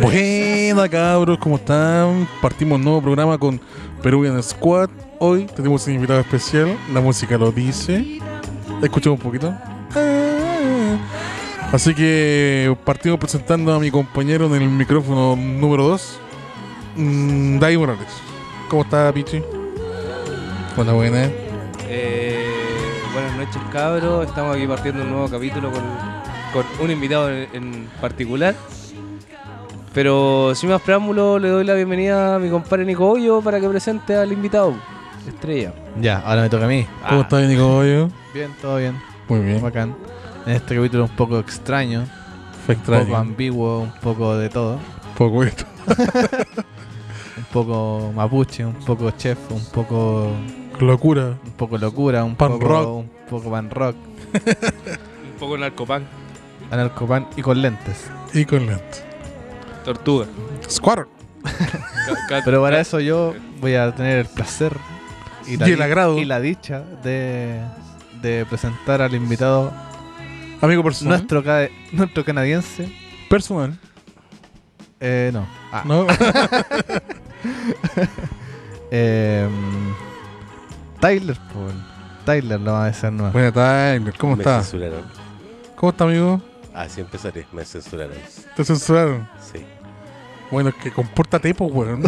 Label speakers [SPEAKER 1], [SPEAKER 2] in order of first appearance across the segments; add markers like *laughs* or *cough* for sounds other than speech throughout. [SPEAKER 1] Buena cabros, ¿cómo están? Partimos un nuevo programa con Peruvian Squad. Hoy tenemos un invitado especial, la música lo dice. Escuchemos un poquito. Ah. Así que partimos presentando a mi compañero en el micrófono número 2, Dai Morales. ¿Cómo está, Pichi? Hola, buena.
[SPEAKER 2] Eh, buenas noches, cabros. Estamos aquí partiendo un nuevo capítulo con, con un invitado en, en particular. Pero sin más preámbulo, le doy la bienvenida a mi compadre Nico Hoyo para que presente al invitado, estrella.
[SPEAKER 3] Ya, ahora me toca a mí.
[SPEAKER 1] ¿Cómo está, Nicolio?
[SPEAKER 3] Bien, todo bien.
[SPEAKER 1] Muy bien.
[SPEAKER 3] Bacán. En este capítulo un poco extraño,
[SPEAKER 1] Fue
[SPEAKER 3] un poco
[SPEAKER 1] extraño.
[SPEAKER 3] ambiguo, un poco de todo.
[SPEAKER 1] Poco esto.
[SPEAKER 3] Un poco mapuche, un poco chef, un poco un
[SPEAKER 1] Locura.
[SPEAKER 3] poco locura, un
[SPEAKER 1] Pan
[SPEAKER 3] poco
[SPEAKER 1] rock.
[SPEAKER 3] un poco pan rock,
[SPEAKER 2] Un poco narcopan,
[SPEAKER 3] anarcopan y con lentes.
[SPEAKER 1] Y con lentes.
[SPEAKER 2] tortuga.
[SPEAKER 1] Squad.
[SPEAKER 2] Ca- ca-
[SPEAKER 3] *laughs* Pero para eso yo voy a tener el placer
[SPEAKER 1] Y el
[SPEAKER 3] di-
[SPEAKER 1] agrado.
[SPEAKER 3] y la dicha de, de presentar al invitado
[SPEAKER 1] Amigo personal.
[SPEAKER 3] nuestro ca- nuestro canadiense.
[SPEAKER 1] Personal.
[SPEAKER 3] Eh, no. Ah.
[SPEAKER 1] ¿No?
[SPEAKER 3] Eh, Tyler, po, weón. Tyler lo va a decir nuevo.
[SPEAKER 1] Buena Tyler, ¿cómo
[SPEAKER 4] Ah. me
[SPEAKER 1] estás?
[SPEAKER 4] censuraron.
[SPEAKER 1] ¿Cómo está amigo?
[SPEAKER 4] Así empezaré, me censuraron.
[SPEAKER 1] ¿Te censuraron?
[SPEAKER 4] Sí.
[SPEAKER 1] Bueno, que compórtate, pues,
[SPEAKER 4] *laughs*
[SPEAKER 1] weón.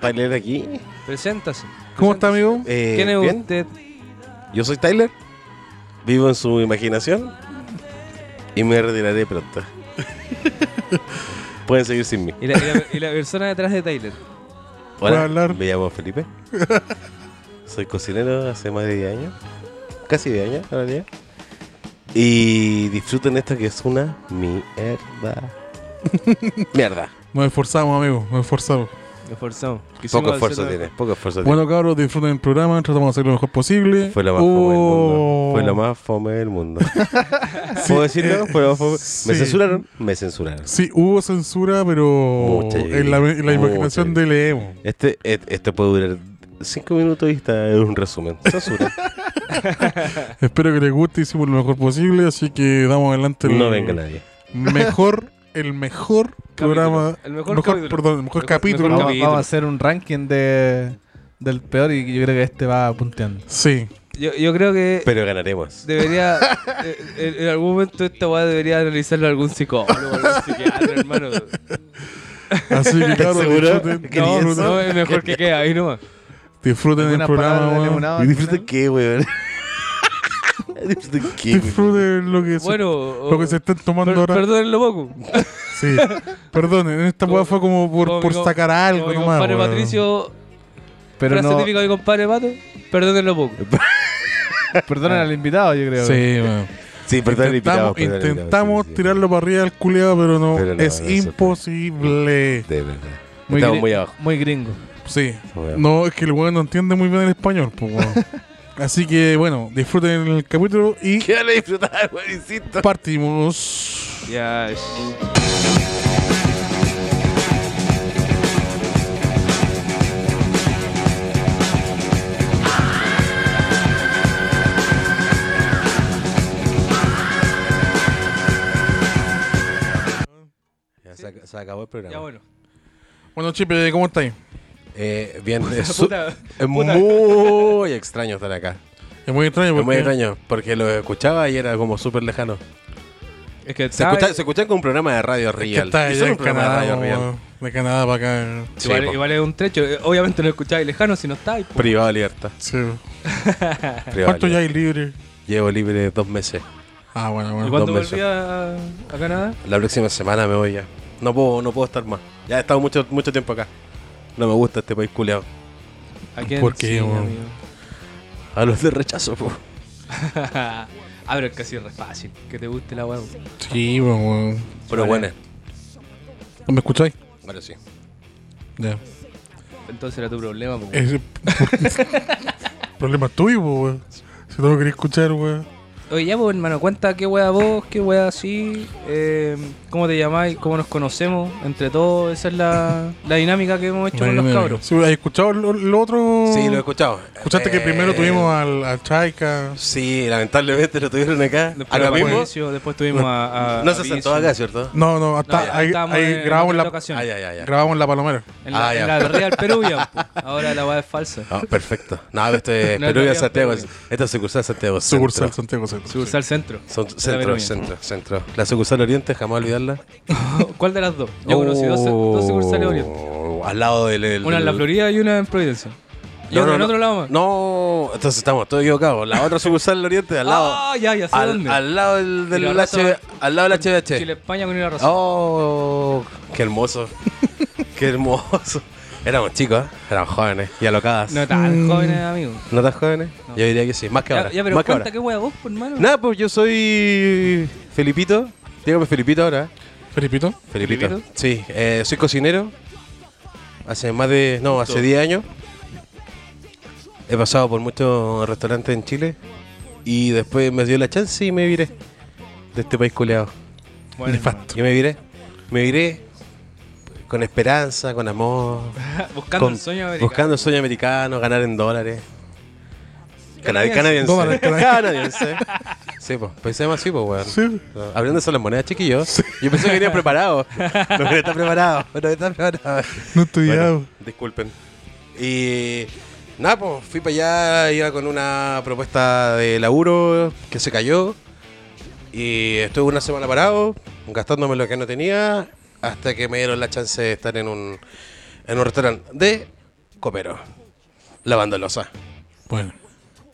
[SPEAKER 4] Tyler aquí.
[SPEAKER 2] Preséntase.
[SPEAKER 1] ¿Cómo está
[SPEAKER 2] Preséntase.
[SPEAKER 1] amigo?
[SPEAKER 4] Eh,
[SPEAKER 2] ¿Quién es
[SPEAKER 4] bien,
[SPEAKER 2] usted?
[SPEAKER 4] Yo soy Tyler. Vivo en su imaginación. Y me retiraré pronto.
[SPEAKER 2] *laughs*
[SPEAKER 4] Pueden seguir sin mí.
[SPEAKER 2] Y la, y la- y la persona detrás de Tyler.
[SPEAKER 1] ¿Puedo hablar?
[SPEAKER 4] me
[SPEAKER 2] *laughs*
[SPEAKER 4] llamo Felipe. soy cocinero hace más de 10 años. Casi 10 años, en realidad. Y disfruten esto que es una
[SPEAKER 2] *laughs*
[SPEAKER 4] mierda. mierda.
[SPEAKER 1] Nos esforzamos, amigo, nos esforzamos.
[SPEAKER 2] Esforzado. Quisimos
[SPEAKER 4] Poco
[SPEAKER 2] hacer
[SPEAKER 4] esfuerzo
[SPEAKER 2] lo-
[SPEAKER 4] tiene, poco esfuerzo tiene.
[SPEAKER 1] Bueno, cabros, disfruten el programa, tratamos de hacer lo mejor posible.
[SPEAKER 4] Fue lo más fome del mundo. Fue
[SPEAKER 1] Uh.
[SPEAKER 4] lo más fome del mundo. ¿Puedo decirlo? Fue lo más fome.
[SPEAKER 1] sí.
[SPEAKER 4] Me censuraron, me censuraron.
[SPEAKER 1] Sí, hubo censura, pero
[SPEAKER 4] Mucha
[SPEAKER 1] en la, en la
[SPEAKER 4] lluvia.
[SPEAKER 1] imaginación
[SPEAKER 4] Mucha
[SPEAKER 1] de Leemos.
[SPEAKER 4] Este, et- esto puede durar cinco minutos y está en un resumen. Censura.
[SPEAKER 1] Espero que les guste, hicimos lo mejor posible, así que damos adelante el
[SPEAKER 4] no venga nadie.
[SPEAKER 1] mejor, el
[SPEAKER 4] *laughs*
[SPEAKER 1] mejor programa,
[SPEAKER 2] El mejor capítulo.
[SPEAKER 1] perdón, el mejor
[SPEAKER 2] Mejor-
[SPEAKER 1] capítulo.
[SPEAKER 2] mejor
[SPEAKER 3] Vamos,
[SPEAKER 2] capítulo.
[SPEAKER 3] vamos a hacer un ranking de, del peor y yo creo que este va punteando.
[SPEAKER 1] Sí,
[SPEAKER 2] Yo, yo creo que
[SPEAKER 4] Pero ganaremos.
[SPEAKER 2] debería. eh, en, en algún momento esta weá debería analizarlo algún psicólogo, algún psiquiatra, hermano.
[SPEAKER 1] así
[SPEAKER 4] *laughs*
[SPEAKER 1] que
[SPEAKER 4] ¿Estás
[SPEAKER 1] claro,
[SPEAKER 4] seguro?
[SPEAKER 1] disfruten,
[SPEAKER 4] ¿Qué
[SPEAKER 2] No,
[SPEAKER 4] pienso?
[SPEAKER 2] no, es mejor que quede ahí nomás.
[SPEAKER 1] disfruten el
[SPEAKER 3] ¿Alguna palabra de
[SPEAKER 1] programa, weón.
[SPEAKER 3] limonada
[SPEAKER 4] ¿Y
[SPEAKER 3] al
[SPEAKER 4] disfruten
[SPEAKER 3] final?
[SPEAKER 4] qué, weón? *laughs* ¿Disfruten qué? weón?
[SPEAKER 1] disfruten lo que se-
[SPEAKER 2] Bueno, oh,
[SPEAKER 1] lo que se estén tomando
[SPEAKER 2] per-
[SPEAKER 1] ahora.
[SPEAKER 2] perdónenlo poco.
[SPEAKER 1] Sí, perdonen,
[SPEAKER 2] *laughs*
[SPEAKER 1] esta
[SPEAKER 2] Como-
[SPEAKER 1] weá fue como por,
[SPEAKER 2] como
[SPEAKER 1] por
[SPEAKER 2] mi co-
[SPEAKER 1] sacar algo
[SPEAKER 2] Como mi
[SPEAKER 1] nomás.
[SPEAKER 2] compadre
[SPEAKER 1] weón.
[SPEAKER 2] Patricio,
[SPEAKER 3] Pero
[SPEAKER 2] frase
[SPEAKER 3] no,
[SPEAKER 2] típica de mi compadre Pato, perdónenlo poco.
[SPEAKER 3] perdonen
[SPEAKER 2] Ah.
[SPEAKER 3] al invitado, yo creo.
[SPEAKER 1] Sí, weón.
[SPEAKER 4] Sí, perdón, el invitado,
[SPEAKER 1] Intentamos,
[SPEAKER 4] perdón, el invitado,
[SPEAKER 1] intentamos
[SPEAKER 4] sí, sí, sí.
[SPEAKER 1] tirarlo para arriba al culeado, pero no,
[SPEAKER 4] Pero no,
[SPEAKER 1] es
[SPEAKER 4] no se puede.
[SPEAKER 1] imposible.
[SPEAKER 4] De verdad.
[SPEAKER 3] Muy
[SPEAKER 4] Estamos
[SPEAKER 3] gri-
[SPEAKER 4] muy abajo.
[SPEAKER 3] Muy gringo.
[SPEAKER 1] Sí,
[SPEAKER 4] Estamos muy *laughs* abajo.
[SPEAKER 1] no, es que el weón no entiende muy bien el español, pues,
[SPEAKER 4] *laughs*
[SPEAKER 1] weón. Así que bueno, disfruten el capítulo y
[SPEAKER 4] ¿Qué van a disfrutar, weón? Insisto.
[SPEAKER 1] partimos.
[SPEAKER 2] Ya,
[SPEAKER 4] Ya se, ac- se acabó el programa.
[SPEAKER 2] ya bueno.
[SPEAKER 1] Bueno, Chipe, ¿cómo estáis?
[SPEAKER 4] Eh, bien, es, *laughs* su-
[SPEAKER 2] Puta,
[SPEAKER 4] es muy extraño estar acá.
[SPEAKER 1] Es muy extraño
[SPEAKER 4] Es muy
[SPEAKER 1] porque
[SPEAKER 4] extraño, porque lo escuchaba y era como súper lejano.
[SPEAKER 2] es que
[SPEAKER 4] Se escuchaba, se escuchaba con un programa de radio
[SPEAKER 1] Ah, que
[SPEAKER 4] real.
[SPEAKER 1] está
[SPEAKER 4] Y
[SPEAKER 1] allá
[SPEAKER 4] solo
[SPEAKER 1] en
[SPEAKER 4] un programa
[SPEAKER 1] Canadá,
[SPEAKER 4] de radio real.
[SPEAKER 1] weón, de Canadá para acá.
[SPEAKER 4] Sí,
[SPEAKER 2] igual,
[SPEAKER 4] po.
[SPEAKER 2] igual es un trecho. Eh, Obviamente no escucháis lejano si no estáis. po.
[SPEAKER 4] Privado de libertad.
[SPEAKER 1] *laughs* Sí.
[SPEAKER 4] privado
[SPEAKER 1] ¿Cuánto
[SPEAKER 4] de
[SPEAKER 1] ya
[SPEAKER 4] libertad.
[SPEAKER 1] hay libre?
[SPEAKER 4] Llevo libre dos meses.
[SPEAKER 1] Ah, bueno,
[SPEAKER 2] ¿Y
[SPEAKER 1] bueno.
[SPEAKER 2] cuando
[SPEAKER 4] dos meses.
[SPEAKER 2] volví a, a Canadá?
[SPEAKER 4] La próxima semana me voy ya. No puedo, no puedo estar más. Ya he estado mucho, mucho tiempo acá. No me gusta este país culeado.
[SPEAKER 2] ¿A quién?
[SPEAKER 1] ¿Por qué,
[SPEAKER 2] Sí,
[SPEAKER 1] weón?
[SPEAKER 2] amigo. *laughs*
[SPEAKER 4] A los de rechazo, po.
[SPEAKER 2] ah, pero es casi re fácil. Que te guste la weón.
[SPEAKER 1] Sí, weón, weón.
[SPEAKER 4] Pero
[SPEAKER 2] Vale.
[SPEAKER 4] bueno.
[SPEAKER 1] ¿No me escucháis?
[SPEAKER 4] Bueno, sí.
[SPEAKER 1] Ya.
[SPEAKER 2] Entonces era tu problema. po.
[SPEAKER 1] Ese problema es tuyo, po, weón. Si no lo quería escuchar, weón.
[SPEAKER 2] Oye, ya, pues, hermano, cuenta qué wea vos, qué wea así, eh, cómo te llamáis, cómo nos conocemos entre todos. Esa es la, la dinámica que hemos hecho con los cabros.
[SPEAKER 1] Sí, ¿Has escuchado lo, lo otro?
[SPEAKER 4] Sí, lo he escuchado.
[SPEAKER 1] ¿Escuchaste que
[SPEAKER 4] Eh,
[SPEAKER 1] primero tuvimos al, a Chaika?
[SPEAKER 4] Sí, lamentablemente lo tuvieron acá.
[SPEAKER 2] Después,
[SPEAKER 4] Ahora
[SPEAKER 2] a
[SPEAKER 4] mismo.
[SPEAKER 2] Mauricio, después tuvimos a, a-
[SPEAKER 4] No
[SPEAKER 2] a
[SPEAKER 4] se
[SPEAKER 2] Vinci.
[SPEAKER 4] sentó acá, ¿cierto?
[SPEAKER 1] No, no, hasta
[SPEAKER 2] No, ya,
[SPEAKER 1] ahí,
[SPEAKER 2] estábamos
[SPEAKER 1] ahí
[SPEAKER 2] en
[SPEAKER 1] grabamos,
[SPEAKER 2] otra
[SPEAKER 1] la,
[SPEAKER 2] ocasión.
[SPEAKER 4] Ah, ya, ya, ya.
[SPEAKER 1] grabamos la palomera.
[SPEAKER 2] En la,
[SPEAKER 4] Ah, ya.
[SPEAKER 2] en la berrea del Perú, ya, pues. Ahora la wea es falsa.
[SPEAKER 4] Ah, perfecto. No, esto
[SPEAKER 2] *laughs*
[SPEAKER 4] es
[SPEAKER 2] No,
[SPEAKER 4] Perú
[SPEAKER 2] no,
[SPEAKER 4] y
[SPEAKER 2] no,
[SPEAKER 4] Santiago.
[SPEAKER 2] Perú.
[SPEAKER 4] Esta es sucursal Santiago. Centro.
[SPEAKER 1] Sucursal Santiago Centro.
[SPEAKER 2] Sucursal centro.
[SPEAKER 4] pues. Son-
[SPEAKER 2] De la
[SPEAKER 4] centro,
[SPEAKER 2] Peruvian.
[SPEAKER 4] centro, centro. La sucursal Oriente, jamás olvidarla.
[SPEAKER 2] *laughs* ¿Cuál de las dos? Yo conocí dos, dos sucursales orientes.
[SPEAKER 4] Oh, Al lado del. del-
[SPEAKER 2] Una en la
[SPEAKER 4] del-
[SPEAKER 2] Florida y una en Providencia. Y otra en otro lado más.
[SPEAKER 4] No, entonces estamos todos equivocados. La otra sucursal del Oriente, al lado.
[SPEAKER 2] Ah, ya, ya sé
[SPEAKER 4] al,
[SPEAKER 2] dónde.
[SPEAKER 4] al lado del, del
[SPEAKER 2] Y la raza-
[SPEAKER 4] H- al lado del HBH.
[SPEAKER 2] Chile España con una razón.
[SPEAKER 4] Oh,
[SPEAKER 2] *laughs*
[SPEAKER 4] qué hermoso. qué hermoso. Éramos chicos, ¿eh? éramos jóvenes y alocadas.
[SPEAKER 2] No tan jóvenes, amigo.
[SPEAKER 4] ¿No tan jóvenes? Yo diría que sí, más que
[SPEAKER 2] Ya,
[SPEAKER 4] ahora.
[SPEAKER 2] ya, pero
[SPEAKER 4] Mm. más que
[SPEAKER 2] cuenta
[SPEAKER 4] ahora.
[SPEAKER 2] qué wea vos, pues, hermano.
[SPEAKER 4] Nada, pues yo soy Felipito. Dígame Felipito ahora. ¿eh?
[SPEAKER 1] Felipito.
[SPEAKER 4] Felipito.
[SPEAKER 2] ¿Felipito?
[SPEAKER 4] Sí, eh, soy cocinero. Hace más de. No, hace 10 años. He pasado por muchos restaurantes en Chile. Y después me dio la chance y me viré de este país culeado.
[SPEAKER 2] Bueno,
[SPEAKER 1] Nefasto.
[SPEAKER 4] Yo me viré. Me viré con esperanza, con amor.
[SPEAKER 2] hermano. buscando
[SPEAKER 4] con-
[SPEAKER 2] el sueño americano.
[SPEAKER 4] Buscando el sueño americano, ganar en dólares. Cana-
[SPEAKER 2] Canadiense.
[SPEAKER 4] canadiense.
[SPEAKER 1] Dólares,
[SPEAKER 4] canadiense. Sí, pues. Pensé más así, pues, weón.
[SPEAKER 1] Sí.
[SPEAKER 4] Aprendanse las monedas, chiquillos. Yo pensé que
[SPEAKER 2] *laughs*
[SPEAKER 4] venía preparado. No que está preparado. No está preparado.
[SPEAKER 1] No estudiado.
[SPEAKER 4] Bueno, disculpen. Y nada, pues fui para allá, iba con una propuesta de laburo que se cayó. Y estuve una semana parado, gastándome lo que no tenía, hasta que me dieron la chance de estar en un, en un restaurante de copero, lavando losa.
[SPEAKER 1] Bueno.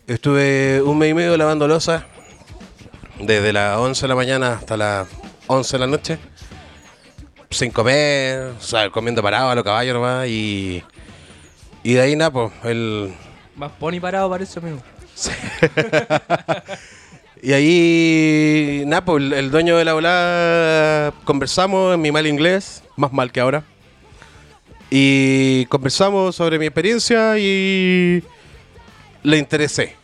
[SPEAKER 4] Estuve un mes y medio lavando losa, desde las 11 de la mañana hasta las 11 de la noche, sin comer, o sea, comiendo parado a los caballos nomás, y, y de ahí nada, pues, el...
[SPEAKER 2] Más pony parado parece, amigo.
[SPEAKER 4] Y ahí, nada, pues, el, el dueño de la volada conversamos en mi mal inglés, más mal que ahora, y conversamos sobre mi experiencia y le interesé.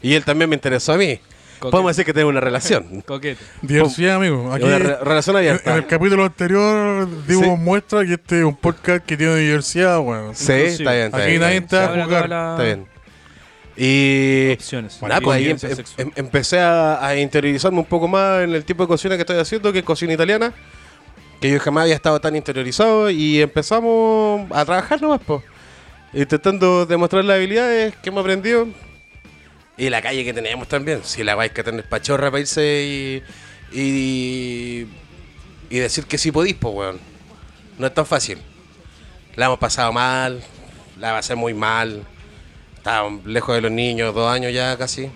[SPEAKER 4] Y él también me interesó a mí.
[SPEAKER 2] Coquete.
[SPEAKER 4] Podemos decir que tenemos
[SPEAKER 1] *laughs*
[SPEAKER 4] una relación.
[SPEAKER 2] Coquete.
[SPEAKER 1] Diversidad, amigo. Aquí,
[SPEAKER 4] una re- relación
[SPEAKER 1] en
[SPEAKER 4] abierta.
[SPEAKER 1] el capítulo anterior dimos
[SPEAKER 4] Sí.
[SPEAKER 1] muestra que este es un podcast que tiene diversidad, bueno.
[SPEAKER 4] Sí, está bien, está
[SPEAKER 1] Aquí
[SPEAKER 4] bien.
[SPEAKER 1] nadie
[SPEAKER 4] está
[SPEAKER 1] está a
[SPEAKER 2] Habla toda
[SPEAKER 1] jugar.
[SPEAKER 2] la-
[SPEAKER 4] bien. Y
[SPEAKER 2] Opciones.
[SPEAKER 4] nada, pues ahí
[SPEAKER 2] Violencia
[SPEAKER 4] em- em-
[SPEAKER 2] sexual.
[SPEAKER 4] em- empecé a, a interiorizarme un poco más en el tipo de cocina que estoy haciendo, que es cocina italiana, que yo jamás había estado tan interiorizado y empezamos a trabajar nomás, po. intentando demostrar las habilidades que hemos aprendido y la calle que teníamos también. Si la vais que tener pachorra para irse y, y, y decir que sí podís, pues, weón. No es tan fácil. La hemos pasado mal, la pasé muy mal. Estábamos lejos de los niños, dos años ya casi.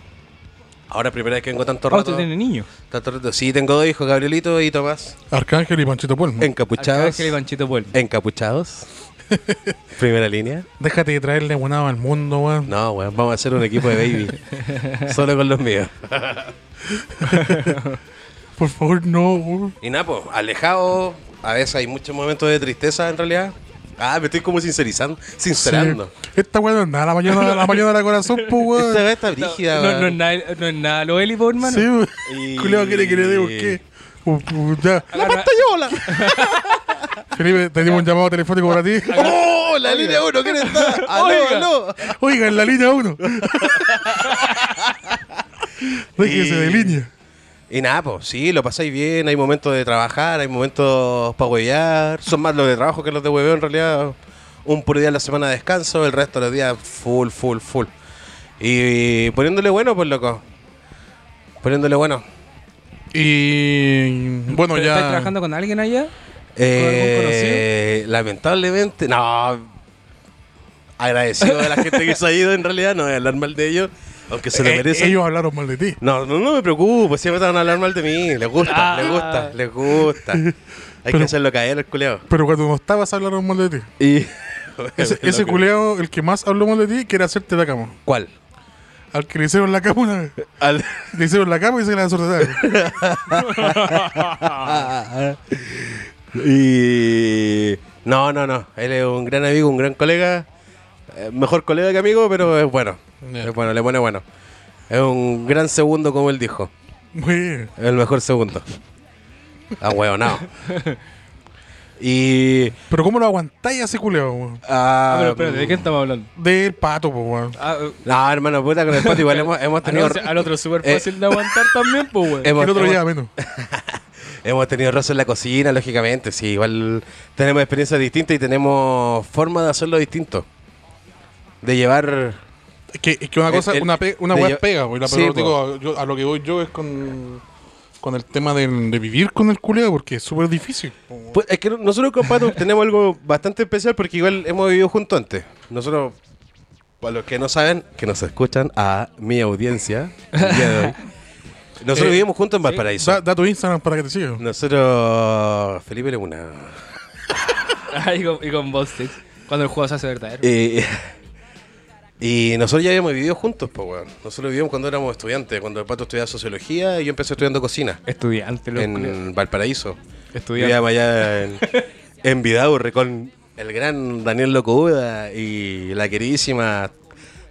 [SPEAKER 4] Ahora primera vez que vengo tanto
[SPEAKER 2] Ah, usted
[SPEAKER 4] rato.
[SPEAKER 2] tiene niños.
[SPEAKER 4] Tanto rato. Sí, tengo dos hijos, Gabrielito y Tomás.
[SPEAKER 1] Arcángel y Panchito Puelmo.
[SPEAKER 4] Encapuchados.
[SPEAKER 2] Arcángel y Panchito Puel.
[SPEAKER 4] Encapuchados. *laughs* primera línea.
[SPEAKER 1] Déjate de traerle buenado al mundo, weón.
[SPEAKER 4] No, weón, vamos a hacer un equipo de baby. Solo con los míos.
[SPEAKER 1] Por favor, no, weón.
[SPEAKER 4] Y nada, pues, alejado. A veces hay muchos momentos de tristeza en realidad. Ah, me estoy como sincerizando. Sincerando.
[SPEAKER 1] Sí. Esta weón no es nada la mañana, la mañana de la corazón, pues,
[SPEAKER 4] Esta
[SPEAKER 1] weón.
[SPEAKER 4] weá está brígida,
[SPEAKER 2] No, no es
[SPEAKER 4] weón.
[SPEAKER 2] nada, no es nada lo Eli, po, hermano.
[SPEAKER 1] Sí, weón.
[SPEAKER 4] Y-
[SPEAKER 1] Culeado quiere que le dé, ¿por qué? Uh, uh, ya.
[SPEAKER 2] Agarra-
[SPEAKER 1] Felipe, tenemos un llamado telefónico para ti.
[SPEAKER 4] ¡Oh! La línea 1, ¿quién está? Ah, ¡Aló,
[SPEAKER 2] Oiga.
[SPEAKER 4] aló!
[SPEAKER 1] Oiga, en la línea
[SPEAKER 4] *laughs*
[SPEAKER 1] uno. Déjese de
[SPEAKER 4] Y-
[SPEAKER 1] línea.
[SPEAKER 4] Y nada, pues sí, lo pasáis bien, hay momentos de trabajar, hay momentos para huevear. Son más los de trabajo que los de hueveo en realidad. Un puro día a la semana de descanso, el resto de los días full, full, full. Y poniéndole bueno, pues loco. Poniéndole bueno.
[SPEAKER 1] Y bueno,
[SPEAKER 2] ¿Pero
[SPEAKER 1] ya.
[SPEAKER 2] ¿Estás trabajando con alguien allá? Ah,
[SPEAKER 4] Eh, lamentablemente, no. Agradecido de la gente que se ha ido en realidad, no voy a hablar mal de ellos, aunque se lo
[SPEAKER 1] Eh,
[SPEAKER 4] merecen.
[SPEAKER 1] ellos hablaron mal de ti.
[SPEAKER 4] No, no, no me preocupo, siempre van a hablar mal de mí. Les gusta,
[SPEAKER 2] Ah.
[SPEAKER 4] les gusta, les gusta. Hay que
[SPEAKER 1] Pero-
[SPEAKER 4] hacerlo caer el culeo.
[SPEAKER 1] Pero cuando no estabas hablaron mal de ti.
[SPEAKER 4] Y.
[SPEAKER 1] Ese, ese culeado, el que más habló mal de ti, quiere hacerte la cama.
[SPEAKER 4] ¿Cuál?
[SPEAKER 1] Al que le hicieron la cama una vez.
[SPEAKER 4] Al-
[SPEAKER 1] Le hicieron la cama y se la *laughs* desordenaron.
[SPEAKER 4] Ah. Y. No, no, no. Él es un gran amigo, un gran colega. Eh, Mejor colega que amigo, pero es bueno.
[SPEAKER 1] Ya.
[SPEAKER 4] Es bueno, le pone bueno. Es un gran segundo, como él dijo.
[SPEAKER 1] Muy bien.
[SPEAKER 4] El mejor segundo. Ah, weón,
[SPEAKER 2] *laughs*
[SPEAKER 4] no. Y.
[SPEAKER 1] Pero ¿cómo lo aguantáis a ese culeado, weón?
[SPEAKER 4] ah,
[SPEAKER 2] Ah, pero espérate, ¿de qué estamos hablando?
[SPEAKER 1] Del pato, pues, weón.
[SPEAKER 2] Ah, eh,
[SPEAKER 4] No, hermano, puta, con el pato igual hemos, hemos
[SPEAKER 2] al,
[SPEAKER 4] tenido.
[SPEAKER 2] otro, al otro súper
[SPEAKER 4] eh,
[SPEAKER 2] fácil de aguantar también, pues, güey.
[SPEAKER 1] Que
[SPEAKER 4] hemos-
[SPEAKER 1] El otro
[SPEAKER 4] hemos-
[SPEAKER 1] día menos.
[SPEAKER 4] Hemos tenido roces en la cocina, lógicamente, sí, igual tenemos experiencias distintas y tenemos formas de hacerlo distinto. De llevar...
[SPEAKER 1] Es que, es que una
[SPEAKER 4] El-
[SPEAKER 1] cosa,
[SPEAKER 4] el-
[SPEAKER 1] una, pe- una
[SPEAKER 4] de
[SPEAKER 1] weá
[SPEAKER 4] yo-
[SPEAKER 1] es pega, weón. La-
[SPEAKER 4] Sí,
[SPEAKER 1] Pero
[SPEAKER 4] po.
[SPEAKER 1] digo, yo- a lo que voy yo es con, con el tema del- de vivir con el culeado, porque es súper difícil. po, weón.
[SPEAKER 4] Pues, es que nosotros con Pato tenemos algo bastante especial porque igual hemos vivido juntos antes. Nosotros, para los que no saben, que nos escuchan a mi audiencia, el día de hoy, nosotros
[SPEAKER 1] Eh,
[SPEAKER 4] vivimos juntos en Valparaíso.
[SPEAKER 1] Da, da tu Instagram para que te siga.
[SPEAKER 4] Nosotros, Felipe Laguna.
[SPEAKER 2] *laughs* Ah, y con, y con Bostex, Cuando el juego se hace verdadero.
[SPEAKER 4] Eh, *laughs* y nosotros ya habíamos vivido juntos, pues, weón. Nosotros vivimos cuando éramos estudiantes, cuando el pato estudiaba sociología y yo empecé estudiando cocina
[SPEAKER 2] Estudiante, loco.
[SPEAKER 4] en Valparaíso.
[SPEAKER 2] Estudiante.
[SPEAKER 4] Vivíamos allá en, en Vidaurre con el gran Daniel Locouda y la queridísima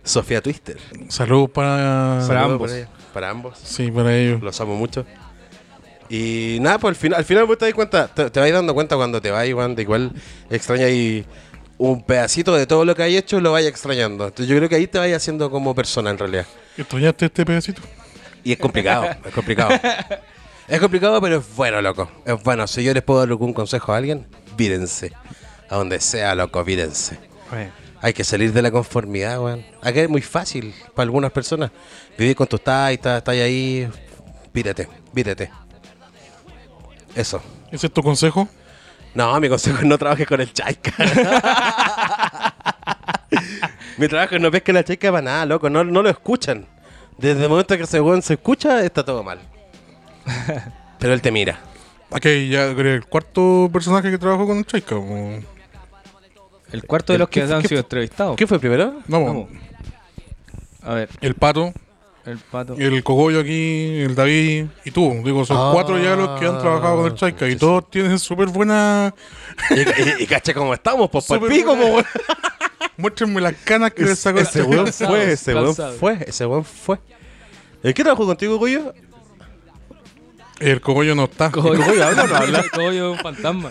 [SPEAKER 4] Sofía Twister.
[SPEAKER 1] Saludos para.
[SPEAKER 2] Para
[SPEAKER 4] Saludos
[SPEAKER 2] ambos.
[SPEAKER 4] por ella. Para ambos.
[SPEAKER 1] Sí, para ellos.
[SPEAKER 4] Los amo mucho. Y nada, pues al final, al final vos te das cuenta, te, te vais dando cuenta cuando te vas, Iván, de igual extraña y un pedacito de todo lo que hay hecho lo vayas extrañando. Entonces yo creo que ahí te vais haciendo como persona en realidad.
[SPEAKER 1] ¿Estudiaste este pedacito?
[SPEAKER 4] Y es complicado, es complicado. Es complicado, pero es bueno, loco. Es bueno. Si yo les puedo dar algún consejo a alguien, vídense. A donde sea, loco, vídense. Hay que salir de la conformidad, weón. Acá es muy fácil para algunas personas. Vivir con tus tai, estás estás ahí. Vírate, vírate. Eso.
[SPEAKER 1] ¿Ese es tu consejo?
[SPEAKER 4] No, *laughs* mi consejo es no trabajes con el chaica. mi trabajo es no pesquen la chaica para nada, loco. No, no lo escuchan. Desde el momento que ese weón se escucha, está todo mal. Pero él te mira.
[SPEAKER 1] Ok, ya creo el cuarto personaje que trabajó con el Chaika. po.
[SPEAKER 2] El cuarto de los
[SPEAKER 4] ¿Qué-
[SPEAKER 2] que
[SPEAKER 4] qué-
[SPEAKER 2] han
[SPEAKER 4] qué-
[SPEAKER 2] sido entrevistados.
[SPEAKER 4] ¿Qué fue primero?
[SPEAKER 1] No, po.
[SPEAKER 2] Vamos. A ver,
[SPEAKER 1] el pato,
[SPEAKER 2] el pato.
[SPEAKER 1] el cogollo aquí, el David y tú. Digo, son
[SPEAKER 4] Ah,
[SPEAKER 1] cuatro ya los que han trabajado con el Chaika y todos tienen súper buena.
[SPEAKER 4] Y, y, y cacha cómo estamos, pues por
[SPEAKER 1] Súper
[SPEAKER 4] pico,
[SPEAKER 1] buena.
[SPEAKER 4] po, weón.
[SPEAKER 1] *laughs* Muéstrenme las canas que les sacó el
[SPEAKER 4] Ese
[SPEAKER 1] Chaika.
[SPEAKER 4] weón fue, ese weón
[SPEAKER 2] Calzado.
[SPEAKER 4] fue, ese weón fue. ¿El qué trabajó contigo, Goyo?
[SPEAKER 1] *laughs* El cogollo no está.
[SPEAKER 2] Cogollo habla o no habla. Cogollo es un
[SPEAKER 4] *laughs*
[SPEAKER 2] fantasma.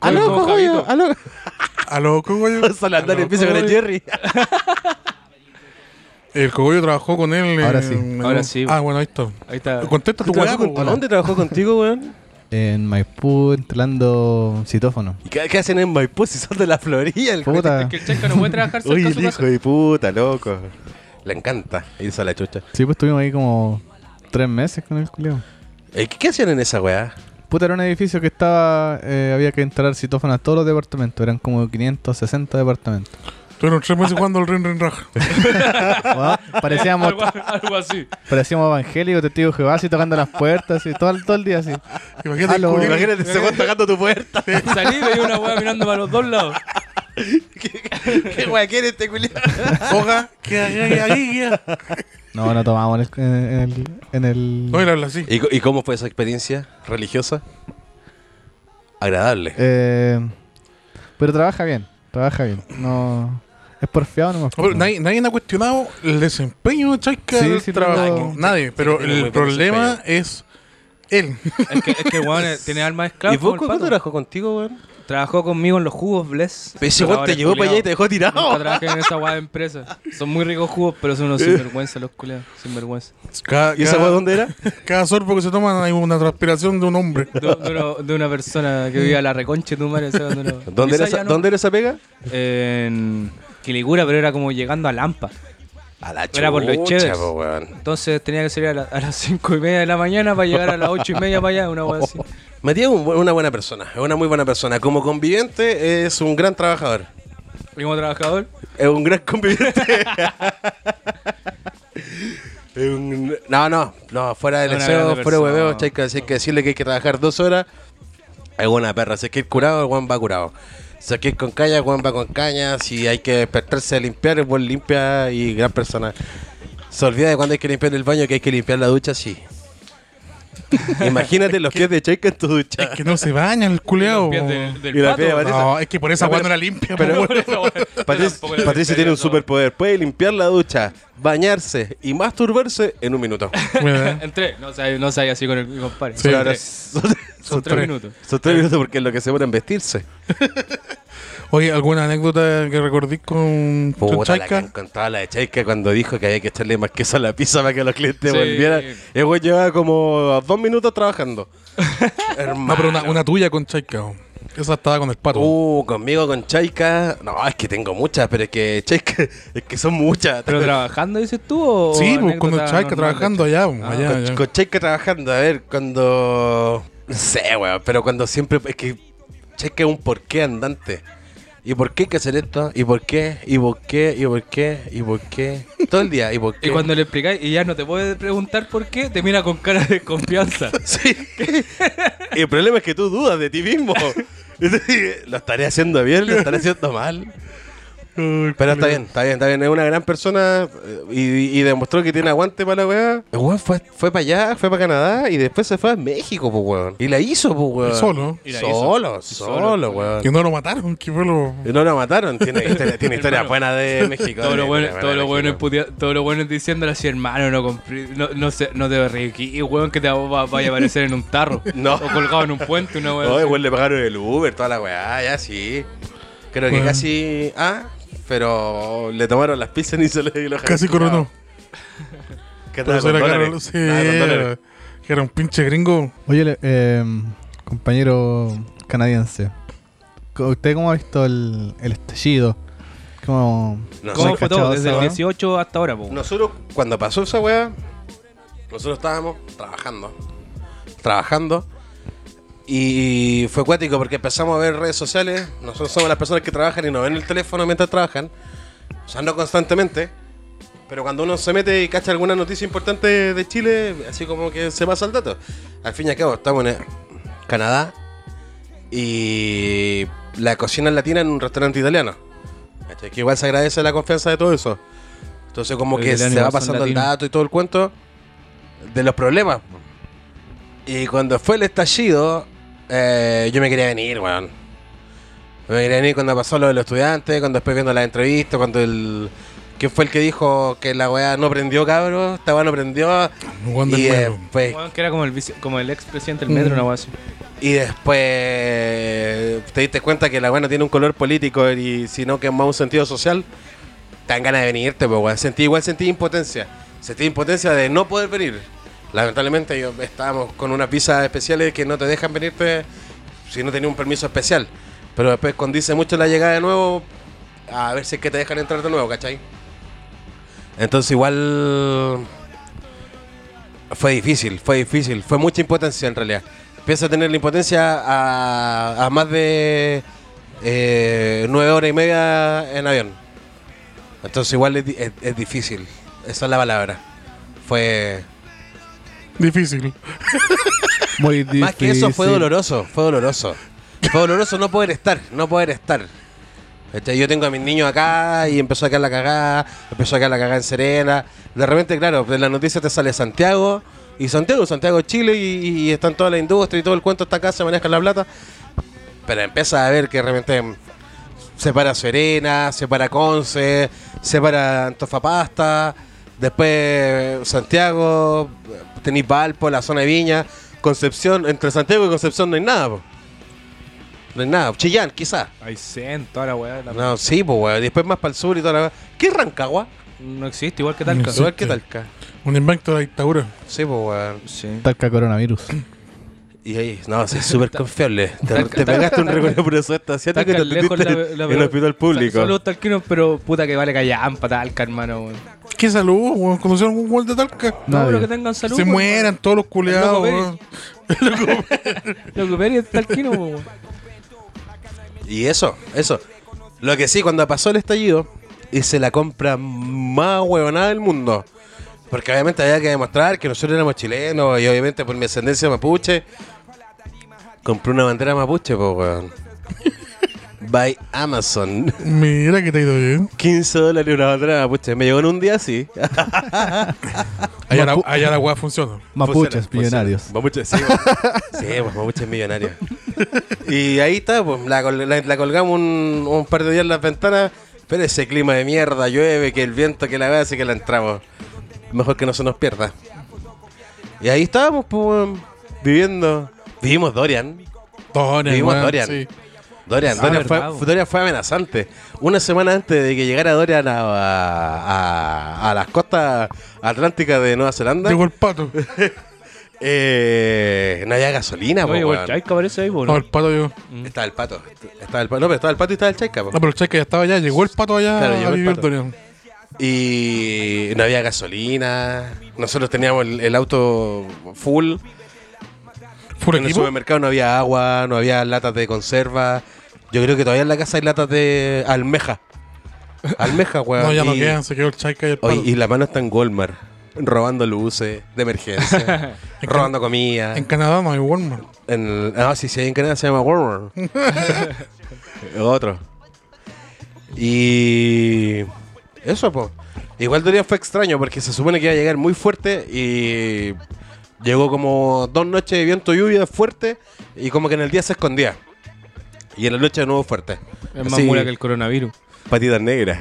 [SPEAKER 4] Aló, pues,
[SPEAKER 2] Cogollo,
[SPEAKER 4] Goyo,
[SPEAKER 2] Javito.
[SPEAKER 4] aló. *laughs*
[SPEAKER 1] A los cogollos.
[SPEAKER 4] Solo andar
[SPEAKER 2] Aló,
[SPEAKER 4] empieza con el
[SPEAKER 2] Goyo.
[SPEAKER 4] Jerry.
[SPEAKER 1] El cogollo trabajó con él.
[SPEAKER 3] Ahora
[SPEAKER 1] eh,
[SPEAKER 3] sí.
[SPEAKER 1] en-
[SPEAKER 2] Ahora sí.
[SPEAKER 1] Ah, bueno, ahí está.
[SPEAKER 2] Ahí está.
[SPEAKER 1] Contesta tu weá,
[SPEAKER 4] ¿Trabajó con-
[SPEAKER 1] po, weón.
[SPEAKER 4] ¿Dónde trabajó contigo, weón?
[SPEAKER 3] En Maipú instalando citófono.
[SPEAKER 4] ¿Y qué, qué hacen en Maipú si son de la Florida? El
[SPEAKER 3] Puta.
[SPEAKER 2] Que el checa no puede trabajar cerca
[SPEAKER 4] Uy,
[SPEAKER 2] de su
[SPEAKER 4] el
[SPEAKER 2] casa.
[SPEAKER 4] hijo de puta, loco. Le encanta irse a la chucha.
[SPEAKER 3] Sí, pues estuvimos ahí como tres meses con el culeo.
[SPEAKER 4] Eh, ¿Qué, qué hacían en esa weá?
[SPEAKER 3] Puta, era un edificio que estaba. eh, había que instalar citófono a todos los departamentos. Eran como
[SPEAKER 2] *laughs*
[SPEAKER 3] 560 departamentos.
[SPEAKER 1] Tuvieron tres meses jugando al Ren Ren
[SPEAKER 4] *laughs*
[SPEAKER 1] Raja.
[SPEAKER 3] Weón, parecíamos,
[SPEAKER 2] Algo, algo así.
[SPEAKER 3] parecíamos evangélicos, testigos de Jehová, así tocando las puertas, así, todo, el- todo el día así.
[SPEAKER 2] Ah,
[SPEAKER 1] Imagínate el
[SPEAKER 3] Aló.
[SPEAKER 1] cogollo.
[SPEAKER 4] Imagínate, se fue tocando tu puerta.
[SPEAKER 2] Salí y veía una weá mirando para los dos lados.
[SPEAKER 4] *laughs* ¿Qué weá quiere este culiado?
[SPEAKER 1] Oga, que ahí, ahí,
[SPEAKER 4] *laughs*
[SPEAKER 1] ahí.
[SPEAKER 3] No, no tomábamos en el. En el, en el-
[SPEAKER 1] No, él habla así.
[SPEAKER 4] ¿Y, co- y cómo fue esa experiencia religiosa? Agradable.
[SPEAKER 3] Eh, pero trabaja bien, trabaja bien. No. Es porfiado nomás.
[SPEAKER 1] Bueno, nadie, nadie ha cuestionado el desempeño de Chaika
[SPEAKER 3] Sí,
[SPEAKER 1] del
[SPEAKER 3] sí,
[SPEAKER 1] trabajo.
[SPEAKER 3] tengo-
[SPEAKER 1] Nadie, pero
[SPEAKER 4] tiene muy
[SPEAKER 1] el
[SPEAKER 4] buen
[SPEAKER 1] problema es él.
[SPEAKER 2] Es que, es que weón, eh, tiene alma de esclavo.
[SPEAKER 4] ¿Y vos
[SPEAKER 2] como el
[SPEAKER 4] cuándo
[SPEAKER 2] pato.
[SPEAKER 4] trabajó contigo, weón?
[SPEAKER 2] Trabajó conmigo en los jugos, Bless.
[SPEAKER 4] Ese weón te llevó para allá y te dejó
[SPEAKER 2] Nunca
[SPEAKER 4] tirado.
[SPEAKER 2] trabajé en esa weá de empresa. Son muy ricos jugos, pero son unos sinvergüenza los culeados. Sinvergüenza.
[SPEAKER 1] Cada,
[SPEAKER 4] *laughs* ¿Y esa
[SPEAKER 1] cada-
[SPEAKER 4] weá dónde era?
[SPEAKER 1] cada sorbo que se toman hay una transpiración de un hombre.
[SPEAKER 2] De, de una, de una persona que vivía a la reconcha de tu madre. ¿sabes? No, no.
[SPEAKER 4] ¿Dónde
[SPEAKER 2] Quizá
[SPEAKER 4] era, esa,
[SPEAKER 2] ya no.
[SPEAKER 4] ¿Dónde era esa pega?
[SPEAKER 2] En Quilicura, pero era como llegando a Lampa.
[SPEAKER 4] A la
[SPEAKER 2] Era por los
[SPEAKER 4] chucha,
[SPEAKER 2] cheves.
[SPEAKER 4] po, weón.
[SPEAKER 2] Entonces tenía que salir a, la- a las *laughs* 5 y media de la mañana para llegar a las 8 y media para allá, una
[SPEAKER 5] *laughs*
[SPEAKER 2] weá así.
[SPEAKER 4] Matías es un bu- una buena persona, es una muy buena persona. Como conviviente es un gran trabajador.
[SPEAKER 2] Primo trabajador.
[SPEAKER 4] Es un gran conviviente. Es un- No, no, no, fuera del
[SPEAKER 2] Es una
[SPEAKER 4] deseo,
[SPEAKER 2] grande
[SPEAKER 4] fuera de hueveo,
[SPEAKER 2] persona.
[SPEAKER 4] hay que, hay que decirle que hay que trabajar dos horas. Es una perra, si hay que ir curado, el Juan va curado. Si hay que ir con caña, el Juan va con caña. Si hay que despertarse a limpiar, el Juan limpia *laughs* y gran persona. Se olvida de cuando hay que limpiar el baño, que hay que limpiar la ducha, sí. Imagínate los pies de Chaika en tu ducha.
[SPEAKER 1] Que no se baña el
[SPEAKER 5] Los
[SPEAKER 1] culeado.
[SPEAKER 5] pies del, del
[SPEAKER 4] Y la
[SPEAKER 5] pato.
[SPEAKER 4] piel de Patricia.
[SPEAKER 1] No, es que por esa
[SPEAKER 4] No,
[SPEAKER 1] agua no
[SPEAKER 4] pero-
[SPEAKER 1] la limpia.
[SPEAKER 5] *laughs*
[SPEAKER 4] pero-
[SPEAKER 1] po.
[SPEAKER 4] *laughs* Patricia, Patricia tiene un superpoder. Puede limpiar la ducha, bañarse y masturbarse en
[SPEAKER 1] *laughs*
[SPEAKER 4] un minuto.
[SPEAKER 1] ¿Verdad?
[SPEAKER 5] Entré. No sabía no sabía así con el compadre.
[SPEAKER 1] Sí,
[SPEAKER 5] Son
[SPEAKER 4] Ahora,
[SPEAKER 5] tres.
[SPEAKER 4] son,
[SPEAKER 5] Son tres minutos.
[SPEAKER 4] son tres minutos porque es lo que se pone en vestirse.
[SPEAKER 1] Oye, ¿alguna anécdota que recordís con, con
[SPEAKER 4] Puta, la que
[SPEAKER 1] Chaika?
[SPEAKER 4] contaba la de Chaika cuando dijo que había que echarle más queso a la pizza para que los clientes
[SPEAKER 5] Sí.
[SPEAKER 4] volvieran. El güey llevaba como dos minutos
[SPEAKER 1] *laughs*
[SPEAKER 4] trabajando.
[SPEAKER 1] No,
[SPEAKER 4] Hermano.
[SPEAKER 1] pero una, una tuya con Chaika. po. Esa estaba con el pato.
[SPEAKER 4] Uh, conmigo con Chaika. No, es que tengo muchas, pero es que Chaika, *laughs* es que son muchas. *laughs*
[SPEAKER 2] ¿Pero trabajando dices tú o
[SPEAKER 1] sí, pues
[SPEAKER 2] anécdota
[SPEAKER 1] con el Chaika
[SPEAKER 2] normal?
[SPEAKER 1] trabajando allá. po,
[SPEAKER 2] Ah,
[SPEAKER 1] allá,
[SPEAKER 4] con,
[SPEAKER 1] allá.
[SPEAKER 4] con Chaika trabajando, a ver, cuando. No sé, weón, pero cuando siempre. Es que Chaika es un porqué andante. ¿Y por qué hay que hacer esto? ¿Y por qué? ¿Y por qué? ¿Y por qué? ¿Y por qué? Todo el día. ¿Y por qué?
[SPEAKER 5] Y cuando le explicáis y ya no te puedes preguntar por qué, te mira con cara de desconfianza.
[SPEAKER 4] *laughs* Sí. y el problema es que tú dudas de ti mismo. *laughs* Es decir, lo estaré haciendo bien, lo estaré haciendo mal. Pero está bien, está bien, está bien. Es una gran persona eh, y, y demostró que tiene aguante para la weá. El weón fue, fue para allá, fue para Canadá y después se fue a México, pues weón. Y la hizo, pues weón.
[SPEAKER 1] Solo.
[SPEAKER 5] Y la hizo.
[SPEAKER 4] Solo, solo,
[SPEAKER 5] solo. pues,
[SPEAKER 4] weón.
[SPEAKER 1] Que no lo mataron, que fue lo.
[SPEAKER 4] Y no lo mataron. Tiene historia,
[SPEAKER 5] *laughs*
[SPEAKER 4] tiene historia
[SPEAKER 5] Hermano.
[SPEAKER 4] buena de México.
[SPEAKER 5] Todo lo
[SPEAKER 4] Tiene
[SPEAKER 5] bueno,
[SPEAKER 4] historia
[SPEAKER 5] todo
[SPEAKER 4] buena
[SPEAKER 5] lo
[SPEAKER 4] de
[SPEAKER 5] bueno es
[SPEAKER 4] México.
[SPEAKER 5] putea- todo lo bueno es diciéndole así, hermano, no compré, no, no, sé, no te requí, weón, que te va- vaya a aparecer en un tarro.
[SPEAKER 4] *laughs* No.
[SPEAKER 5] O colgado en un puente, una weón.
[SPEAKER 4] Oye, weón, le pagaron el Uber, toda la weá, ya sí. Creo que
[SPEAKER 1] Bueno.
[SPEAKER 4] casi. Ah, pero le tomaron las pizzas y se le lo
[SPEAKER 1] Casi coronó.
[SPEAKER 4] Que
[SPEAKER 1] Pero
[SPEAKER 4] estaba
[SPEAKER 1] se
[SPEAKER 4] con
[SPEAKER 1] la
[SPEAKER 4] dólares.
[SPEAKER 1] agarró- sí,
[SPEAKER 4] Estaba con dólares.
[SPEAKER 1] era- que era un pinche gringo.
[SPEAKER 3] Oye, le- eh, compañero canadiense, co- ¿usted cómo ha visto el, el estallido? ¿Cómo,
[SPEAKER 4] No
[SPEAKER 2] ¿Cómo
[SPEAKER 4] sé,
[SPEAKER 2] fue
[SPEAKER 3] cachado
[SPEAKER 2] todo? Desde
[SPEAKER 3] esa,
[SPEAKER 2] el
[SPEAKER 3] ¿no?
[SPEAKER 2] 18 hasta ahora, po.
[SPEAKER 4] Nosotros, cuando pasó esa weá, nosotros estábamos trabajando. Trabajando. Y fue cuático porque empezamos a ver redes sociales. Nosotros somos las personas que trabajan y nos ven el teléfono mientras trabajan. O sea, no constantemente. Pero cuando uno se mete y cacha alguna noticia importante de Chile, así como que se pasa el dato. Al fin y al cabo, estamos en eh, Canadá y la cocina es latina en un restaurante italiano. ¿Cachai? Que igual se agradece la confianza de todo eso. Entonces, como
[SPEAKER 2] Los
[SPEAKER 4] que
[SPEAKER 2] italianos
[SPEAKER 4] se va
[SPEAKER 2] igual son
[SPEAKER 4] pasando el
[SPEAKER 2] latinos.
[SPEAKER 4] dato y todo el cuento de los problemas. Y cuando fue el estallido, eh, yo me quería venir, weón. Me quería venir cuando pasó lo de los estudiantes, cuando después viendo las entrevistas, cuando el. que fue el que dijo que la weá no prendió, cabros? Esta weá no prendió.
[SPEAKER 1] Juan del
[SPEAKER 4] Y
[SPEAKER 1] Muelo.
[SPEAKER 4] después,
[SPEAKER 2] Weón, que era como el, vice- como el ex presidente del metro,
[SPEAKER 1] Mm.
[SPEAKER 2] una weón así.
[SPEAKER 4] y después te diste cuenta que la weá no tiene un color político y sino que es más un sentido social. Te dan ganas de venirte, pues weón. Sentí, igual sentí impotencia. Sentí impotencia de no poder venir. Lamentablemente yo, estábamos con unas visas especiales que no te dejan venirte si no tenías un permiso especial. Pero después condice mucho la llegada de nuevo a ver si es que te dejan entrar de nuevo, ¿cachai? Entonces igual fue difícil, fue difícil, fue mucha impotencia en realidad. Empiezo a tener la impotencia a, a más de eh, nueve horas y media en avión. Entonces igual es, di- es- es difícil, esa es la palabra. Fue
[SPEAKER 1] Difícil.
[SPEAKER 3] muy difícil.
[SPEAKER 4] más que eso fue doloroso, fue doloroso. Fue doloroso no poder estar, no poder estar. ¿Cachai? Yo tengo a mis niños acá y empezó a caer la cagada, empezó a caer la cagada en Serena. De repente, claro, en la noticia te sale Santiago y Santiago, Santiago Chile y, y están toda la industria y todo el cuento está acá, se maneja la plata. Pero empieza a ver que de repente mm, se para Serena, se para Conce, se para Antofapasta, después Santiago, tenéis Valpo, la zona de Viña, Concepción, entre Santiago y Concepción no hay nada, po. No hay nada, Chillán quizás.
[SPEAKER 2] Ay, sen, toda la weá. la-
[SPEAKER 4] No, sí, pues, weón. Después más para el sur y toda la. ¿Qué es Rancagua?
[SPEAKER 2] No existe, igual que Talca.
[SPEAKER 1] Sí.
[SPEAKER 4] Igual que Talca.
[SPEAKER 1] Un invento de la dictadura.
[SPEAKER 4] Sí, pues, weón.
[SPEAKER 2] Sí.
[SPEAKER 3] Talca coronavirus.
[SPEAKER 4] Y ahí, no, sí, es súper *laughs* confiable. Te,
[SPEAKER 2] Talca-
[SPEAKER 4] te pegaste un recorrido por eso esta asiática
[SPEAKER 2] Talca
[SPEAKER 4] que te
[SPEAKER 2] es lejos
[SPEAKER 4] atendiste
[SPEAKER 2] la- la-
[SPEAKER 4] en el hospital público.
[SPEAKER 2] Solo talquinos, pero puta que vale callampa, Talca, hermano, weón.
[SPEAKER 1] ¿Qué salud? weón? ¿Conocieron un gol de Talca?
[SPEAKER 2] No,
[SPEAKER 3] Nadie.
[SPEAKER 2] pero que tengan salud.
[SPEAKER 1] se
[SPEAKER 2] weón.
[SPEAKER 1] mueran todos los culeados.
[SPEAKER 2] Loco Pérez.
[SPEAKER 1] weón.
[SPEAKER 2] Lo que Peri es talquino,
[SPEAKER 4] *laughs*
[SPEAKER 2] weón.
[SPEAKER 4] Y eso, eso. Lo que sí, cuando pasó el estallido, hice la compra más huevonada del mundo. Porque obviamente había que demostrar que nosotros éramos chilenos y obviamente por mi ascendencia mapuche. Compré una bandera mapuche, pues, weón. By Amazon. *laughs*
[SPEAKER 1] Mira que te ha ido bien.
[SPEAKER 4] 15 dólares una bandera mapuche. Me llegó en un día así.
[SPEAKER 1] Allá la,
[SPEAKER 3] Mapu-
[SPEAKER 1] allá la weá funciona.
[SPEAKER 3] Mapuches,
[SPEAKER 4] Funciona,
[SPEAKER 3] millonarios.
[SPEAKER 4] funciona. Mapuches, sí. pues. sí, pues
[SPEAKER 3] *laughs*
[SPEAKER 4] mapuches millonarios. Y ahí está, pues la, col- la- la colgamos un, un par de días en las ventanas. Pero ese clima de mierda, llueve, que el viento, que la vea, así que la entramos. Mejor que no se nos pierda. Y ahí estábamos, pues, weón, viviendo. Vivimos Dorian.
[SPEAKER 1] Dorian,
[SPEAKER 4] Vivimos
[SPEAKER 1] weón,
[SPEAKER 4] Dorian.
[SPEAKER 1] sí.
[SPEAKER 4] Dorian,
[SPEAKER 2] Ah,
[SPEAKER 4] Dorian,
[SPEAKER 2] verdad,
[SPEAKER 4] fue,
[SPEAKER 2] po.
[SPEAKER 4] fue- Dorian fue amenazante. Una semana antes de que llegara Dorian a, a- a las costas atlánticas de Nueva Zelanda,
[SPEAKER 1] Llegó el pato.
[SPEAKER 4] eh, no había gasolina. po,
[SPEAKER 2] Oye,
[SPEAKER 4] weón.
[SPEAKER 2] el Chaika aparece ahí, po,
[SPEAKER 1] No,
[SPEAKER 2] ¿no?
[SPEAKER 1] el pato llegó.
[SPEAKER 4] Estaba el pato. Estaba el pato. No, pero estaba el pato y estaba el chaica. po.
[SPEAKER 1] No, pero el cheque ya estaba allá. Llegó el pato allá
[SPEAKER 4] Claro, llegó
[SPEAKER 1] a
[SPEAKER 4] el
[SPEAKER 1] vivir
[SPEAKER 4] pato.
[SPEAKER 1] Dorian.
[SPEAKER 4] Y no había gasolina. Nosotros teníamos el, el auto full.
[SPEAKER 1] ¿Full
[SPEAKER 4] en el
[SPEAKER 1] equipo?
[SPEAKER 4] supermercado no había agua, no había latas de conserva. Yo creo que todavía en la casa hay latas de almeja.
[SPEAKER 1] *laughs*
[SPEAKER 4] Almeja, weón.
[SPEAKER 1] No, ya no
[SPEAKER 4] Y-
[SPEAKER 1] quedan. Se quedó el chaica y el pato.
[SPEAKER 4] Oye, y la mano está en Walmart, robando luces
[SPEAKER 1] *laughs*
[SPEAKER 4] de emergencia, robando comida.
[SPEAKER 1] En Canadá no hay Walmart.
[SPEAKER 4] En el- ah, sí, sí, hay en Canadá se llama Walmart. Otro. Y. Eso, po. Igual Dorian fue extraño porque se supone que iba a llegar muy fuerte y. Llegó como dos noches de viento y lluvia fuerte y como que en el día se escondía. Y en la noche de nuevo fuerte.
[SPEAKER 5] Es más
[SPEAKER 4] Así,
[SPEAKER 5] mula que el coronavirus.
[SPEAKER 4] Patitas negras.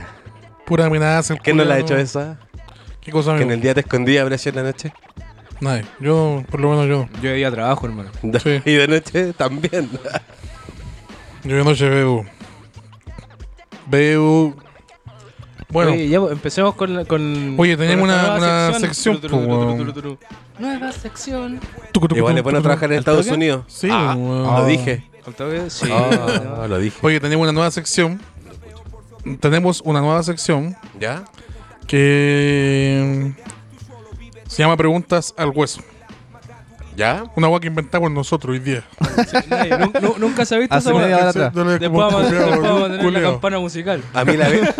[SPEAKER 1] Pura amenaza. el
[SPEAKER 4] ¿Quién no
[SPEAKER 1] culiao.
[SPEAKER 4] la ha hecho esa?
[SPEAKER 1] ¿Qué cosa,
[SPEAKER 4] Que en
[SPEAKER 1] amigo?
[SPEAKER 4] el día te escondía, pero así en la noche. *laughs*
[SPEAKER 1] Nadie. Yo, por lo menos yo.
[SPEAKER 5] Yo iba a trabajo, hermano.
[SPEAKER 1] Sí.
[SPEAKER 4] Y de noche también.
[SPEAKER 1] Yo de noche bebo. Bebo. Bueno,
[SPEAKER 2] Oye,
[SPEAKER 1] oye,
[SPEAKER 2] ya pues, empecemos con, la- con
[SPEAKER 1] tenemos
[SPEAKER 2] con
[SPEAKER 1] una,
[SPEAKER 2] nuestra nueva
[SPEAKER 1] una sección. po, weón.
[SPEAKER 5] Nueva sección.
[SPEAKER 1] Tucu, tucu,
[SPEAKER 4] Igual es
[SPEAKER 1] tucu,
[SPEAKER 4] bueno
[SPEAKER 1] tucu.
[SPEAKER 4] trabajar en Estados Unidos.
[SPEAKER 1] Sí,
[SPEAKER 4] Ah,
[SPEAKER 1] weón.
[SPEAKER 4] Lo dije.
[SPEAKER 2] ¿Al toque? Sí.
[SPEAKER 4] Ah, lo dije.
[SPEAKER 1] Oye, tenemos una nueva sección. Tenemos una nueva sección
[SPEAKER 4] ¿Ya?
[SPEAKER 1] que mm, se llama Preguntas al Hueso.
[SPEAKER 4] ¿Ya?
[SPEAKER 1] Una agua que inventamos nosotros hoy día.
[SPEAKER 5] Nun- nu- Nunca se ha visto
[SPEAKER 3] Hace
[SPEAKER 5] esa
[SPEAKER 3] media
[SPEAKER 5] weá.
[SPEAKER 3] hora atrás.
[SPEAKER 1] Dale,
[SPEAKER 5] Después
[SPEAKER 1] como
[SPEAKER 5] vamos a-
[SPEAKER 1] culiao,
[SPEAKER 5] después vamos a
[SPEAKER 1] boludo,
[SPEAKER 5] tener la
[SPEAKER 1] culiao.
[SPEAKER 5] campana musical.
[SPEAKER 4] A mí la vez. *laughs*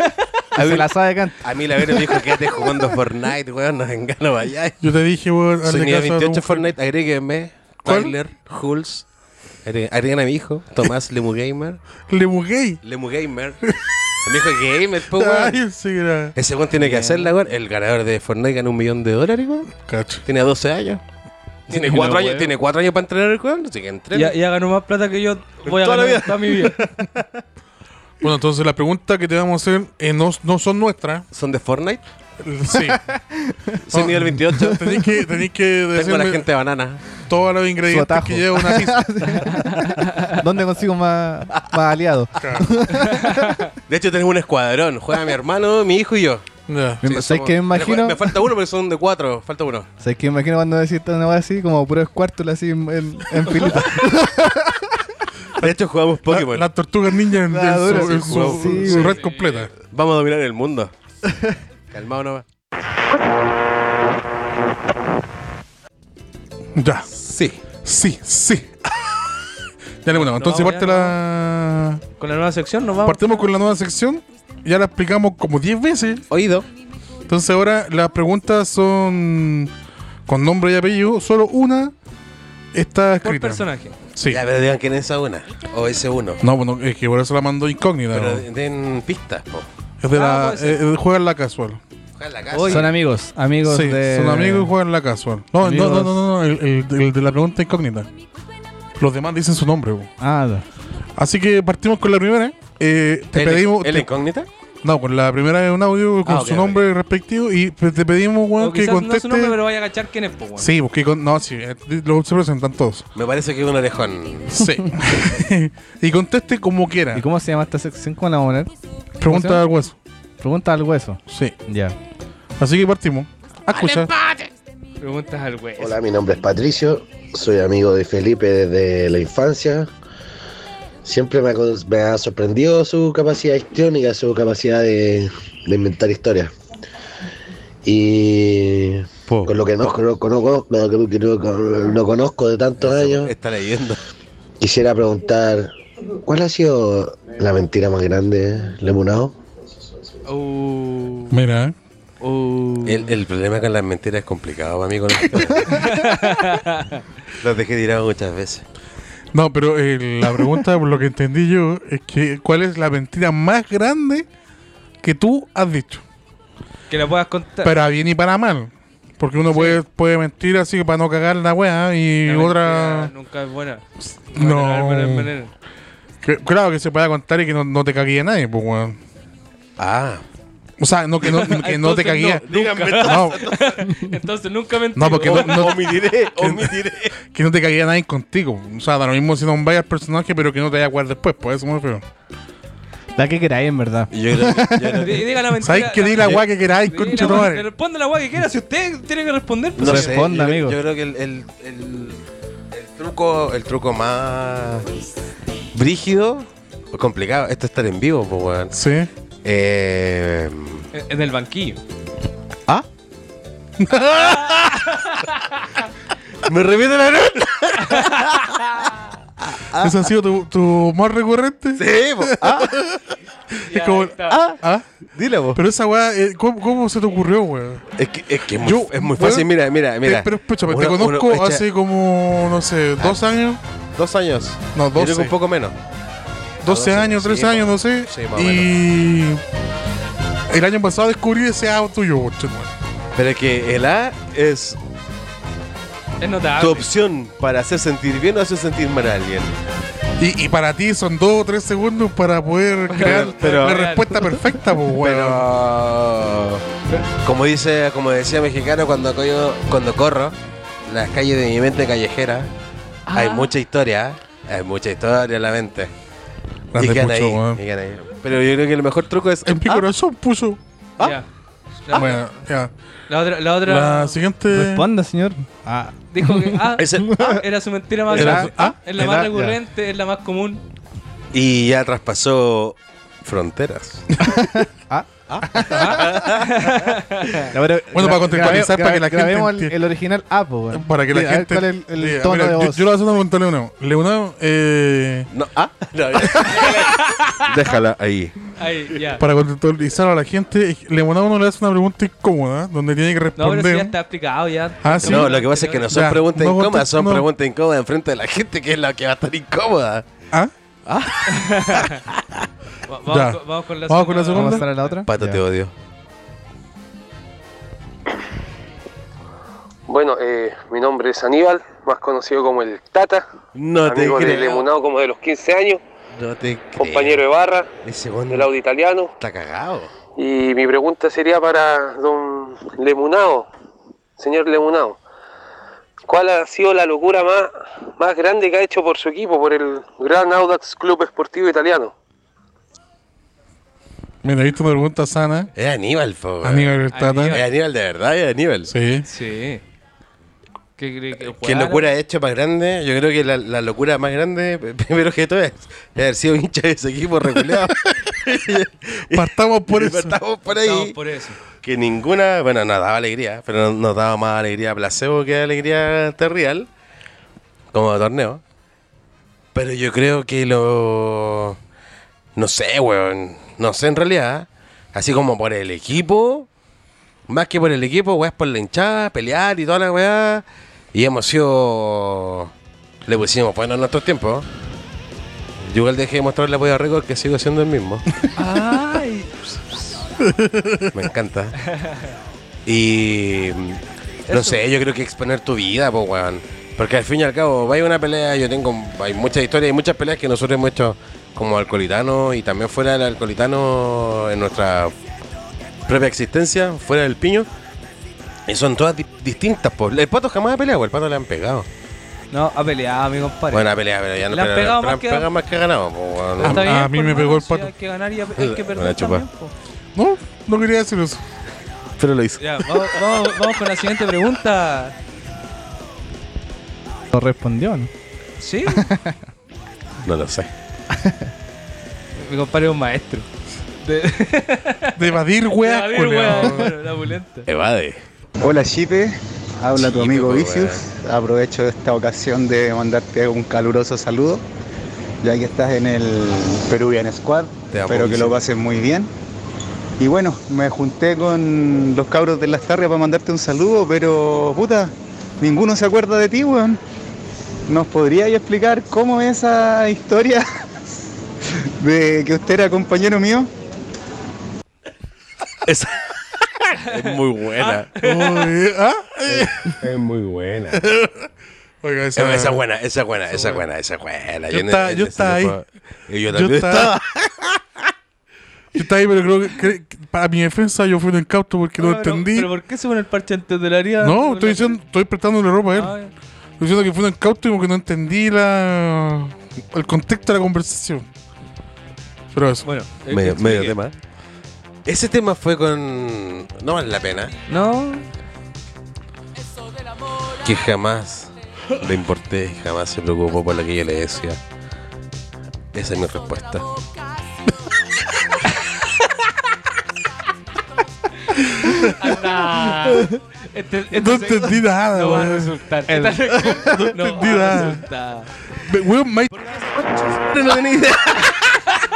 [SPEAKER 4] A mí
[SPEAKER 3] Se la
[SPEAKER 4] la,
[SPEAKER 3] sabe canta.
[SPEAKER 4] a mí la vez me dijo quédate jugando Fortnite, weón. Nos engano, vaya.
[SPEAKER 1] Yo te dije, weón, hazle
[SPEAKER 4] Soy nivel
[SPEAKER 1] caso a tu
[SPEAKER 4] 28
[SPEAKER 1] mujer.
[SPEAKER 4] Fortnite, agréguenme.
[SPEAKER 1] ¿Cuál?
[SPEAKER 4] Tyler, Hulz. agre- Agreguen a mi hijo, Tomás *laughs* Lemugamer.
[SPEAKER 1] Le bugué.
[SPEAKER 4] Lemugamer. Mi hijo es gamer,
[SPEAKER 1] *laughs*
[SPEAKER 4] po, Oh, weón.
[SPEAKER 1] Ay, sí, era.
[SPEAKER 4] Ese weón tiene que hacerla, weón. El ganador de Fortnite gana un millón de dólares, weón.
[SPEAKER 1] Cacho.
[SPEAKER 4] Tiene 12 años. Tiene
[SPEAKER 2] No,
[SPEAKER 4] 4 años,
[SPEAKER 2] weón.
[SPEAKER 4] tiene cuatro años para entrenar el weón. Así que entrena.
[SPEAKER 2] Ya, ya ganó más plata que yo voy a
[SPEAKER 4] Toda la
[SPEAKER 2] ganar
[SPEAKER 4] vida.
[SPEAKER 2] toda mi vida.
[SPEAKER 1] Bueno, entonces la pregunta que te vamos a hacer eh, no, no son nuestras. *laughs*
[SPEAKER 4] ¿Son de Fortnite?
[SPEAKER 1] Sí.
[SPEAKER 4] Soy
[SPEAKER 1] Oh. *laughs*
[SPEAKER 4] nivel 28.
[SPEAKER 1] Tenéis que, tenéis que
[SPEAKER 4] Tengo a la
[SPEAKER 1] decirme
[SPEAKER 4] gente banana.
[SPEAKER 1] todos los
[SPEAKER 3] Su
[SPEAKER 1] ingredientes
[SPEAKER 3] atajo.
[SPEAKER 1] que lleva una
[SPEAKER 4] *laughs*
[SPEAKER 1] pizza.
[SPEAKER 3] *laughs* ¿Dónde consigo más, más aliados?
[SPEAKER 4] De hecho, tenemos un escuadrón. Juega mi hermano, *laughs* mi hijo y yo.
[SPEAKER 1] Ya.
[SPEAKER 3] Me-
[SPEAKER 4] Sí,
[SPEAKER 3] ¿Sabes
[SPEAKER 4] somos-
[SPEAKER 3] qué me imagino?
[SPEAKER 4] Me falta uno, pero son de cuatro. Falta uno.
[SPEAKER 3] ¿Sabes qué me imagino cuando decís una weá así? Como puro escuártula así en, en,
[SPEAKER 1] *laughs*
[SPEAKER 3] en filita.
[SPEAKER 4] De hecho, jugamos
[SPEAKER 1] La-
[SPEAKER 4] Pokémon.
[SPEAKER 1] Las tortugas ninja en,
[SPEAKER 3] Ah,
[SPEAKER 1] en
[SPEAKER 3] dura,
[SPEAKER 1] su,
[SPEAKER 3] sí,
[SPEAKER 1] en su-
[SPEAKER 3] jugamos.
[SPEAKER 1] su
[SPEAKER 3] Sí,
[SPEAKER 1] red completa.
[SPEAKER 4] Vamos a dominar el mundo. *laughs* Calmado nomás.
[SPEAKER 1] Ya.
[SPEAKER 4] Sí.
[SPEAKER 1] Sí,
[SPEAKER 4] *laughs*
[SPEAKER 1] sí. ya le bueno, entonces
[SPEAKER 2] vamos,
[SPEAKER 1] parte
[SPEAKER 2] ya,
[SPEAKER 1] la.
[SPEAKER 2] Con la nueva sección nos vamos.
[SPEAKER 1] Partimos con la nueva sección. Ya la explicamos como 10 veces.
[SPEAKER 4] Oído.
[SPEAKER 1] Entonces ahora las preguntas son con nombre y apellido. Solo una está
[SPEAKER 2] por
[SPEAKER 1] escrita.
[SPEAKER 2] personaje.
[SPEAKER 1] Sí.
[SPEAKER 4] Ya, pero digan quién es esa una. O ese uno.
[SPEAKER 1] No, bueno, es que por eso la mandó incógnita.
[SPEAKER 4] Pero
[SPEAKER 1] ¿no?
[SPEAKER 4] den pistas, po.
[SPEAKER 1] Es de
[SPEAKER 2] Ah,
[SPEAKER 1] la.
[SPEAKER 2] puede
[SPEAKER 1] eh, juega en la casual.
[SPEAKER 4] Juega en la casa.
[SPEAKER 3] Son amigos. Amigos
[SPEAKER 1] sí,
[SPEAKER 3] de...
[SPEAKER 1] son amigos y juegan en la casual. No,
[SPEAKER 3] Amigos.
[SPEAKER 1] no, no, no, no, el, el- el de la pregunta incógnita. Los demás dicen su nombre. bo.
[SPEAKER 3] Ah, no.
[SPEAKER 1] Así que partimos con la primera. Eh, te
[SPEAKER 4] ¿El-
[SPEAKER 1] pedimos.
[SPEAKER 4] ¿El
[SPEAKER 1] te-
[SPEAKER 4] incógnita?
[SPEAKER 1] no, con la primera es un audio con
[SPEAKER 4] Ah, ok,
[SPEAKER 1] su
[SPEAKER 4] ok.
[SPEAKER 1] nombre respectivo y pe- te pedimos, weón,
[SPEAKER 2] o
[SPEAKER 1] que
[SPEAKER 2] quizás no es
[SPEAKER 1] conteste.
[SPEAKER 2] su nombre, pero vaya a cachar quién es, po, weón.
[SPEAKER 1] Sí, porque con- no, sí, eh, los se presentan todos.
[SPEAKER 4] Me parece que es un orejón.
[SPEAKER 1] Sí. *laughs* y conteste como quiera.
[SPEAKER 3] ¿Y cómo se llama esta sección? ¿Cómo la vamos a poner? se
[SPEAKER 1] Pregunta
[SPEAKER 3] llama?
[SPEAKER 1] al hueso.
[SPEAKER 3] Pregunta al hueso.
[SPEAKER 1] Sí.
[SPEAKER 3] Ya.
[SPEAKER 1] Así que partimos. A escuchar.
[SPEAKER 2] Preguntas al güey.
[SPEAKER 6] Hola, mi nombre es Patricio, soy amigo de Felipe desde la infancia. Siempre me ha, con- me ha sorprendido su capacidad histriónica, su capacidad de, de inventar historias. Y con lo que no conozco, no conozco, no- que no- no conozco de tantos años,
[SPEAKER 4] Está leyendo.
[SPEAKER 6] quisiera preguntar, ¿cuál ha sido la mentira más grande, Lemunado?
[SPEAKER 2] Uh,
[SPEAKER 1] Mira, eh.
[SPEAKER 2] uh.
[SPEAKER 4] El, el problema con las mentiras es complicado, amigo. *laughs* Los dejé tirados muchas veces.
[SPEAKER 1] No, pero eh, la pregunta, por lo que entendí yo, es que ¿cuál es la mentira más grande que tú has dicho?
[SPEAKER 2] Que la puedas contar.
[SPEAKER 1] Para bien y para mal. Porque uno puede, puede mentir así para no cagar la weá y
[SPEAKER 2] La mentira
[SPEAKER 1] otra...
[SPEAKER 2] Nunca es buena.
[SPEAKER 1] No.
[SPEAKER 2] Pero es veneno.
[SPEAKER 1] Que- claro que se pueda contar y que no, no te cagué a nadie, pues weón.
[SPEAKER 4] Ah,
[SPEAKER 1] O sea, no que no, *laughs* que no te
[SPEAKER 2] Entonces,
[SPEAKER 1] cagué.
[SPEAKER 4] díganme.
[SPEAKER 1] No,
[SPEAKER 2] Entonces nunca mentí.
[SPEAKER 1] *laughs* no, porque no, no-
[SPEAKER 4] Omitiré, omitiré.
[SPEAKER 1] que no te cagué a nadie contigo. O sea, da lo mismo si no vayas al personaje, pero que no te vaya a jugar después, pues eso me refiero.
[SPEAKER 3] La que queráis, en verdad.
[SPEAKER 4] Yo creo que- yo creo que-
[SPEAKER 2] Dí- Diga la mentira.
[SPEAKER 1] ¿Sabéis que di la weá que queráis,
[SPEAKER 2] dí la
[SPEAKER 1] concha
[SPEAKER 2] weá, que Responda la weá que quiera. Si usted tiene que responder, pues.
[SPEAKER 4] No sé,
[SPEAKER 3] Responda,
[SPEAKER 4] yo,
[SPEAKER 3] amigo.
[SPEAKER 4] Yo creo que el, el- el- el truco, el truco más brígido, o complicado, esto es estar en vivo, pues, weón.
[SPEAKER 1] Sí.
[SPEAKER 4] Eh,
[SPEAKER 2] En en el banquillo.
[SPEAKER 3] ¿Ah?
[SPEAKER 4] Me repite la noche.
[SPEAKER 1] ¿Eso ha sido tu, tu más recurrente?
[SPEAKER 4] *laughs* Ah, Sí, po. Ah,
[SPEAKER 1] Es como,
[SPEAKER 4] ah,
[SPEAKER 1] ah,
[SPEAKER 4] dile vos.
[SPEAKER 1] pero esa weá, eh, ¿cómo, cómo se te ocurrió, weón?
[SPEAKER 4] Es que es, que es muy,
[SPEAKER 1] Yo-
[SPEAKER 4] es muy fácil, mira, mira, mira.
[SPEAKER 1] Te- pero escúchame, te
[SPEAKER 4] Uno-
[SPEAKER 1] conozco
[SPEAKER 4] uno echa
[SPEAKER 1] hace como, no sé, dos años,
[SPEAKER 4] dos años.
[SPEAKER 1] no,
[SPEAKER 4] Yo creo que un
[SPEAKER 1] 12,
[SPEAKER 4] poco menos.
[SPEAKER 1] 12
[SPEAKER 4] 12,
[SPEAKER 1] años,
[SPEAKER 4] sí,
[SPEAKER 1] 13
[SPEAKER 4] más-
[SPEAKER 1] años, no sé.
[SPEAKER 4] sí, más o
[SPEAKER 1] y el año pasado descubrí ese auto tuyo, weón.
[SPEAKER 4] Pero es que el A
[SPEAKER 2] Es
[SPEAKER 4] es tu
[SPEAKER 2] notable.
[SPEAKER 4] opción para hacer sentir bien o hacer sentir mal a alguien.
[SPEAKER 1] Y, y para ti son dos o tres segundos para
[SPEAKER 4] *laughs*
[SPEAKER 1] poder crear
[SPEAKER 4] pero-
[SPEAKER 1] la respuesta perfecta, pues, weón.
[SPEAKER 4] Pero como dice, como decía mexicano cuando coyo- cuando corro las calles de mi mente callejera, hay mucha historia, hay mucha historia en la mente.
[SPEAKER 1] Grande
[SPEAKER 4] y quedan
[SPEAKER 1] Pucho,
[SPEAKER 4] ahí,
[SPEAKER 1] weón.
[SPEAKER 4] y quedan ahí. Pero yo creo que el mejor truco es
[SPEAKER 1] En mi
[SPEAKER 4] ah,
[SPEAKER 1] corazón puso.
[SPEAKER 2] Ya. La-
[SPEAKER 1] Ah. Bueno, ya.
[SPEAKER 2] La otra. La otra.
[SPEAKER 1] La siguiente.
[SPEAKER 3] Responda, señor. Ah,
[SPEAKER 2] Dijo que ah,
[SPEAKER 4] Ese-
[SPEAKER 2] ah, era su mentira más
[SPEAKER 1] Era
[SPEAKER 2] grande.
[SPEAKER 1] su- ah,
[SPEAKER 2] es la
[SPEAKER 1] era-
[SPEAKER 2] más
[SPEAKER 1] ya.
[SPEAKER 2] recurrente, es la más común.
[SPEAKER 4] y ya traspasó fronteras.
[SPEAKER 1] Bueno, para contextualizar, para que la gente
[SPEAKER 3] grabemos el-
[SPEAKER 1] entienda.
[SPEAKER 3] el original Apo, weón.
[SPEAKER 1] Para que la
[SPEAKER 3] Mira, a ver
[SPEAKER 1] gente.
[SPEAKER 3] ¿Cuál es el, el
[SPEAKER 1] Mira,
[SPEAKER 3] tono
[SPEAKER 1] mira,
[SPEAKER 3] de
[SPEAKER 1] yo-
[SPEAKER 3] voz?
[SPEAKER 1] Yo, lo voy a hacer una pregunta a Leonardo. Leonardo, eh,
[SPEAKER 4] No, ah, no, ya. déjala ahí.
[SPEAKER 2] Ahí, ya.
[SPEAKER 1] para contextualizar a la gente, Leonardo no le hace una pregunta incómoda donde tiene que
[SPEAKER 2] No, pero sí ya
[SPEAKER 1] responder.
[SPEAKER 2] está explicado ya.
[SPEAKER 1] ah, sí.
[SPEAKER 4] No, lo que pasa es que no son
[SPEAKER 1] Ya,
[SPEAKER 4] preguntas
[SPEAKER 1] no
[SPEAKER 4] incómodas,
[SPEAKER 1] contesto,
[SPEAKER 4] son
[SPEAKER 1] no.
[SPEAKER 4] preguntas incómodas enfrente de la gente, que es la que va a estar incómoda.
[SPEAKER 1] Ah,
[SPEAKER 2] Va- Vamos,
[SPEAKER 1] Ya.
[SPEAKER 2] Con, vamos con la
[SPEAKER 1] Vamos con la
[SPEAKER 3] Vamos a
[SPEAKER 1] segunda.
[SPEAKER 3] pasar a la otra.
[SPEAKER 4] Pato,
[SPEAKER 3] Ya.
[SPEAKER 4] te odio.
[SPEAKER 7] Bueno, eh, mi nombre es Aníbal, más conocido como el Tata,
[SPEAKER 4] No te
[SPEAKER 7] amigo de
[SPEAKER 4] creo.
[SPEAKER 7] Lemonado como de los 15 años,
[SPEAKER 4] No te creo.
[SPEAKER 7] compañero de barra
[SPEAKER 4] Ese weón
[SPEAKER 7] del audio italiano.
[SPEAKER 4] está cagado.
[SPEAKER 7] Y mi pregunta sería para don Lemunao, señor Lemunao. ¿Cuál ha sido la locura más, más grande que ha hecho por su equipo, por el Gran Audax Club Esportivo Italiano?
[SPEAKER 1] Mira, viste una pregunta sana.
[SPEAKER 4] Es Aníbal, po. weón.
[SPEAKER 1] Aníbal el Tata.
[SPEAKER 4] Es Aníbal de verdad, es Aníbal.
[SPEAKER 1] Sí.
[SPEAKER 2] Sí. ¿Qué, cree que
[SPEAKER 4] ¿Qué
[SPEAKER 2] jugaron?
[SPEAKER 4] locura ha hecho más grande? Yo creo que la, la locura más grande, *laughs* p- primero que todo, es haber sido hincha de ese equipo regulado.
[SPEAKER 1] Partamos
[SPEAKER 4] *laughs*
[SPEAKER 3] *laughs*
[SPEAKER 1] por eso.
[SPEAKER 4] Estamos por
[SPEAKER 2] Estamos
[SPEAKER 4] ahí.
[SPEAKER 2] por eso.
[SPEAKER 4] Que ninguna, bueno, nos daba alegría, pero nos daba más alegría placebo que alegría terrial, como torneo. Pero yo creo que lo... No sé, weón. No sé en realidad. Así como por el equipo. Más que por el equipo, weón, es por la hinchada, pelear y toda la weá. Y hemos sido... Le pusimos bueno en nuestros tiempos. Yo igual dejé de mostrarle apoyo a récord que sigo siendo el mismo. Me encanta. Y. mm, No sé, yo creo que exponer tu vida, pues, weón. Porque al fin y al cabo, vaya una pelea, yo tengo. Hay muchas historias, hay muchas peleas que nosotros hemos hecho como alcoholitanos y también fuera del alcoholitano en nuestra propia existencia, fuera del piño. Y son todas di- distintas, pues. El pato jamás ha peleado, el pato le han pegado.
[SPEAKER 2] No, ha peleado, mi compadre.
[SPEAKER 4] Bueno, ha peleado, pero ya no
[SPEAKER 2] Le han
[SPEAKER 4] pero-
[SPEAKER 2] pegado
[SPEAKER 4] pero
[SPEAKER 2] más
[SPEAKER 4] han
[SPEAKER 2] que-
[SPEAKER 4] pegado más que ha ganado, pues, weón.
[SPEAKER 1] Ah,
[SPEAKER 2] Está bien,
[SPEAKER 1] a mí
[SPEAKER 2] pues,
[SPEAKER 1] me
[SPEAKER 2] hermano,
[SPEAKER 1] pegó el
[SPEAKER 2] si
[SPEAKER 1] pato.
[SPEAKER 2] Hay que ganar y hay que
[SPEAKER 4] Una
[SPEAKER 2] perder
[SPEAKER 4] chupa.
[SPEAKER 2] también, po.
[SPEAKER 1] No, no quería decir eso.
[SPEAKER 4] Pero lo hizo.
[SPEAKER 2] Ya, vamos, vamos, vamos con la siguiente pregunta.
[SPEAKER 3] No respondió, ¿no?
[SPEAKER 2] Sí,
[SPEAKER 4] No lo sé.
[SPEAKER 2] mi compadre es un maestro.
[SPEAKER 1] *laughs* De
[SPEAKER 2] *laughs*
[SPEAKER 1] evadir, weá.
[SPEAKER 2] David,
[SPEAKER 1] culiao.
[SPEAKER 2] weón, bueno, la pulenta. *laughs*
[SPEAKER 4] Evade.
[SPEAKER 8] Hola Chipe, habla tu
[SPEAKER 4] Chipe,
[SPEAKER 8] amigo
[SPEAKER 4] pues,
[SPEAKER 8] Vicious. Aprovecho esta ocasión de mandarte un caluroso saludo, ya que estás en el Peruvian Squad.
[SPEAKER 4] Te amo,
[SPEAKER 8] Espero que
[SPEAKER 4] Vicious.
[SPEAKER 8] lo pases muy bien. Y bueno, me junté con los cabros de las tarrias para mandarte un saludo, pero puta, ninguno se acuerda de ti, weón. ¿Nos podrías explicar cómo es esa historia *laughs* de que usted era compañero mío?
[SPEAKER 4] Esa- Es muy buena.
[SPEAKER 1] Uy, ¿ah?
[SPEAKER 4] Es muy buena.
[SPEAKER 1] Oiga,
[SPEAKER 4] Esa
[SPEAKER 1] esa,
[SPEAKER 4] es buena, esa es buena, esa es buena, esa es buena.
[SPEAKER 1] Ah, Yo
[SPEAKER 4] en-
[SPEAKER 1] estaba-
[SPEAKER 4] en
[SPEAKER 1] yo
[SPEAKER 4] ese
[SPEAKER 1] estaba ahí.
[SPEAKER 4] tiempo- Y yo
[SPEAKER 1] Yo
[SPEAKER 4] también
[SPEAKER 1] estaba-
[SPEAKER 4] estaba.
[SPEAKER 1] Yo estaba ahí, pero creo que, cre- que para mi defensa yo fui un incauto porque no, entendí.
[SPEAKER 2] ¿Pero por qué se pone el parche antes del área?
[SPEAKER 1] no, estoy diciendo, estoy prestándole ropa a él.
[SPEAKER 2] Ah,
[SPEAKER 1] Estoy diciendo que fui un incauto porque no entendí la el contexto de la conversación. Pero eso.
[SPEAKER 2] bueno, eh,
[SPEAKER 4] Medio,
[SPEAKER 2] expliqué.
[SPEAKER 4] medio tema. Ese tema fue con. No vale la pena.
[SPEAKER 2] No,
[SPEAKER 4] Que jamás le importé, jamás se preocupó por lo que yo le decía. Esa es mi respuesta.
[SPEAKER 2] *laughs*
[SPEAKER 5] Este,
[SPEAKER 1] no entendí nada,
[SPEAKER 5] no va a
[SPEAKER 1] weón.
[SPEAKER 5] resultar.
[SPEAKER 2] *laughs*
[SPEAKER 1] No entendí nada. Ve- Weón, me hay-
[SPEAKER 4] No tenía idea.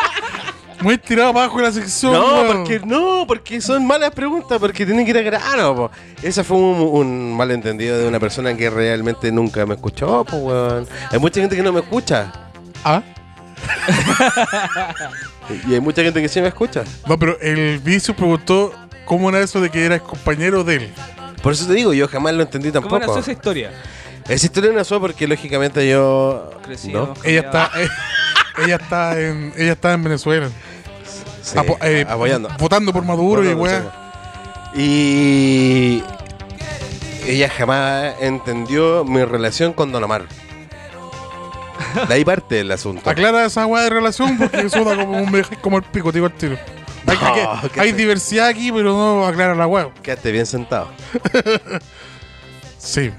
[SPEAKER 1] *laughs* me he tirado abajo de la sección.
[SPEAKER 4] No,
[SPEAKER 1] weón.
[SPEAKER 4] porque no, porque son malas preguntas, porque tienen que ir a grano. po. Ese fue un, un malentendido de una persona que realmente nunca me escuchó, po, weón. Hay mucha gente que no me escucha.
[SPEAKER 1] Ah.
[SPEAKER 4] y hay mucha gente que sí me escucha.
[SPEAKER 1] No, pero el vicio preguntó cómo era eso de que eras compañero de él.
[SPEAKER 4] Por eso te digo, yo jamás lo entendí
[SPEAKER 2] ¿cómo nació
[SPEAKER 4] tampoco.
[SPEAKER 2] esa historia?
[SPEAKER 4] Esa historia nació porque lógicamente yo...
[SPEAKER 2] Crecimos,
[SPEAKER 4] ¿no?
[SPEAKER 1] Ella
[SPEAKER 2] cambiamos.
[SPEAKER 1] está, eh, ella está en, ella está en Venezuela.
[SPEAKER 4] Sí,
[SPEAKER 1] Apo- eh,
[SPEAKER 4] apoyando.
[SPEAKER 1] Votando por Maduro y
[SPEAKER 4] Bueno,
[SPEAKER 1] weá.
[SPEAKER 4] no sé. Y ella jamás entendió mi relación con Don Omar. De ahí parte el asunto.
[SPEAKER 1] Aclara esa weá de relación porque *laughs* suena como un me como el pico, te digo al tiro. Hay,
[SPEAKER 4] No,
[SPEAKER 1] hay-
[SPEAKER 4] que
[SPEAKER 1] hay
[SPEAKER 4] te-
[SPEAKER 1] diversidad aquí, pero no aclara la weá.
[SPEAKER 4] Quédate bien sentado.
[SPEAKER 1] Sí.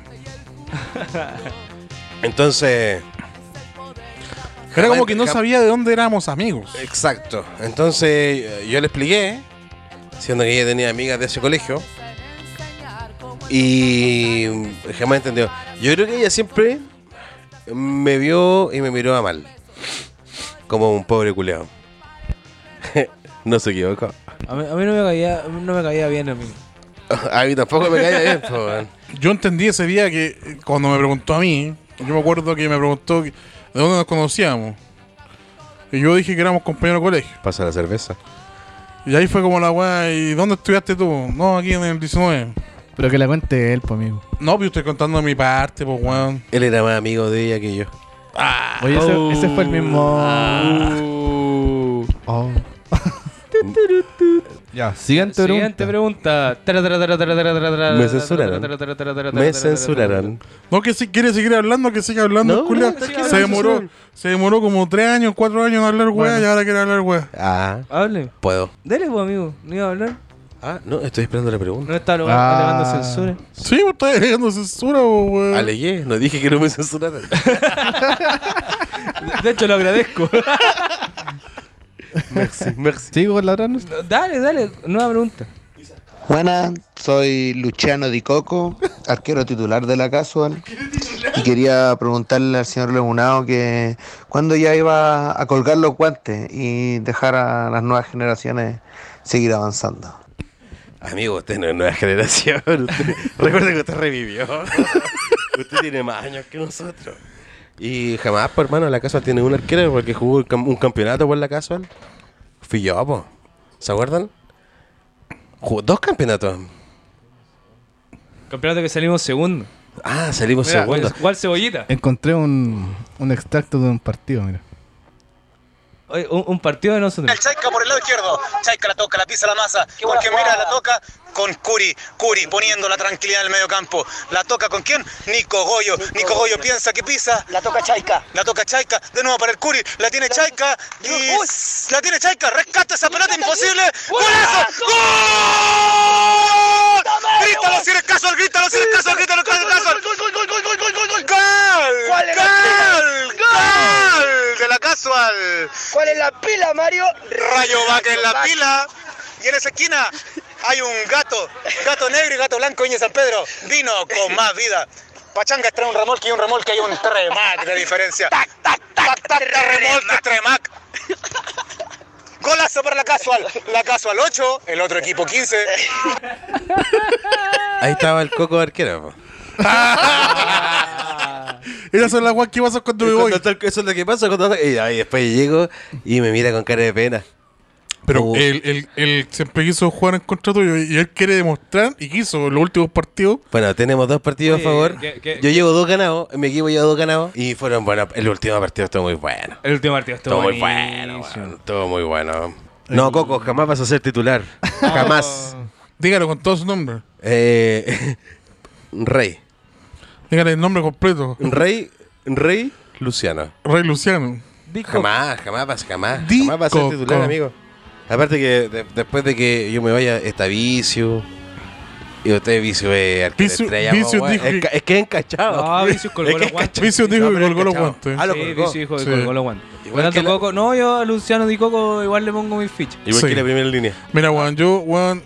[SPEAKER 4] Entonces,
[SPEAKER 1] Era como
[SPEAKER 4] Jamás-
[SPEAKER 1] que no
[SPEAKER 4] jam-
[SPEAKER 1] sabía de dónde éramos amigos.
[SPEAKER 4] Eh. exacto. Entonces eh, yo le expliqué, siendo que ella tenía amigas de ese colegio. Y jamás entendió. Yo creo que ella siempre me vio y me miró a mal. Como un pobre culeado. *laughs* no se equivocó.
[SPEAKER 2] A mí, a mí no, me caía, no me caía bien a mí.
[SPEAKER 4] A mí tampoco me caía bien, po, weón.
[SPEAKER 1] Yo entendí ese día que eh, cuando me preguntó a mí, yo me acuerdo que me preguntó que- de dónde nos conocíamos. Y yo dije que éramos compañeros de colegio.
[SPEAKER 4] Pasa la cerveza.
[SPEAKER 1] Y ahí fue como la weá, ¿y dónde estudiaste tú? No, aquí en el 19.
[SPEAKER 3] Pero que la cuente él, pues, amigo.
[SPEAKER 1] No, pero estoy contando mi parte, pues weón.
[SPEAKER 4] Él era más amigo de ella que yo.
[SPEAKER 3] Oye, ese, ese fue el mismo. Ah. Oh. *laughs* ya, siguiente pregunta.
[SPEAKER 2] Siguiente pregunta. Tara, tara, tara, tara, tara, tara, tara,
[SPEAKER 4] Me
[SPEAKER 2] tara,
[SPEAKER 4] censuraron.
[SPEAKER 2] tara, tara, tara, tara,
[SPEAKER 4] Me
[SPEAKER 2] tara,
[SPEAKER 4] censuraron.
[SPEAKER 1] No, que si quiere seguir hablando, que siga hablando,
[SPEAKER 4] No,
[SPEAKER 1] culia.
[SPEAKER 4] no, está
[SPEAKER 1] se
[SPEAKER 4] bien,
[SPEAKER 1] demoró,
[SPEAKER 4] sí,
[SPEAKER 1] se demoró como tres años, cuatro años en hablar weá
[SPEAKER 3] Bueno.
[SPEAKER 1] y ahora quiere hablar weá.
[SPEAKER 4] Ah,
[SPEAKER 2] Hable.
[SPEAKER 4] puedo.
[SPEAKER 2] Dale, pues, amigo. No iba a hablar.
[SPEAKER 4] Ah, no, estoy esperando la pregunta.
[SPEAKER 2] No está
[SPEAKER 3] Ah.
[SPEAKER 2] elevando censura.
[SPEAKER 1] Sí, vos estás agregando censura, po, weón.
[SPEAKER 4] Alegué, no dije que no me censuraran. *laughs*
[SPEAKER 2] De hecho,
[SPEAKER 5] *laughs*
[SPEAKER 2] lo agradezco.
[SPEAKER 4] merci, merci.
[SPEAKER 3] ¿Sigo con la otra? noticia?
[SPEAKER 2] dale, dale. Nueva pregunta.
[SPEAKER 9] Buenas, soy Luciano Di Coco, arquero titular de la Casual. Y quería preguntarle al señor Lemunao que cuándo ya iba a colgar los guantes y dejar a las nuevas generaciones seguir avanzando.
[SPEAKER 4] Amigo, usted no es nueva *laughs* generación. *laughs* Usted- recuerde que usted revivió. *laughs* usted tiene más años que nosotros. Y jamás, pues, hermano, la casual tiene un arquero porque jugó un cam- un campeonato por la casual. Fui yo, po. ¿Se acuerdan? Jugó dos campeonatos.
[SPEAKER 2] Campeonato que salimos segundo.
[SPEAKER 4] Ah, salimos
[SPEAKER 2] Mira,
[SPEAKER 4] segundos.
[SPEAKER 2] pues, ¿Cuál cebollita?
[SPEAKER 3] Encontré un, un extracto de un partido, mira.
[SPEAKER 2] Oye, un, un partido de nosotros.
[SPEAKER 10] El Chaika por el lado izquierdo. Chaika la toca, la pisa la masa. Porque mira, la toca con Curi. Curi poniendo la tranquilidad en el medio campo. ¿La toca con quién? Nico Goyo. Nico Goyo piensa que pisa. La toca Chaika. La toca Chaika. De nuevo para el Curi. La tiene Chaika. Y s- la tiene Chaika. Rescata esa pelota imposible. ¡Golazo! ¡Gol! Grítalo si eres caso, grítalo si eres caso, grítalo si eres caso. ¡Gol, gol, gol, gol, gol, gol, gol, gol! ¡Gol! ¡Gol! ¡Gol! De la casual.
[SPEAKER 9] ¿Cuál es la pila, Mario?
[SPEAKER 10] Rayo Vaca en la pila. Y en esa esquina hay un gato, gato negro y gato blanco Iñe San Pedro. Vino con más vida. Pachanga trae un remolque y un remolque hay un tremac de diferencia. Tac, tac, tac, tac, remolque, tremac. Golazo para la casual. La casual 8, el otro equipo 15.
[SPEAKER 4] Ahí estaba el coco arquero, *laughs* po.
[SPEAKER 1] *laughs* Esas son las weas que pasan cuando me voy.
[SPEAKER 4] Cuando tal- eso es lo que pasa. cuando tal- y ahí después llego y me mira con cara de pena.
[SPEAKER 1] Pero
[SPEAKER 4] Oh.
[SPEAKER 1] él, él- él siempre quiso jugar en contra tuyo y él quiere demostrar y quiso en los últimos partidos.
[SPEAKER 4] Bueno, tenemos dos partidos a favor. Yo llevo dos ganados, mi equipo lleva dos ganados. Y fueron buenos. El último partido estuvo muy bueno.
[SPEAKER 5] El último partido estuvo
[SPEAKER 4] Estuvo muy bueno,
[SPEAKER 5] buenísimo.
[SPEAKER 4] weón. Estuvo muy bueno. No, Coco, jamás vas a ser
[SPEAKER 1] *laughs*
[SPEAKER 4] titular. Jamás.
[SPEAKER 1] Oh. Dígalo con todos sus nombres.
[SPEAKER 4] Eh, *laughs* Rey.
[SPEAKER 1] Dígale el nombre completo.
[SPEAKER 4] Rey. Rey Luciano.
[SPEAKER 1] Rey Luciano.
[SPEAKER 4] Jamás, jamás vas, jamás.
[SPEAKER 1] Di
[SPEAKER 4] Jamás vas a ser
[SPEAKER 1] Coco.
[SPEAKER 4] titular, amigo. Aparte que de- después de que yo me vaya, está Vicio. Y usted Vicio es arquero
[SPEAKER 1] Vicio-
[SPEAKER 4] estrella,
[SPEAKER 1] Vicio
[SPEAKER 4] weón.
[SPEAKER 1] dijo
[SPEAKER 4] Es,
[SPEAKER 1] que- Ah,
[SPEAKER 4] ca- es que es encachado.
[SPEAKER 5] No, Vicius Ah, colgó
[SPEAKER 4] Es que
[SPEAKER 5] los guantes.
[SPEAKER 1] Vicio dijo
[SPEAKER 4] No,
[SPEAKER 1] que
[SPEAKER 4] pero
[SPEAKER 1] colgó los
[SPEAKER 4] cachao.
[SPEAKER 1] guantes.
[SPEAKER 4] Ah, lo
[SPEAKER 5] Sí,
[SPEAKER 4] colgó.
[SPEAKER 5] Vicius dijo que
[SPEAKER 1] Sí.
[SPEAKER 5] colgó los guantes.
[SPEAKER 4] Igual
[SPEAKER 5] Por tanto,
[SPEAKER 4] que la-
[SPEAKER 5] Coco, no, yo a Luciano Di Coco igual le pongo mis fichas.
[SPEAKER 4] Igual
[SPEAKER 1] Sí.
[SPEAKER 4] que la primera línea.
[SPEAKER 1] Mira, Juan, yo, Juan,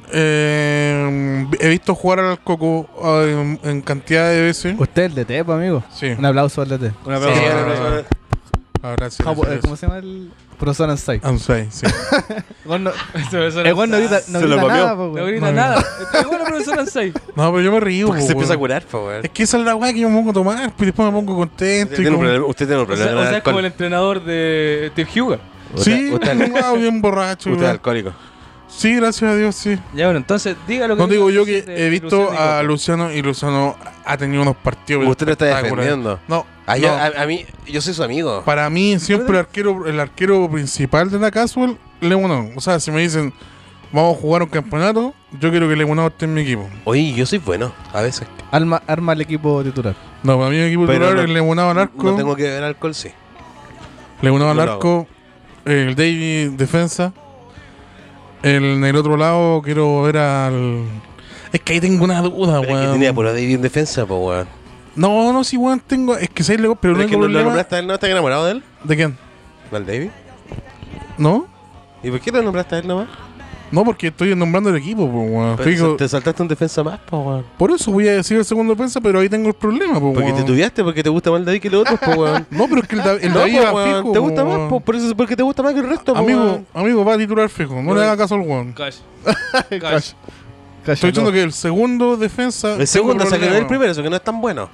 [SPEAKER 1] eh, he visto jugar al Coco eh, en, en cantidad de veces.
[SPEAKER 3] Usted es el DT, pues, amigo.
[SPEAKER 1] Sí.
[SPEAKER 3] Un aplauso al DT.
[SPEAKER 5] Un aplauso.
[SPEAKER 1] Sí.
[SPEAKER 5] para-
[SPEAKER 1] Ah, gracias.
[SPEAKER 3] Japo- eh,
[SPEAKER 1] gracias.
[SPEAKER 3] ¿Cómo se llama el Ah, profesor Ansai?
[SPEAKER 1] Ansai, sí.
[SPEAKER 5] Vos no- profesor
[SPEAKER 3] El weón no grita, no
[SPEAKER 4] Se lo
[SPEAKER 3] grita
[SPEAKER 4] comió.
[SPEAKER 3] nada, pues,
[SPEAKER 5] No
[SPEAKER 3] weón.
[SPEAKER 5] grita
[SPEAKER 1] No.
[SPEAKER 5] nada. Está bueno, profesor
[SPEAKER 4] *laughs*
[SPEAKER 5] Ansay.
[SPEAKER 1] No, pero yo me río.
[SPEAKER 4] Porque
[SPEAKER 1] po,
[SPEAKER 4] se empieza a
[SPEAKER 1] weón.
[SPEAKER 4] curar, po, weón.
[SPEAKER 1] Es que esa es la weá que yo me pongo a tomar, pues después me pongo
[SPEAKER 4] Usted
[SPEAKER 1] contento. y
[SPEAKER 4] tiene un
[SPEAKER 1] como-
[SPEAKER 4] problema- Usted tiene un
[SPEAKER 5] O sea,
[SPEAKER 4] problema.
[SPEAKER 5] o sea, es
[SPEAKER 4] con
[SPEAKER 5] como
[SPEAKER 4] el
[SPEAKER 5] el entrenador de Steve Hugo.
[SPEAKER 4] alcohol.
[SPEAKER 1] Sí,
[SPEAKER 4] Usted- usted-
[SPEAKER 1] ah, bien borracho.
[SPEAKER 4] usted es
[SPEAKER 1] weón.
[SPEAKER 4] alcohólico.
[SPEAKER 1] Sí, gracias a Dios, sí.
[SPEAKER 5] Ya bueno, entonces diga lo que
[SPEAKER 1] No digo yo que
[SPEAKER 5] quieras decir
[SPEAKER 1] he
[SPEAKER 5] de
[SPEAKER 1] visto
[SPEAKER 5] Luciano Di
[SPEAKER 1] a
[SPEAKER 5] Coco.
[SPEAKER 1] Luciano y Luciano ha tenido unos partidos.
[SPEAKER 4] Usted lo está
[SPEAKER 1] espectaculares.
[SPEAKER 4] defendiendo.
[SPEAKER 1] No,
[SPEAKER 4] Ah, yo-
[SPEAKER 1] no.
[SPEAKER 4] a, a mí, yo soy su amigo.
[SPEAKER 1] Para mí, siempre el arquero, el arquero principal de la Casual, Lemonado. O sea, si me dicen, vamos a jugar un campeonato, yo quiero que Lemonado esté en mi equipo.
[SPEAKER 4] Oye, yo soy bueno, a veces.
[SPEAKER 3] Arma, arma el equipo titular.
[SPEAKER 1] No, para mí, el equipo
[SPEAKER 4] Pero
[SPEAKER 1] titular
[SPEAKER 4] no-
[SPEAKER 1] es Lemonado al arco,
[SPEAKER 4] No tengo que beber alcohol, sí.
[SPEAKER 1] Lemonado al
[SPEAKER 4] no lo
[SPEAKER 1] arco, el Davy defensa. El, en el otro lado, quiero ver al. Es que ahí tengo una duda,
[SPEAKER 4] Pero es que
[SPEAKER 1] weón.
[SPEAKER 4] tenía por ahí en defensa, po, weón.
[SPEAKER 1] No, no, sí, weón, tengo. Es que seis pero,
[SPEAKER 4] Pero
[SPEAKER 1] no
[SPEAKER 4] es que
[SPEAKER 1] tengo
[SPEAKER 4] no lo
[SPEAKER 1] problema.
[SPEAKER 4] nombraste a él, ¿no estás enamorado de él?
[SPEAKER 1] ¿De quién?
[SPEAKER 4] ¿Del David?
[SPEAKER 1] ¿No?
[SPEAKER 4] ¿Y por qué lo nombraste a él nomás?
[SPEAKER 1] No, porque estoy nombrando el equipo, po, weón.
[SPEAKER 4] Pero
[SPEAKER 1] Estoy-
[SPEAKER 4] te saltaste un defensa más, po, weón.
[SPEAKER 1] Por eso voy a decir el segundo defensa, pero ahí tengo el problema, po,
[SPEAKER 4] Porque
[SPEAKER 1] weón.
[SPEAKER 4] te tuviaste, porque te gusta más el David que los otros, po, weón.
[SPEAKER 1] No, pero es que el, Da- *laughs* el
[SPEAKER 4] No,
[SPEAKER 1] David
[SPEAKER 4] po,
[SPEAKER 1] va
[SPEAKER 4] weón,
[SPEAKER 1] fijo.
[SPEAKER 4] Te
[SPEAKER 1] po,
[SPEAKER 4] gusta más,
[SPEAKER 1] weón.
[SPEAKER 4] po, por eso, porque te gusta más que el resto, po,
[SPEAKER 1] Amigo,
[SPEAKER 4] weón.
[SPEAKER 1] amigo, va a titular fijo. No le haga caso al weón. *laughs*
[SPEAKER 5] Cash.
[SPEAKER 3] Cash.
[SPEAKER 1] Estoy diciendo que el segundo defensa. tengo
[SPEAKER 4] El segundo, o sea, que no
[SPEAKER 1] problema.
[SPEAKER 4] es el primero, eso que no es tan bueno.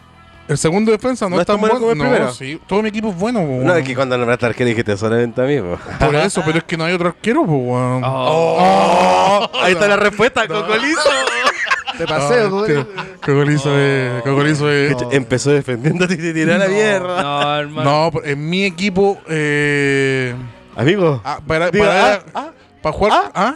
[SPEAKER 1] El segundo defensa no,
[SPEAKER 4] No
[SPEAKER 1] es tan bueno como el primero. sí, todo mi equipo es bueno, po,
[SPEAKER 4] No,
[SPEAKER 1] weón.
[SPEAKER 4] es que cuando nombraste al arquero dijiste solamente a mí, po.
[SPEAKER 1] Por eso, pero es que no hay otro arquero, po, weón.
[SPEAKER 3] Ah,
[SPEAKER 4] Oh, *laughs* ahí está la respuesta, Cocolizo.
[SPEAKER 3] Te
[SPEAKER 1] Ah, este- Cocolizo es.
[SPEAKER 3] Oh.
[SPEAKER 1] Cocolizo es.
[SPEAKER 4] Empezó defendiéndote y te tiró a la mierda.
[SPEAKER 5] No, hermano.
[SPEAKER 1] No, pero en mi equipo. Eh,
[SPEAKER 4] Amigo.
[SPEAKER 1] ah, para,
[SPEAKER 4] Diga,
[SPEAKER 1] para,
[SPEAKER 4] ah, ah,
[SPEAKER 1] para jugar. ¿ah?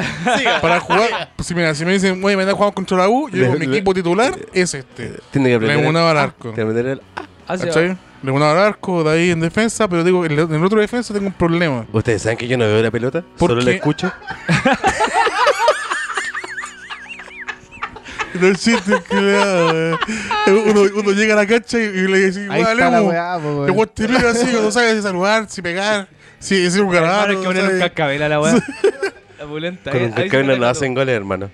[SPEAKER 1] *laughs* Para jugar. Pues, si, mira, si me dicen, oye, mañana jugamos contra la U, yo digo,
[SPEAKER 4] Le-
[SPEAKER 1] mi
[SPEAKER 4] le-
[SPEAKER 1] equipo titular es este.
[SPEAKER 4] Tiene que aprender. el-
[SPEAKER 1] Lemonado al arco.
[SPEAKER 4] Tiene que aprender el- ah.
[SPEAKER 5] Hace-
[SPEAKER 1] ¿Cachai? Lemonado al arco, de ahí en defensa, pero digo, en el en el otro defensa tengo un problema.
[SPEAKER 4] Ustedes saben que yo no veo la pelota,
[SPEAKER 1] ¿Por
[SPEAKER 4] solo la
[SPEAKER 1] qué?
[SPEAKER 4] escucho.
[SPEAKER 1] No existe, claro, *laughs* weón. uno, uno llega a la cancha y, y le dice,
[SPEAKER 3] Ahí
[SPEAKER 1] igual,
[SPEAKER 3] está la
[SPEAKER 1] Lemo.
[SPEAKER 3] weá, po,
[SPEAKER 1] El
[SPEAKER 3] weón.
[SPEAKER 1] weón te mira así, no sabes si saludar, si pegar, si decir un
[SPEAKER 5] Hermano, hay
[SPEAKER 1] garabato.
[SPEAKER 5] que poner un
[SPEAKER 1] ¿sabes?
[SPEAKER 5] cascabel a la weá. La pulenta.
[SPEAKER 4] Con
[SPEAKER 5] eh.
[SPEAKER 4] un
[SPEAKER 5] Ahí se
[SPEAKER 4] cascabel
[SPEAKER 5] mete
[SPEAKER 4] no
[SPEAKER 5] el
[SPEAKER 4] hacen goles, hermano.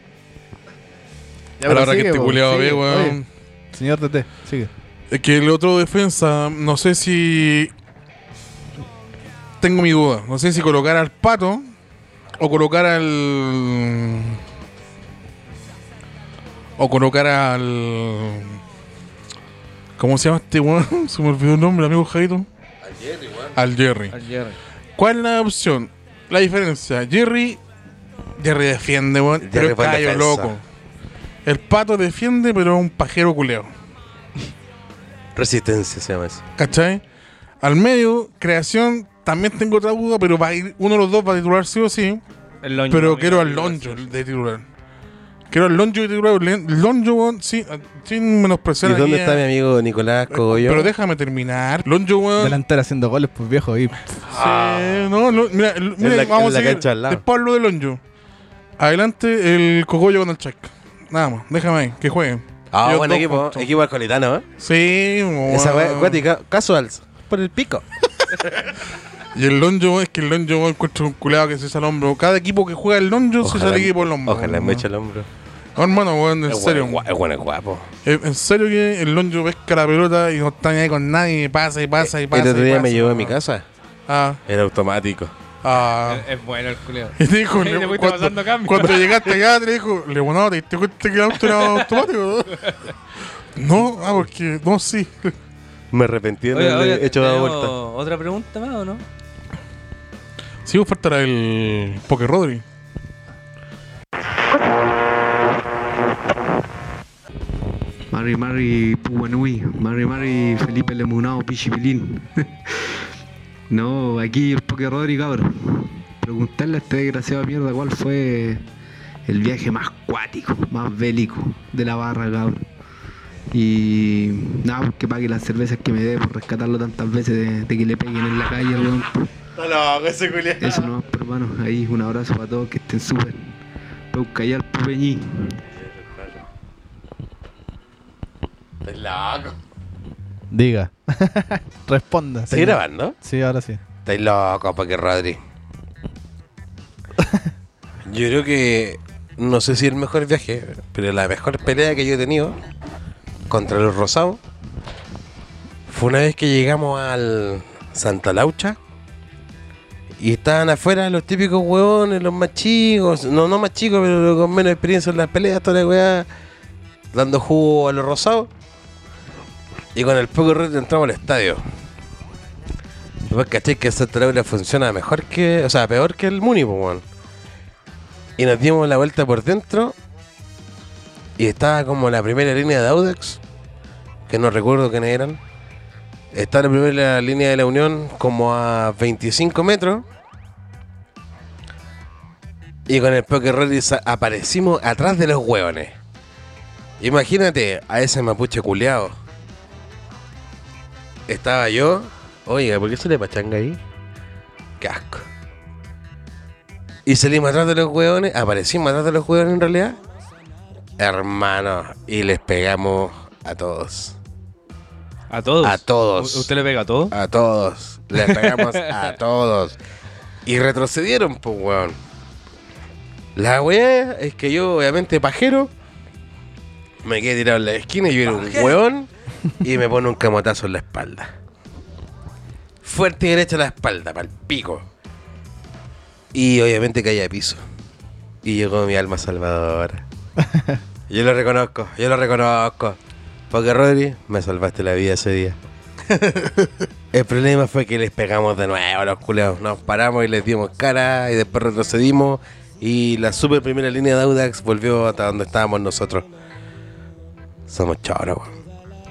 [SPEAKER 3] Ya,
[SPEAKER 1] A la
[SPEAKER 3] pero
[SPEAKER 1] hora que
[SPEAKER 3] sigue,
[SPEAKER 1] este
[SPEAKER 3] po,
[SPEAKER 1] culiado
[SPEAKER 3] sigue.
[SPEAKER 1] ve, weón.
[SPEAKER 3] Oye, Señor DT, sigue.
[SPEAKER 1] Es que el otro defensa, no sé si. Tengo mi duda. No sé si colocar al pato o colocar al. O colocar al. ¿Cómo se llama este weón? *laughs* Se me olvidó el nombre, amigo Jairo. Al Jerry, Al Jerry.
[SPEAKER 5] Al Jerry.
[SPEAKER 1] ¿Cuál es la opción? La diferencia. Jerry. Jerry defiende, weón.
[SPEAKER 4] Jerry
[SPEAKER 1] Pero es
[SPEAKER 4] fue en
[SPEAKER 1] callo,
[SPEAKER 4] defensa.
[SPEAKER 1] loco. El pato defiende, pero es un pajero culeo.
[SPEAKER 4] Resistencia se llama eso.
[SPEAKER 1] ¿Cachai? Al medio, creación, también tengo otra duda, pero va a ir, uno de los dos va a titular sí o sí.
[SPEAKER 5] El Lonjo,
[SPEAKER 1] Pero
[SPEAKER 5] amigo,
[SPEAKER 1] quiero al
[SPEAKER 5] amigo,
[SPEAKER 1] Lonjo de titular. Quiero al Lonjo de titular. Len- Lonjo, weón, sí, ah, sin menospreciar.
[SPEAKER 4] ¿Y
[SPEAKER 1] aquí
[SPEAKER 4] dónde
[SPEAKER 1] a-
[SPEAKER 4] está mi amigo Nicolás Cogollo?
[SPEAKER 1] Pero déjame terminar. Lonjo, weón.
[SPEAKER 3] Delantera haciendo goles, pues viejo. Y
[SPEAKER 1] sí, no, lo- mira, el- mira,
[SPEAKER 4] la-
[SPEAKER 1] vamos
[SPEAKER 4] Ah. en la
[SPEAKER 1] a seguir.
[SPEAKER 4] cancha al lado.
[SPEAKER 1] Después hablo de Lonjo. Adelante el cogollo con el check. Nada más, déjame ahí, que jueguen.
[SPEAKER 4] Ah,
[SPEAKER 1] Yo
[SPEAKER 4] buen
[SPEAKER 1] dos
[SPEAKER 4] equipo.
[SPEAKER 1] puntos.
[SPEAKER 4] Equipo alcoholitano, ¿eh?
[SPEAKER 1] Sí, weón.
[SPEAKER 4] Esa weá acuática. Casuals. Por el pico.
[SPEAKER 1] Y el Lonjo, es que el Lonjo encuentra un culeado que se echa el hombro. Cada equipo que juega el Lonjo se echa el equipo el hombro.
[SPEAKER 4] Ojalá me eche el hombro.
[SPEAKER 1] No, hermano, weón, en
[SPEAKER 4] Es
[SPEAKER 1] serio.
[SPEAKER 4] bueno, es gua- es bueno, es guapo.
[SPEAKER 1] Eh, En serio que el Lonjo pesca la pelota y no está ni ahí con nadie. y Pasa y pasa y pasa.
[SPEAKER 4] Eh, el otro
[SPEAKER 1] y
[SPEAKER 4] día
[SPEAKER 1] pasa,
[SPEAKER 4] me llevó a
[SPEAKER 1] weón.
[SPEAKER 4] mi casa.
[SPEAKER 1] Ah,
[SPEAKER 4] Era automático.
[SPEAKER 2] Eh,
[SPEAKER 1] ah.
[SPEAKER 5] Es es bueno el culeo.
[SPEAKER 1] *laughs* Y te dijo,
[SPEAKER 5] Ey, le fuiste pasando
[SPEAKER 1] cuando,
[SPEAKER 5] cambio.
[SPEAKER 1] cuando
[SPEAKER 5] *laughs*
[SPEAKER 1] llegaste acá, te dijo, le bueno, te diste cuenta que el auto era automático. No, *laughs* ah, porque, no, sí.
[SPEAKER 4] Me arrepentí de
[SPEAKER 5] Oye,
[SPEAKER 4] haberle
[SPEAKER 5] oye,
[SPEAKER 4] hecho la
[SPEAKER 5] ¿tenemos
[SPEAKER 4] vuelta.
[SPEAKER 5] ¿Otra pregunta más o no?
[SPEAKER 1] Sí, vos faltará el Poker Rodri.
[SPEAKER 11] Mari Mari Puanui, Mari Mari Felipe Lemunao Pichipilín. no, aquí el Poké Rodri, cabrón. Preguntarle a este desgraciado de mierda cuál fue el viaje más cuático, más bélico de la barra, cabrón. Y nada, pues que pague las cervezas que me dé por rescatarlo tantas veces de, de que le peguen en la calle, weón. pues.
[SPEAKER 4] No, no, ese culiado.
[SPEAKER 11] Eso no, pues, hermano. Ahí un abrazo para todos, que estén súper. Peucayal Pupeñí.
[SPEAKER 4] Es loco.
[SPEAKER 3] *laughs* Diga. Responda.
[SPEAKER 4] ¿Estás grabando?
[SPEAKER 3] Sí, ahora sí.
[SPEAKER 4] Estáis loco, Poker Rodri. *laughs* Yo creo que. No sé si el mejor viaje, pero la mejor pelea que yo he tenido contra los Rosados fue una vez que llegamos al Santa Laucha y estaban afuera los típicos huevones, los más chicos, no, no más chicos, pero con menos experiencia en las peleas, toda la weá, dando jugo a los Rosados. Y con el poco red entramos al estadio. Y vos caché que esa Laura funciona mejor que. O sea, peor que el Muni, pues, weón. Y nos dimos la vuelta por dentro. Y estaba como la primera línea de Audax. Que no recuerdo quiénes eran. Estaba la primera línea de la Unión como a 25 metros. Y con el Poker Rally sa- aparecimos atrás de los hueones. Imagínate a ese mapuche culeado. Estaba yo. Oiga, ¿por qué se le pachanga ahí? Qué asco. Y salimos atrás de los hueones. Aparecimos atrás de los hueones en realidad. Hermanos. Y les pegamos a todos.
[SPEAKER 2] ¿A todos?
[SPEAKER 4] A todos.
[SPEAKER 2] ¿U- ¿Usted le pega a todos?
[SPEAKER 4] A todos. Les pegamos a todos. Y retrocedieron, pues, weón. La weá es que yo, obviamente, pajero, me quedé tirado en la esquina y yo era un weón y me pone un camotazo en la espalda. Fuerte y derecha en la espalda, pa'l pico. Y obviamente caí a piso. Y llegó mi alma salvadora. Yo lo reconozco, yo lo reconozco. Porque Rodri, me salvaste la vida ese día. El problema fue que les pegamos de nuevo a los culeos. Nos paramos y les dimos cara y después retrocedimos. Y la super primera línea de Audax volvió hasta donde estábamos nosotros. Somos choros, weón.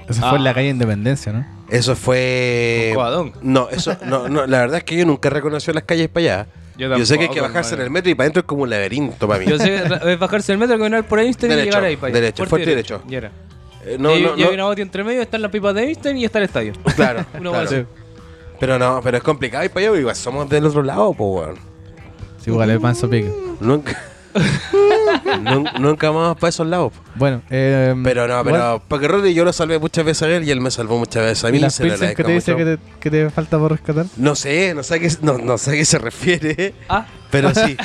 [SPEAKER 3] Eso fue
[SPEAKER 2] Ah.
[SPEAKER 3] en la calle Independencia, ¿no?
[SPEAKER 4] Eso fue.
[SPEAKER 2] ¿Con Covadonga?
[SPEAKER 4] No, eso, no, no, la verdad es que yo nunca reconocí las calles para allá. Yo,
[SPEAKER 2] Yo
[SPEAKER 4] sé que hay que
[SPEAKER 2] tampoco,
[SPEAKER 4] bajarse en
[SPEAKER 2] hermano.
[SPEAKER 4] el metro y para adentro es como un laberinto para mí.
[SPEAKER 2] Yo sé, es bajarse el metro, caminar por Einstein y
[SPEAKER 4] Derecho,
[SPEAKER 2] llegar ahí para allá.
[SPEAKER 4] derecho, fuerte derecho.
[SPEAKER 2] Y era.
[SPEAKER 4] *laughs* Eh, no,
[SPEAKER 2] y,
[SPEAKER 4] no,
[SPEAKER 2] y
[SPEAKER 4] no.
[SPEAKER 2] hay
[SPEAKER 4] *laughs*
[SPEAKER 2] una bota entre medio, están las pipas de Einstein y está el estadio.
[SPEAKER 4] Claro,
[SPEAKER 2] Una
[SPEAKER 4] claro.
[SPEAKER 2] base.
[SPEAKER 4] Pero no, pero es complicado y para allá, igual somos del otro lado, pues, weón.
[SPEAKER 3] Sí, igual el manso pico.
[SPEAKER 4] Nunca. *laughs* nun- nunca más para esos lados. po.
[SPEAKER 3] Bueno, eh,
[SPEAKER 4] Pero no, pero porque Rodri yo lo salvé muchas veces a él y él me salvó muchas veces a mí.
[SPEAKER 3] ¿Y las
[SPEAKER 4] se lo
[SPEAKER 3] pilsen que
[SPEAKER 4] agradezco
[SPEAKER 3] te dice
[SPEAKER 4] mucho.
[SPEAKER 3] que te, que te falta por rescatar?
[SPEAKER 4] No sé, no sé a qué, no, no sé a qué se refiere,
[SPEAKER 2] Ah,
[SPEAKER 3] *laughs*
[SPEAKER 4] pero sí.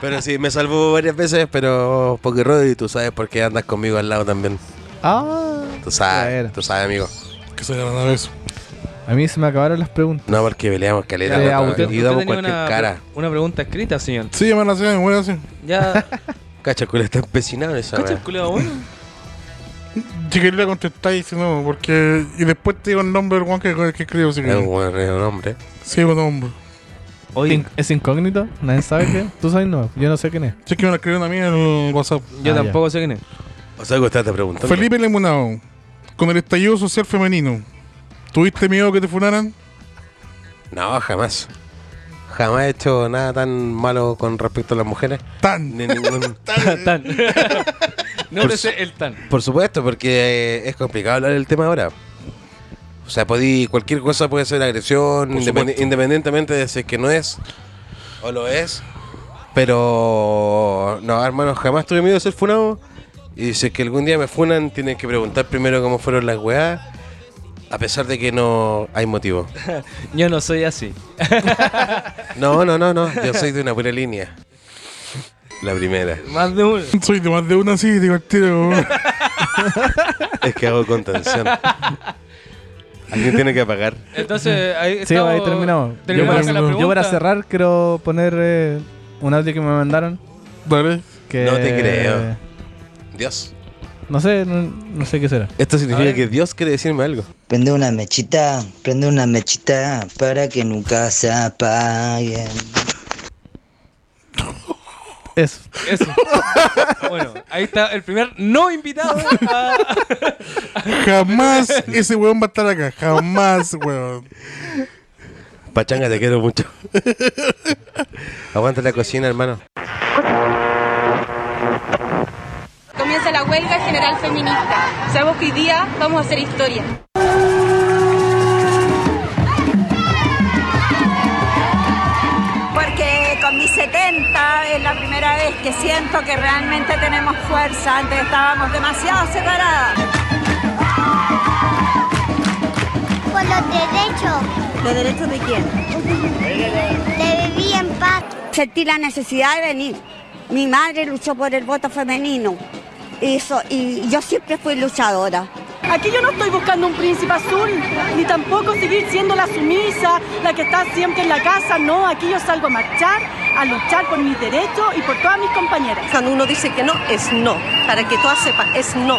[SPEAKER 4] pero sí, me salvó varias veces, pero porque Rodri, tú sabes por qué andas conmigo al lado también.
[SPEAKER 3] Ah,
[SPEAKER 4] Tú sabes,
[SPEAKER 3] Bueno.
[SPEAKER 4] tú sabes, amigo.
[SPEAKER 1] Que se ganan a veces.
[SPEAKER 3] a mí se me acabaron las preguntas.
[SPEAKER 4] No, porque peleamos caleta.
[SPEAKER 3] Eh,
[SPEAKER 4] loco,
[SPEAKER 3] usted-
[SPEAKER 4] y damos
[SPEAKER 2] tenía
[SPEAKER 4] cualquier
[SPEAKER 2] una,
[SPEAKER 4] cara.
[SPEAKER 2] una pregunta escrita, señor.
[SPEAKER 1] Sí, llaman así, me voy a hacer.
[SPEAKER 2] Ya,
[SPEAKER 4] Cacha, culo, está empecinado en esa
[SPEAKER 2] cacha el
[SPEAKER 4] wea.
[SPEAKER 2] culiao, bueno.
[SPEAKER 1] Si queréis la contestáis, si no, porque. Y después te digo el nombre del guan que, que escribió, si
[SPEAKER 4] Es un
[SPEAKER 1] queréis.
[SPEAKER 4] buen es un hombre.
[SPEAKER 1] Sí, pues, con nombre.
[SPEAKER 2] Oye,
[SPEAKER 3] ¿Es incógnito? ¿Nadie sabe quién? ¿Tú sabes? No, yo no sé quién es.
[SPEAKER 1] Si es que me la escribieron a mí en el WhatsApp.
[SPEAKER 2] yo
[SPEAKER 3] Ah, ya.
[SPEAKER 2] tampoco sé quién es.
[SPEAKER 4] O sea, que usted te preguntando.
[SPEAKER 1] Felipe Lemunao, con el estallido social femenino, ¿tuviste miedo que te funaran?
[SPEAKER 4] No, jamás. Jamás he hecho nada tan malo con respecto a las mujeres.
[SPEAKER 1] Tan.
[SPEAKER 4] Ni ningún-
[SPEAKER 2] *laughs* Tan. no te sé el tan.
[SPEAKER 4] Por supuesto, porque eh, es complicado hablar del tema ahora. O sea, podí, cualquier cosa puede ser agresión,
[SPEAKER 1] Por
[SPEAKER 4] independ-
[SPEAKER 1] supuesto.
[SPEAKER 4] independientemente de si es que no es o lo es. Pero no, hermano, jamás tuve miedo de ser funado. Y si es que algún día me funan, tienen que preguntar primero cómo fueron las weas. A pesar de que no hay motivo.
[SPEAKER 2] Yo no soy así.
[SPEAKER 4] No, no, no, no. Yo soy de una pura línea. La primera.
[SPEAKER 2] Más de uno.
[SPEAKER 1] Soy de más de una así, digo el tiro.
[SPEAKER 4] Es que hago
[SPEAKER 1] *laughs*
[SPEAKER 4] contención. Alguien tiene que apagar.
[SPEAKER 2] Entonces, ahí
[SPEAKER 3] Sí,
[SPEAKER 2] estamos-
[SPEAKER 3] ahí terminamos. Yo
[SPEAKER 2] Terminamos con la
[SPEAKER 3] para,
[SPEAKER 2] pregunta.
[SPEAKER 3] yo para cerrar quiero poner eh, un audio que me mandaron.
[SPEAKER 1] Dale.
[SPEAKER 3] Que,
[SPEAKER 4] No te creo. Dios.
[SPEAKER 3] No sé, no, no sé qué será.
[SPEAKER 4] Esto significa que Dios quiere decirme algo.
[SPEAKER 12] Prende una mechita, prende una mechita para que nunca se apaguen.
[SPEAKER 3] Eso.
[SPEAKER 2] Eso. bueno, ahí está el primer no invitado. Ah, a-
[SPEAKER 1] Jamás ese weón va a estar acá. Jamás, weón.
[SPEAKER 4] Pachanga, te quiero mucho. Aguanta la cocina, hermano.
[SPEAKER 13] Comienza la huelga general feminista. Sabemos que hoy día vamos a hacer historia.
[SPEAKER 14] Porque con mis 70 es la primera vez que siento que realmente tenemos fuerza. Antes estábamos demasiado separadas.
[SPEAKER 15] Por los derechos. ¿Los derechos de quién? De vivir en paz. Sentí la necesidad de venir. Mi madre luchó por el voto femenino. Y, eso- y yo siempre fui luchadora.
[SPEAKER 16] Aquí yo no estoy buscando un príncipe azul, ni tampoco seguir siendo la sumisa, la que está siempre en la casa. No, aquí yo salgo a marchar, a luchar por mis derechos y por todas mis compañeras. Cuando uno dice que no, es no. Para que todas sepan, es no.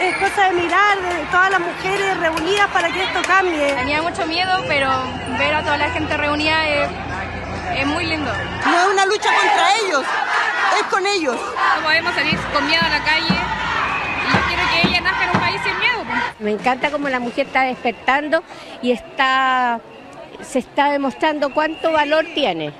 [SPEAKER 14] Es cosa de mirar de todas las mujeres reunidas para que esto cambie.
[SPEAKER 13] Tenía mucho miedo, pero ver a toda la gente reunida es, es muy lindo.
[SPEAKER 14] No es una lucha contra ellos, es con ellos.
[SPEAKER 13] No podemos salir con miedo a la calle. Y yo quiero que ella nazca en un país sin miedo. pues.
[SPEAKER 17] Me encanta cómo la mujer está despertando y está se está demostrando cuánto valor tiene.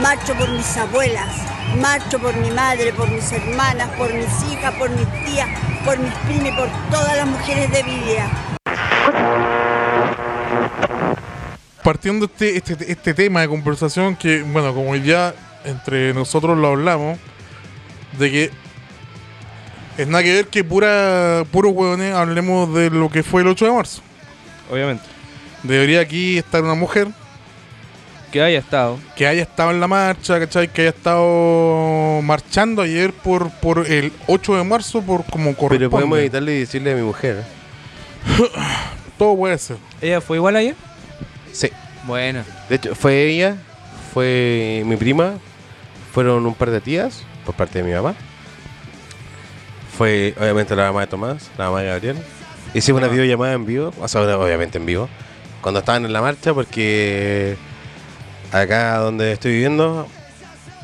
[SPEAKER 15] Marcho por mis abuelas, marcho por mi madre, por mis hermanas, por mis hijas, por mis tías, por mis primas, y por todas las mujeres de mi vida.
[SPEAKER 1] Partiendo este, este, este tema de conversación que, bueno, como ya entre nosotros lo hablamos, de que es nada que ver que pura, puros hueones hablemos de lo que fue el 8 de marzo.
[SPEAKER 2] Obviamente.
[SPEAKER 1] Debería aquí estar una mujer
[SPEAKER 2] Que haya estado.
[SPEAKER 1] que haya estado en la marcha, ¿cachai? Que haya estado marchando ayer por, por el 8 de marzo, por como corresponde.
[SPEAKER 4] Pero podemos editarle y decirle a mi mujer. ¿eh?
[SPEAKER 1] Todo puede ser.
[SPEAKER 2] ¿Ella fue igual ayer?
[SPEAKER 4] Sí.
[SPEAKER 2] Bueno.
[SPEAKER 4] De hecho, fue ella, fue mi prima, fueron un par de tías por parte de mi mamá. Fue obviamente la mamá de Tomás, la mamá de Gabriel. Hicimos una videollamada en vivo, o sea, obviamente en vivo, cuando estaban en la marcha porque acá donde estoy viviendo,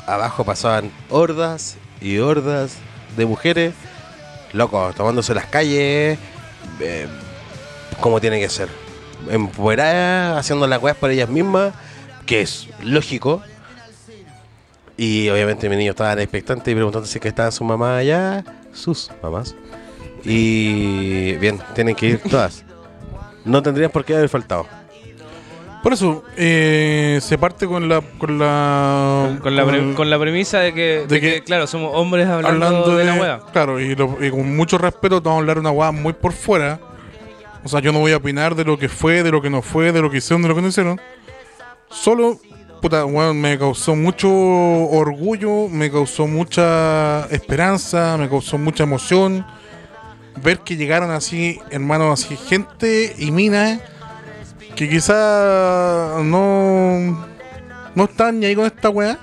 [SPEAKER 4] abajo pasaban hordas y hordas de mujeres, locos, tomándose las calles, eh, como tiene que ser. Empoderadas, haciendo las weas por ellas mismas, que es lógico. Y obviamente mi niño estaba expectante y preguntando si es que estaba su mamá allá, sus mamás. Y bien, tienen que ir
[SPEAKER 1] *laughs*
[SPEAKER 4] todas. No tendrían por qué haber faltado.
[SPEAKER 1] Por eso, eh, se parte con la. Con la,
[SPEAKER 2] Con la, pre- con la premisa de que, de que, claro, somos hombres hablando, de, la hueá.
[SPEAKER 1] Claro, y, lo- y con mucho respeto, te vamos a hablar de una hueá muy por fuera. O sea, yo no voy a opinar de lo que fue, de lo que no fue, de lo que hicieron, de lo que no hicieron. Solo, puta, weón, me causó mucho orgullo, me causó mucha esperanza, me causó mucha emoción. Ver que llegaron así, hermanos, así, gente y minas que quizá no, no estaban ni ahí con esta weá.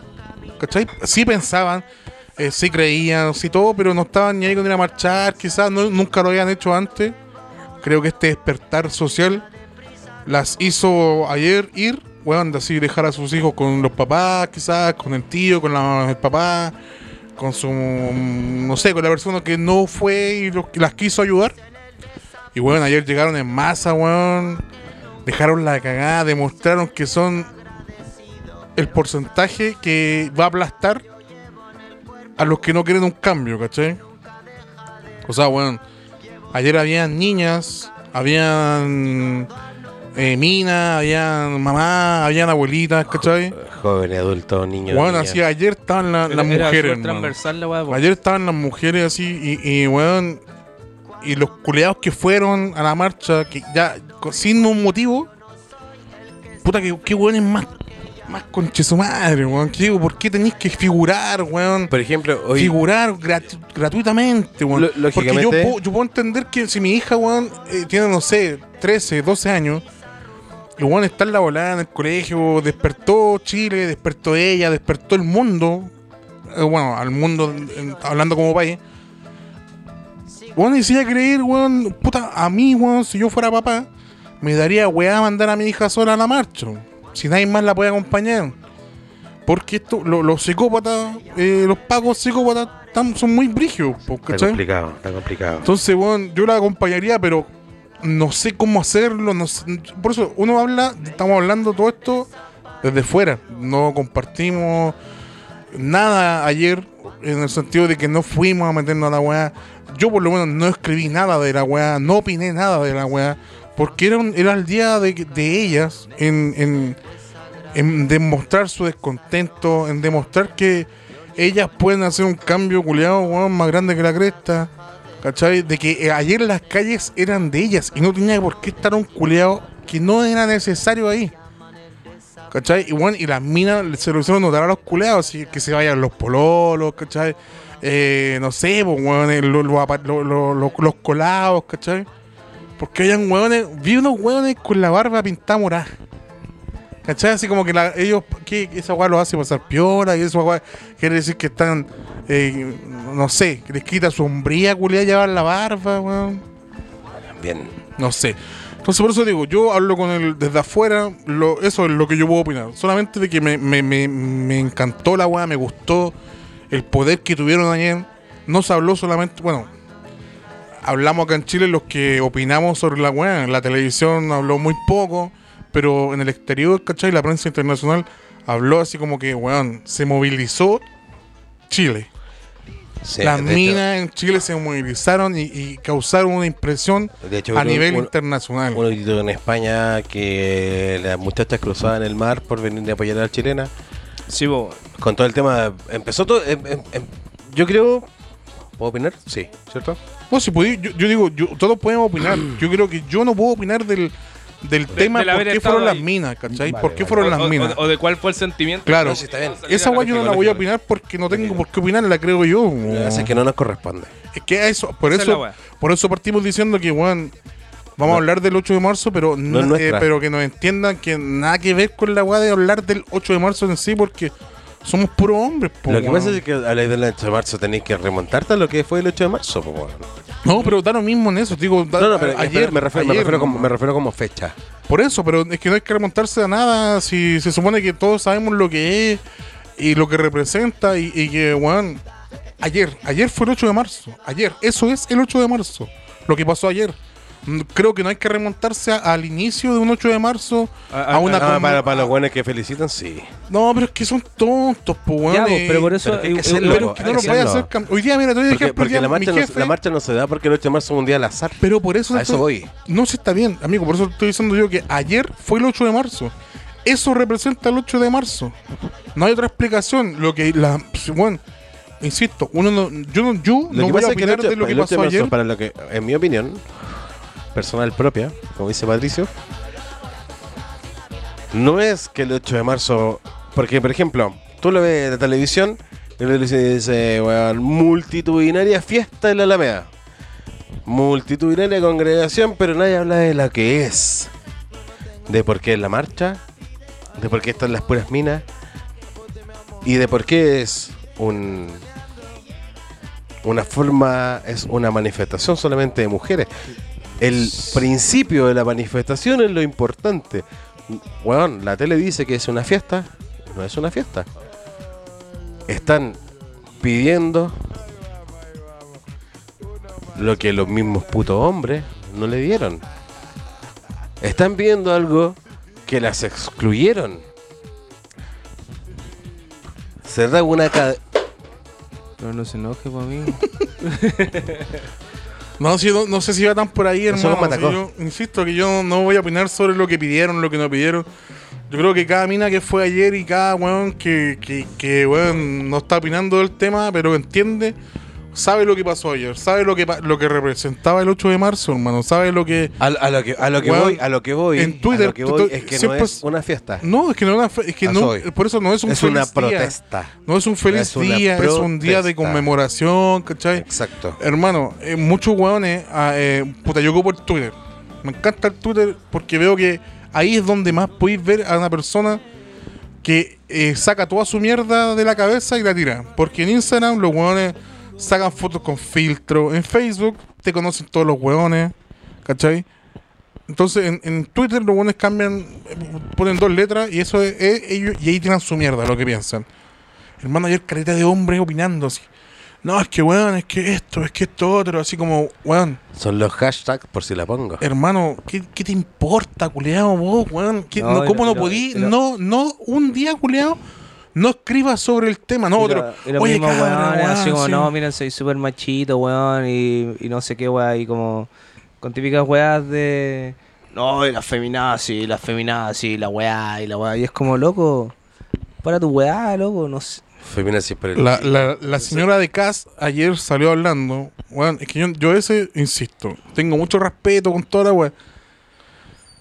[SPEAKER 1] ¿Cachai? Sí pensaban, eh, sí creían, sí todo, pero no estaban ni ahí con ir a marchar, quizás no- nunca lo habían hecho antes. Creo que este despertar social las hizo ayer ir, weón, de así dejar a sus hijos con los papás, quizás, con el tío, con la- el papá, con su, mm, no sé, con la persona que no fue y lo- las quiso ayudar. Y weón, ayer llegaron en masa, weón. Dejaron la cagada, demostraron que son el porcentaje que va a aplastar a los que no quieren un cambio, ¿cachai? O sea, bueno, ayer habían niñas, habían eh, minas, habían mamá, habían abuelitas, ¿cachai?
[SPEAKER 4] Jóvenes, adultos, niños.
[SPEAKER 1] Bueno,
[SPEAKER 4] niñas.
[SPEAKER 1] así ayer estaban la-
[SPEAKER 2] Era-
[SPEAKER 1] las
[SPEAKER 2] era
[SPEAKER 1] mujeres.
[SPEAKER 2] súper
[SPEAKER 1] hermano.
[SPEAKER 2] transversal la weá, po.
[SPEAKER 1] Ayer estaban las mujeres así y, y weón, y los culeados que fueron a la marcha, que ya co- sin un motivo, puta, que, que weón es más, más conche su madre, weón. Que digo, ¿por qué tenéis que figurar, weón?
[SPEAKER 4] Por ejemplo, hoy-
[SPEAKER 1] Figurar gratu- gratuitamente, weón.
[SPEAKER 4] Lo-
[SPEAKER 1] Porque yo
[SPEAKER 4] lógicamente-
[SPEAKER 1] puedo, yo puedo entender que si mi hija, weón, eh, tiene, no sé, 13, 12 años, El weón está en la volada en el colegio, despertó Chile, despertó ella, despertó el mundo. Eh, bueno, al mundo, en- hablando como país. Weón, decía creer, weón, puta, a mí, weón, si yo fuera papá, me daría weá mandar a mi hija sola a la marcha. Si nadie más la puede acompañar. Porque esto, lo- los psicópatas, eh, los pagos psicópatas tan- son muy brígidos, po,
[SPEAKER 4] Está
[SPEAKER 1] ¿cachai?
[SPEAKER 4] complicado, está complicado.
[SPEAKER 1] Entonces, bueno, yo la acompañaría, pero no sé cómo hacerlo. No sé- Por eso, uno habla, estamos hablando todo esto desde fuera. No compartimos nada ayer en el sentido de que no fuimos a meternos a la weá. Yo, por lo menos, no escribí nada de la weá, no opiné nada de la weá, porque era, un- era el día de, de ellas en- en, en demostrar su descontento, en demostrar que ellas pueden hacer un cambio culiado weón, más grande que la cresta. ¿Cachai? De que eh, ayer las calles eran de ellas y no tenía por qué estar un culiado que no era necesario ahí. ¿Cachai? Y bueno, y las minas se lo hicieron notar a los culeados, así que se vayan los pololos, ¿cachai? Eh, no sé, pues, weones, lo- lo apa- lo- lo- lo- los colados, ¿cachai? Porque habían hueones, vi unos hueones con la barba pintada morada. ¿Cachai? Así como que la- ellos, que esa weá los hace pasar piola y esa weá quiere decir que están, eh, no sé, que les quita sombría, culiá, llevar la barba, weón.
[SPEAKER 4] Bien.
[SPEAKER 1] No sé. Entonces, por eso digo, yo hablo con él desde afuera, lo- eso es lo que yo puedo opinar. Solamente de que me, me- me- me encantó la weá, me gustó el poder que tuvieron ayer. No se habló solamente, bueno, hablamos acá en Chile los que opinamos sobre la weá. La televisión habló muy poco, pero en el exterior, ¿cachai? La prensa internacional habló así como que, weón, se movilizó Chile.
[SPEAKER 4] Sí,
[SPEAKER 1] Las
[SPEAKER 4] de hecho-
[SPEAKER 1] minas en Chile se movilizaron y, y causaron una impresión
[SPEAKER 4] De hecho,
[SPEAKER 1] a
[SPEAKER 4] creo
[SPEAKER 1] nivel
[SPEAKER 4] que un-
[SPEAKER 1] internacional.
[SPEAKER 4] Un auditor en España que las muchachas cruzaban el mar por venir a apoyar a la chilena.
[SPEAKER 2] Sí,
[SPEAKER 4] Con todo el tema. Empezó todo. em- em- em- yo creo. ¿Puedo opinar? Sí, ¿cierto?
[SPEAKER 1] No, si pudi- yo, yo digo, yo- todos podemos
[SPEAKER 4] *clears throat*
[SPEAKER 1] opinar. Yo creo que yo no puedo opinar del, del tema
[SPEAKER 2] del
[SPEAKER 1] por
[SPEAKER 2] haber
[SPEAKER 1] qué
[SPEAKER 2] estado
[SPEAKER 1] fueron las
[SPEAKER 2] ahí.
[SPEAKER 1] minas, ¿cachai?
[SPEAKER 2] Vale,
[SPEAKER 1] ¿Por qué
[SPEAKER 2] vale.
[SPEAKER 1] fueron
[SPEAKER 2] O-
[SPEAKER 1] las
[SPEAKER 2] o-
[SPEAKER 1] minas?
[SPEAKER 2] O, o de cuál fue el sentimiento.
[SPEAKER 1] Claro,
[SPEAKER 2] No, sí, está bien.
[SPEAKER 1] esa guay yo no la voy a opinar porque no tengo por qué opinarla, creo yo.
[SPEAKER 4] Esa es que no nos corresponde.
[SPEAKER 1] Es que a eso, por
[SPEAKER 4] Esa es la
[SPEAKER 1] eso,
[SPEAKER 4] wea.
[SPEAKER 1] por eso partimos diciendo que, weón, vamos a hablar del 8 de marzo, pero,
[SPEAKER 4] No es
[SPEAKER 1] na-
[SPEAKER 4] nuestra.
[SPEAKER 1] eh, pero que nos entiendan que nada que ver con la weá de hablar del 8 de marzo en sí, porque somos puros hombres, po,
[SPEAKER 4] Lo que
[SPEAKER 1] weón.
[SPEAKER 4] pasa es que habláis del 8 de marzo, tenéis que remontarte a lo que fue el 8 de marzo. po, weón.
[SPEAKER 1] No, pero da lo mismo en eso, digo, da-
[SPEAKER 4] No, no, pero
[SPEAKER 1] ayer,
[SPEAKER 4] me, refiero, me,
[SPEAKER 1] ayer,
[SPEAKER 4] refiero como,
[SPEAKER 1] no.
[SPEAKER 4] me refiero como fecha.
[SPEAKER 1] Por eso, pero es que no hay que remontarse a nada. Si se supone que todos sabemos lo que es y lo que representa y, y que, weón, ayer, ayer fue el 8 de marzo. Ayer, eso es el 8 de marzo. Lo que pasó ayer. Mm, Creo que no hay que remontarse a- al inicio de un 8 de marzo a, una...
[SPEAKER 4] Ah,
[SPEAKER 1] conmo-
[SPEAKER 4] para, para los buenos que felicitan, sí.
[SPEAKER 1] No, pero es que son tontos, pues, weón.
[SPEAKER 4] Ya, pues, pero por eso-
[SPEAKER 1] Pero,
[SPEAKER 4] hay que hacerlo,
[SPEAKER 1] pero es que
[SPEAKER 4] hay
[SPEAKER 1] no
[SPEAKER 4] que
[SPEAKER 1] lo voy a
[SPEAKER 4] hacerlo.
[SPEAKER 1] hacer... cam- Hoy día, mira, te voy a
[SPEAKER 4] Porque,
[SPEAKER 1] dejar por
[SPEAKER 4] porque
[SPEAKER 1] día
[SPEAKER 4] la,
[SPEAKER 1] pues mi
[SPEAKER 4] marcha no,
[SPEAKER 1] jefe...
[SPEAKER 4] se- la marcha no se da porque el 8 de marzo es un día al azar.
[SPEAKER 1] Pero por eso.
[SPEAKER 4] A eso voy.
[SPEAKER 1] No se está bien, amigo. Por eso estoy diciendo yo que ayer fue el 8 de marzo. Eso representa el 8 de marzo. No hay otra explicación. Lo que la. pues, Bueno, insisto, uno no, yo no, yo
[SPEAKER 4] Lo
[SPEAKER 1] no
[SPEAKER 4] que
[SPEAKER 1] voy a
[SPEAKER 4] pasa es que el
[SPEAKER 1] opinar
[SPEAKER 4] 8
[SPEAKER 1] de lo que
[SPEAKER 4] el 8 de
[SPEAKER 1] pasó
[SPEAKER 4] marzo,
[SPEAKER 1] ayer.
[SPEAKER 4] para lo que, en mi opinión, personal propia, como dice Patricio, no es que el 8 de marzo, porque por ejemplo, tú lo ves en la televisión y le dice, weón, multitudinaria fiesta en la Alameda. Multitudinaria congregación, pero nadie habla de la que es. De por qué es la marcha, de por qué están las puras minas y de por qué es un una forma, es una manifestación solamente de mujeres. El principio de la manifestación es lo importante. Weón, la tele dice que es una fiesta, no es una fiesta. Están pidiendo lo que los mismos putos hombres no le dieron. Están pidiendo algo que las excluyeron. Cerrar una cadena.
[SPEAKER 2] Pero no se enoje, pues, amigo.
[SPEAKER 1] No, si- no, no sé si va tan por ahí,
[SPEAKER 4] Eso
[SPEAKER 1] hermano.
[SPEAKER 4] no me atacó.
[SPEAKER 1] Si yo- insisto que yo no voy a opinar sobre lo que pidieron, lo que no pidieron. Yo creo que cada mina que fue ayer y cada weón que, que, que, weón, no está opinando del tema, pero entiende, sabe lo que pasó ayer, sabe lo que pa- lo que representaba el 8 de marzo, hermano, sabe lo que...
[SPEAKER 4] A, a lo que, a lo que
[SPEAKER 1] Weón,
[SPEAKER 4] voy, a lo que voy,
[SPEAKER 1] en Twitter,
[SPEAKER 4] a lo que voy
[SPEAKER 1] tú- tú-
[SPEAKER 4] es que no
[SPEAKER 1] siempre
[SPEAKER 4] es una fiesta.
[SPEAKER 1] No, es que no es una fe- es que
[SPEAKER 4] Ah,
[SPEAKER 1] no-
[SPEAKER 4] soy.
[SPEAKER 1] por eso no es un
[SPEAKER 4] Es
[SPEAKER 1] feliz
[SPEAKER 4] una
[SPEAKER 1] día.
[SPEAKER 4] protesta.
[SPEAKER 1] No es un feliz
[SPEAKER 4] Es una
[SPEAKER 1] día, es un día de
[SPEAKER 4] protesta.
[SPEAKER 1] conmemoración, ¿cachai?
[SPEAKER 4] Exacto.
[SPEAKER 1] Hermano, eh, muchos hueones, ah, eh, puta, yo ocupo el Twitter. Me encanta el Twitter porque veo que ahí es donde más podéis ver a una persona que eh, saca toda su mierda de la cabeza y la tira. Porque en Instagram los hueones sacan fotos con filtro. En Facebook te conocen todos los hueones. ¿Cachai? Entonces en, en Twitter los hueones cambian, eh, ponen dos letras y eso es, es- ellos, y ahí tiran su mierda, lo que piensan. Hermano, ayer careta de hombres opinando así. No, es que weón, es que esto, es que esto otro, así como, weón.
[SPEAKER 4] Son los hashtags, por si la pongo.
[SPEAKER 1] eh, Hermano, ¿qué, qué te importa, culeado vos, weón? ¿Qué-
[SPEAKER 4] No,
[SPEAKER 1] no,
[SPEAKER 4] y
[SPEAKER 1] ¿Cómo no
[SPEAKER 4] lo- y lo-
[SPEAKER 1] podí?
[SPEAKER 4] y lo-
[SPEAKER 1] no, no, un día, culeado, no escribas sobre el tema, *laughs* no
[SPEAKER 2] Y
[SPEAKER 1] otro.
[SPEAKER 2] lo- y los
[SPEAKER 1] Oye,
[SPEAKER 2] mismos
[SPEAKER 1] cabra,
[SPEAKER 2] weones, así
[SPEAKER 1] weón,
[SPEAKER 2] como,
[SPEAKER 1] sí.
[SPEAKER 2] no, miren, soy súper machito, weón, y, y no sé qué, weón, y como, con típicas weas de, no, y las feminadas, y las feminadas, y la weá, y la weá, y es como, loco, para tu weá, loco, no sé.
[SPEAKER 4] Femina siempre.
[SPEAKER 1] La, la- la señora de Cass ayer salió hablando. Weón, es que yo, yo ese, insisto, tengo mucho respeto con toda la weá.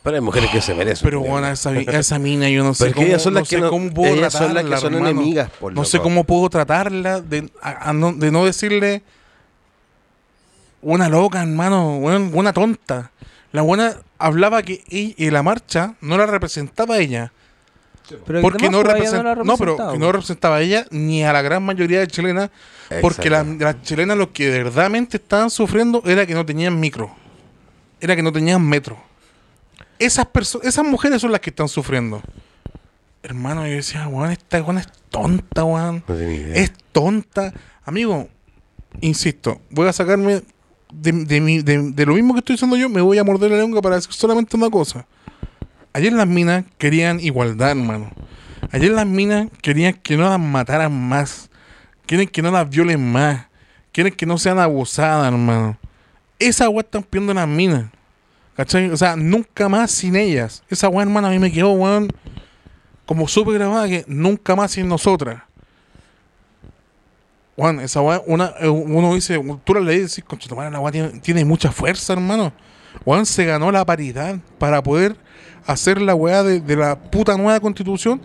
[SPEAKER 4] Pero hay mujeres que se merecen.
[SPEAKER 1] Pero bueno, a esa, vi- a esa mina yo no sé
[SPEAKER 4] Porque
[SPEAKER 1] cómo,
[SPEAKER 4] ellas son las
[SPEAKER 1] no
[SPEAKER 4] que
[SPEAKER 1] sé
[SPEAKER 4] no-
[SPEAKER 1] cómo puedo
[SPEAKER 4] ellas son las
[SPEAKER 1] tratarla,
[SPEAKER 4] que son
[SPEAKER 1] hermano.
[SPEAKER 4] enemigas, por
[SPEAKER 1] No sé
[SPEAKER 4] loco.
[SPEAKER 1] cómo puedo tratarla de, a- a no, de no decirle una loca, hermano, weón, una tonta. La buena hablaba que e- y la marcha no la representaba a ella.
[SPEAKER 2] Pero
[SPEAKER 1] porque no,
[SPEAKER 2] además, pues,
[SPEAKER 1] represent-
[SPEAKER 2] ella no la
[SPEAKER 1] no, pero
[SPEAKER 2] representaba,
[SPEAKER 1] que
[SPEAKER 2] po.
[SPEAKER 1] no representaba a ella ni a la gran mayoría de chilenas. Porque la- las chilenas lo que verdaderamente estaban sufriendo era que no tenían micro. Era que no tenían metro. Esas, perso- esas mujeres son las que están sufriendo. Hermano, yo decía, weón, esta weón es tonta, weón.
[SPEAKER 4] No tenía idea.
[SPEAKER 1] Es tonta. Amigo, insisto, voy a sacarme de, de mi- de- de lo mismo que estoy diciendo yo, me voy a morder la lengua para decir solamente una cosa. Ayer las minas querían igualdad, hermano. Ayer las minas querían que no las mataran más. Quieren que no las violen más. Quieren que no sean abusadas, hermano. Esa weá están pidiendo las minas. ¿Cachai? O sea, nunca más sin ellas. Esa weá, hermano, a mí me quedó, weón, como súper grabada que nunca más sin nosotras. Juan, esa weá, una, eh, uno dice, tú la lees y dices, "Concha tu madre, la weá tiene, tiene mucha fuerza, hermano. Juan se ganó la paridad para poder hacer la weá de, de la puta nueva constitución.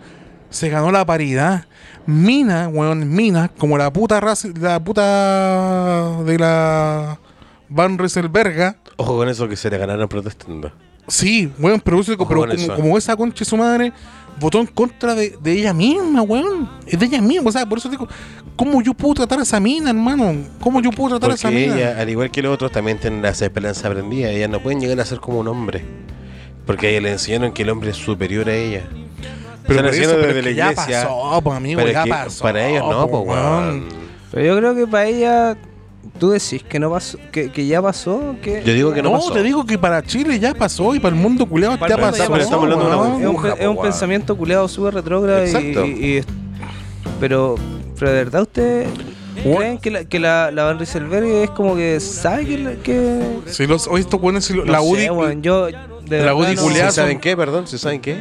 [SPEAKER 1] Se ganó la paridad. Mina, weón, mina, como la puta raza, la puta de la Van Rieselberga.
[SPEAKER 4] Ojo con eso que se le ganaron protestando.
[SPEAKER 1] Sí, weón, pero, eso- pero
[SPEAKER 4] con
[SPEAKER 1] como,
[SPEAKER 4] eso.
[SPEAKER 1] como esa concha de su madre votó en contra de, de ella misma, weón. Es de ella misma, o sea, por eso digo, ¿cómo yo puedo tratar a esa mina, hermano? ¿Cómo yo puedo tratar a
[SPEAKER 4] Porque
[SPEAKER 1] esa mina?
[SPEAKER 4] ella, al igual que los otros, también tienen las esperanzas aprendidas. Ellas no pueden llegar a ser como un hombre. Porque a ella le enseñaron que el hombre es superior a ella.
[SPEAKER 1] Pero
[SPEAKER 4] Se lo
[SPEAKER 1] por eso,
[SPEAKER 4] enseñaron
[SPEAKER 1] pero
[SPEAKER 4] desde
[SPEAKER 1] es que
[SPEAKER 4] la
[SPEAKER 1] ya
[SPEAKER 4] iglesia.
[SPEAKER 1] pasó, pues, amigo,
[SPEAKER 4] Pero
[SPEAKER 1] ya
[SPEAKER 4] es que
[SPEAKER 1] pasó,
[SPEAKER 4] Para ellos no,
[SPEAKER 1] pues,
[SPEAKER 4] pues, weón.
[SPEAKER 2] Pero yo creo que para ella, tú decís que no pasó, que, que ya pasó, que...
[SPEAKER 4] Yo digo que no pasó.
[SPEAKER 1] te digo que para Chile ya pasó y para el mundo culeado ya
[SPEAKER 2] Pero
[SPEAKER 1] pasó.
[SPEAKER 2] estamos hablando de una
[SPEAKER 1] weón.
[SPEAKER 2] burbuja, Es un pe- es un po, weón. pensamiento culeado súper retrógrado y,
[SPEAKER 1] Exacto.
[SPEAKER 2] y- y es- pero, pero de verdad usted creen que la, que la, la Van Rieselberg es como que sabe que, la- que
[SPEAKER 1] Si los, hoy estos weones, si lo-
[SPEAKER 2] No
[SPEAKER 1] la
[SPEAKER 2] sé,
[SPEAKER 1] UDI.
[SPEAKER 2] weón, yo de
[SPEAKER 1] la
[SPEAKER 2] verdad
[SPEAKER 1] UDI
[SPEAKER 2] no-
[SPEAKER 1] culeada
[SPEAKER 2] ¿Sí saben
[SPEAKER 1] son-
[SPEAKER 4] ¿Qué, perdón? ¿Se saben qué?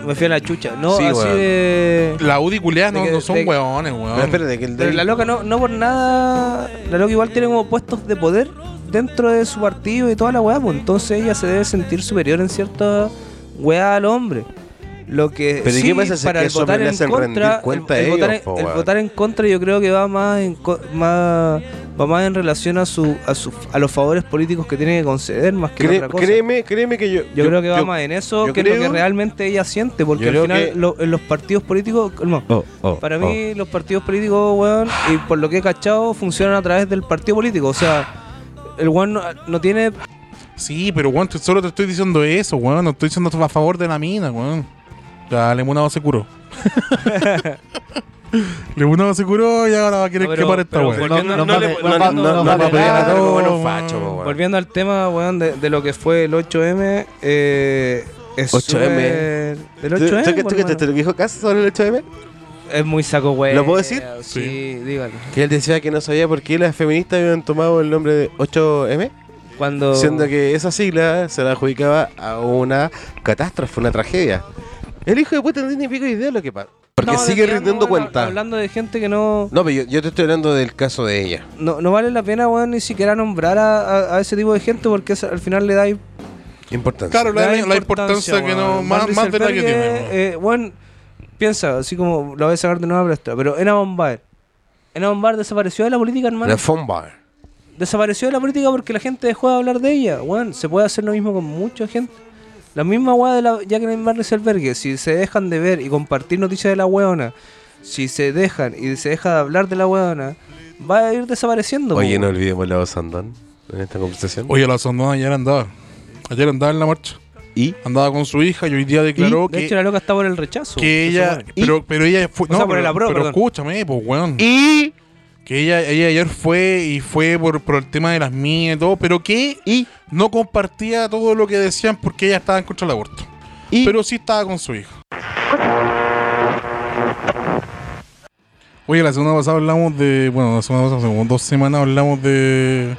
[SPEAKER 2] me fui a la chucha no
[SPEAKER 1] Sí,
[SPEAKER 2] así
[SPEAKER 1] weón.
[SPEAKER 2] de
[SPEAKER 1] La UDI culeada no,
[SPEAKER 2] de que-
[SPEAKER 1] no son
[SPEAKER 2] de-
[SPEAKER 1] weones, weón.
[SPEAKER 4] Pero espérate, que el
[SPEAKER 2] pero la loca no, no por nada la loca igual tiene como puestos de poder dentro de su partido y toda la weá pues entonces ella se debe sentir superior en cierta weá al hombre lo que
[SPEAKER 4] Pero ¿y
[SPEAKER 2] sí,
[SPEAKER 4] qué pasa si es
[SPEAKER 2] para
[SPEAKER 4] que
[SPEAKER 2] el
[SPEAKER 4] eso
[SPEAKER 2] votar
[SPEAKER 4] le
[SPEAKER 2] en
[SPEAKER 4] hacen rendir
[SPEAKER 2] contra
[SPEAKER 4] cuenta
[SPEAKER 2] el,
[SPEAKER 4] a
[SPEAKER 2] el votar,
[SPEAKER 4] ellos,
[SPEAKER 2] en,
[SPEAKER 4] po,
[SPEAKER 2] el
[SPEAKER 4] weón?
[SPEAKER 2] votar en contra yo creo que va más en co- más va más en relación a su a su- a los favores políticos que tiene que conceder más que
[SPEAKER 4] Cre-
[SPEAKER 2] otra cosa
[SPEAKER 4] créeme, créeme que yo.
[SPEAKER 2] yo, creo que va más en eso
[SPEAKER 4] yo
[SPEAKER 2] que lo
[SPEAKER 4] creo-
[SPEAKER 2] que realmente ella siente, porque
[SPEAKER 4] yo
[SPEAKER 2] al
[SPEAKER 4] creo
[SPEAKER 2] final
[SPEAKER 4] que-
[SPEAKER 2] lo- en los partidos políticos, no,
[SPEAKER 4] oh,
[SPEAKER 2] para mí los partidos políticos, weón, y por lo que he cachado, funcionan a través del partido político, o sea, el weón no, no tiene...
[SPEAKER 1] Sí, pero weón, te- solo te estoy diciendo eso, weón. No estoy diciendo a favor de la mina, weón. Ya, Lemunado se *laughs* curó. Lemunado se curó y ahora va a querer
[SPEAKER 2] No,
[SPEAKER 1] que
[SPEAKER 2] pero-
[SPEAKER 1] pare esta
[SPEAKER 2] pero
[SPEAKER 1] weón.
[SPEAKER 2] ¿por qué no- no le- no le- no- no le- Volviendo al tema, weón, de, de lo que fue el 8M, eh, es
[SPEAKER 4] 8M.
[SPEAKER 2] súper- Del
[SPEAKER 4] ¿Tú- tú-
[SPEAKER 2] 8M,
[SPEAKER 4] tú- tú-
[SPEAKER 2] hermano.
[SPEAKER 4] te lo dijo Cass sobre el 8M?
[SPEAKER 2] Es muy saco, weón.
[SPEAKER 4] este ¿Lo puedo decir?
[SPEAKER 2] Sí, dígalo.
[SPEAKER 4] Que él decía que no sabía por qué las feministas habían tomado el nombre de 8M.
[SPEAKER 2] Cuando...
[SPEAKER 4] Siendo que esa sigla se la adjudicaba a una catástrofe, una tragedia. El hijo de puta no tiene ni pico idea de lo que pasa. Porque
[SPEAKER 2] Estamos
[SPEAKER 4] sigue
[SPEAKER 2] desviando,
[SPEAKER 4] rindiendo
[SPEAKER 2] weón,
[SPEAKER 4] cuenta.
[SPEAKER 2] Hablando de gente que no...
[SPEAKER 4] No, pero yo, yo te estoy hablando del caso de ella.
[SPEAKER 2] no, no vale la pena, weón, ni siquiera nombrar a, a- a ese tipo de gente porque es- al final le da im-
[SPEAKER 4] Importante.
[SPEAKER 1] Claro, la,
[SPEAKER 2] le da
[SPEAKER 1] la importancia que no.
[SPEAKER 2] weón.
[SPEAKER 1] Más,
[SPEAKER 2] Van
[SPEAKER 1] más de la que tiene.
[SPEAKER 2] Rieselberg,
[SPEAKER 1] weón.
[SPEAKER 2] eh, weón, piensa, así como la voy a sacar de nuevo a esta, pero Ena Bombar. Ena Bombar desapareció de la política, hermano.
[SPEAKER 4] La phone bar.
[SPEAKER 2] Desapareció de la política porque la gente dejó de hablar de ella, weón. Se puede hacer lo mismo con mucha gente. La misma weá de la Jacqueline Barnes y Albergue. Si se dejan de ver y compartir noticias de la weona, si se dejan y se deja de hablar de la weona, va a ir desapareciendo.
[SPEAKER 4] Oye,
[SPEAKER 2] po.
[SPEAKER 4] no olvidemos la voz Andón en esta conversación.
[SPEAKER 1] Oye, la sondona ayer andaba. Ayer andaba en la marcha.
[SPEAKER 4] ¿Y?
[SPEAKER 1] Andaba con su hija y hoy día declaró
[SPEAKER 2] de
[SPEAKER 1] que.
[SPEAKER 2] hecho, la loca está por el rechazo.
[SPEAKER 1] que
[SPEAKER 2] se
[SPEAKER 1] ella.
[SPEAKER 2] supone que-
[SPEAKER 1] Pero, pero ella fue.
[SPEAKER 2] O sea, por el
[SPEAKER 1] pero,
[SPEAKER 2] apruebo,
[SPEAKER 1] pero
[SPEAKER 2] perdón.
[SPEAKER 1] escúchame, pues, weón.
[SPEAKER 4] Y.
[SPEAKER 1] Que ella, ella ayer fue y fue por, por el tema de las minas y todo, pero que y no compartía todo lo que decían porque ella estaba en contra del aborto. Pero sí estaba con su hija. Oye, la semana pasada hablamos de. Bueno, la semana pasada, hace como dos semanas hablamos de.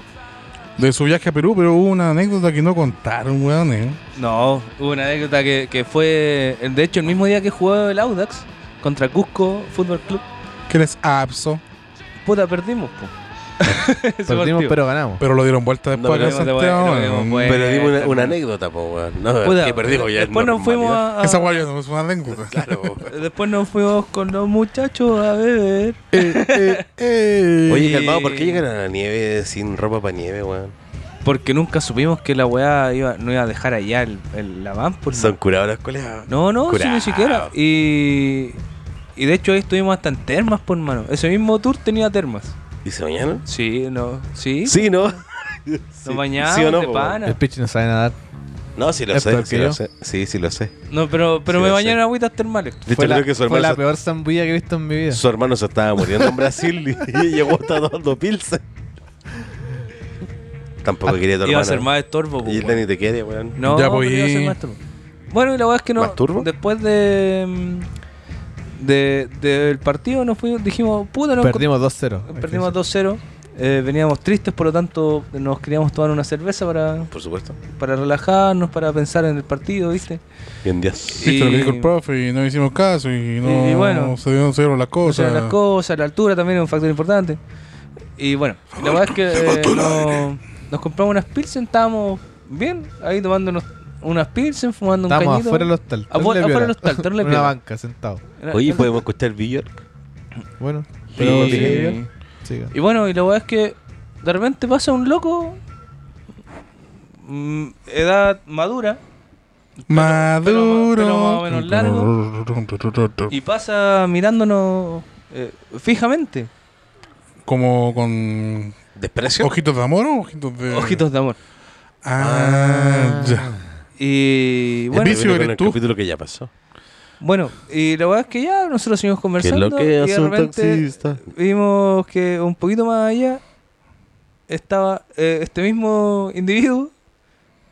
[SPEAKER 1] De su viaje a Perú, pero hubo una anécdota que no contaron, weón. eh.
[SPEAKER 2] No, hubo una anécdota que, que fue, de hecho, el mismo día que jugó el Audax contra Cusco Fútbol Club.
[SPEAKER 1] Que les abso.
[SPEAKER 2] Puta, perdimos, po. *laughs* Ese partido.
[SPEAKER 1] Pero lo dieron vuelta
[SPEAKER 2] No,
[SPEAKER 1] después. de
[SPEAKER 2] pero dimos de
[SPEAKER 1] Santiago,
[SPEAKER 2] vuelta, lo dimos
[SPEAKER 1] weón.
[SPEAKER 4] Pero dimos una, una
[SPEAKER 2] también.
[SPEAKER 4] anécdota, po, weón. No,
[SPEAKER 2] Puta,
[SPEAKER 4] que perdimos ya.
[SPEAKER 2] Después nos fuimos a, a-
[SPEAKER 1] Esa weá ya no es una
[SPEAKER 4] *laughs*
[SPEAKER 1] anécdota.
[SPEAKER 2] Después nos fuimos con los muchachos a beber.
[SPEAKER 4] Oye, calmado, ¿por qué llegan a la nieve sin ropa para nieve, weón?
[SPEAKER 2] Porque nunca supimos que la weá iba, no iba a dejar allá el, el- la van. Por
[SPEAKER 4] Son curados los colegas.
[SPEAKER 2] No, no, sí,
[SPEAKER 4] Curado.
[SPEAKER 2] ni siquiera. Y, y de hecho ahí estuvimos hasta en termas, por mano. Ese mismo tour tenía termas.
[SPEAKER 4] ¿Y se bañaron?
[SPEAKER 2] Sí, no. Sí.
[SPEAKER 4] Sí, no.
[SPEAKER 2] Nos bañamos
[SPEAKER 4] ¿Sí o no,
[SPEAKER 2] de
[SPEAKER 4] po,
[SPEAKER 2] pana.
[SPEAKER 3] El pitch no sabe nadar.
[SPEAKER 4] No, sí lo
[SPEAKER 3] Es
[SPEAKER 4] sé,
[SPEAKER 3] peor
[SPEAKER 4] sí
[SPEAKER 3] que
[SPEAKER 4] lo
[SPEAKER 3] yo.
[SPEAKER 4] sé. Sí, sí lo sé.
[SPEAKER 2] No, pero, pero
[SPEAKER 4] Sí,
[SPEAKER 2] me
[SPEAKER 4] lo
[SPEAKER 2] bañaron en agüitas termales.
[SPEAKER 4] De hecho,
[SPEAKER 3] Fue, la,
[SPEAKER 4] creo que su
[SPEAKER 3] fue
[SPEAKER 4] hermano
[SPEAKER 3] la
[SPEAKER 4] se-
[SPEAKER 3] peor zambulla que he visto en mi vida.
[SPEAKER 4] Su hermano se estaba muriendo en Brasil y, y llegó hasta dando pilsen. Tampoco quería tu hermano.
[SPEAKER 2] Ah, Iba a ser más estorbo, po,
[SPEAKER 4] Y él
[SPEAKER 2] weón.
[SPEAKER 4] ni te quiere, weón.
[SPEAKER 2] No, pero iba a ser más turbo. Bueno, y la verdad es que no.
[SPEAKER 4] ¿Más turbo?
[SPEAKER 2] Después de. mm, de- del partido nos fuimos, dijimos, puta, no
[SPEAKER 3] Perdimos 2-0.
[SPEAKER 2] Perdimos 2-0. eh, veníamos tristes, por lo tanto, nos queríamos tomar una cerveza para.
[SPEAKER 4] Por supuesto.
[SPEAKER 2] Para relajarnos, para pensar en el partido, ¿viste?
[SPEAKER 4] Bien, Dios.
[SPEAKER 1] Viste lo que
[SPEAKER 2] Y-
[SPEAKER 1] dijo el profe y no hicimos caso y no
[SPEAKER 2] y bueno,
[SPEAKER 1] se, dieron, se dieron las
[SPEAKER 2] O sea,
[SPEAKER 1] cosas.
[SPEAKER 3] Ah.
[SPEAKER 2] las cosas, la altura también es un factor importante. Y bueno, la verdad es que eh, no- nos compramos unas pilsen, estábamos bien, ahí tomándonos unas pilsen, fumando un
[SPEAKER 3] Estábamos
[SPEAKER 2] cañito.
[SPEAKER 3] afuera del hostal.
[SPEAKER 2] Afu-
[SPEAKER 3] Terrible
[SPEAKER 2] Afuera,
[SPEAKER 3] piola.
[SPEAKER 2] del hostal, terrible
[SPEAKER 3] En una
[SPEAKER 2] piola.
[SPEAKER 3] banca, sentado.
[SPEAKER 2] Era-
[SPEAKER 4] Oye,
[SPEAKER 2] era-
[SPEAKER 4] ¿podemos escuchar Bjork?
[SPEAKER 3] Bueno.
[SPEAKER 2] Y-
[SPEAKER 3] Pero- Siga.
[SPEAKER 2] Y bueno, y la verdad es que de repente pasa un loco, mm, edad madura,
[SPEAKER 1] Maduro.
[SPEAKER 2] pelo más o menos largo. y pasa mirándonos eh, fijamente.
[SPEAKER 1] Como con.
[SPEAKER 4] ¿Desprecio?
[SPEAKER 1] ¿Ojitos de amor o ojitos
[SPEAKER 4] Mm.
[SPEAKER 1] de.?
[SPEAKER 2] Ojitos de amor.
[SPEAKER 1] Ah, ya.
[SPEAKER 2] Y
[SPEAKER 4] El
[SPEAKER 2] bueno,
[SPEAKER 4] vicio Viene con eres el tú. capítulo que ya pasó.
[SPEAKER 2] Bueno, y la verdad es que ya nosotros seguimos conversando.
[SPEAKER 4] lo que
[SPEAKER 2] y
[SPEAKER 4] hace
[SPEAKER 2] de
[SPEAKER 4] un
[SPEAKER 2] repente
[SPEAKER 4] taxista?
[SPEAKER 2] vimos que un poquito más allá estaba eh, este mismo individuo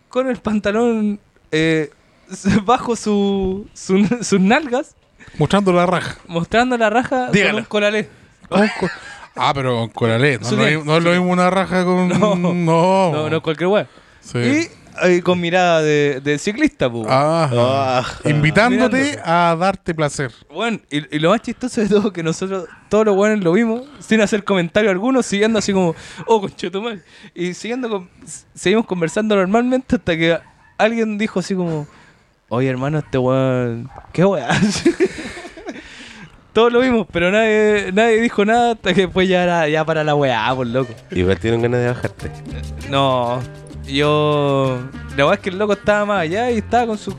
[SPEAKER 2] con el pantalón eh, *laughs* bajo su, su- sus nalgas,
[SPEAKER 1] Mostrando la raja.
[SPEAKER 2] mostrando la raja
[SPEAKER 1] Dígalo.
[SPEAKER 2] con un colalé.
[SPEAKER 1] Con co- ah, pero con coralé. No,
[SPEAKER 2] Su
[SPEAKER 1] no
[SPEAKER 2] bien,
[SPEAKER 1] es- no es lo mismo una raja
[SPEAKER 2] *laughs*
[SPEAKER 1] con. No. No,
[SPEAKER 2] No, no cualquier weá.
[SPEAKER 1] Oh. Sí. Ah,
[SPEAKER 2] Y eh, con mirada de, de ciclista, pues.
[SPEAKER 1] Ajá. Invitándote a darte placer.
[SPEAKER 2] Bueno, y, y lo más chistoso de todo que nosotros, todos los buenos lo vimos, sin hacer comentario alguno, siguiendo así como, oh, conchetumal. Y siguiendo, con- s- seguimos conversando normalmente hasta que alguien dijo así como, oye hermano, este weón, qué weón. *laughs* todos lo vimos, pero nadie, nadie dijo nada hasta que después ya era ya para la weá, por loco.
[SPEAKER 4] Igual tienen ganas de bajarte.
[SPEAKER 2] No, yo. La verdad es que el loco estaba más allá y estaba con sus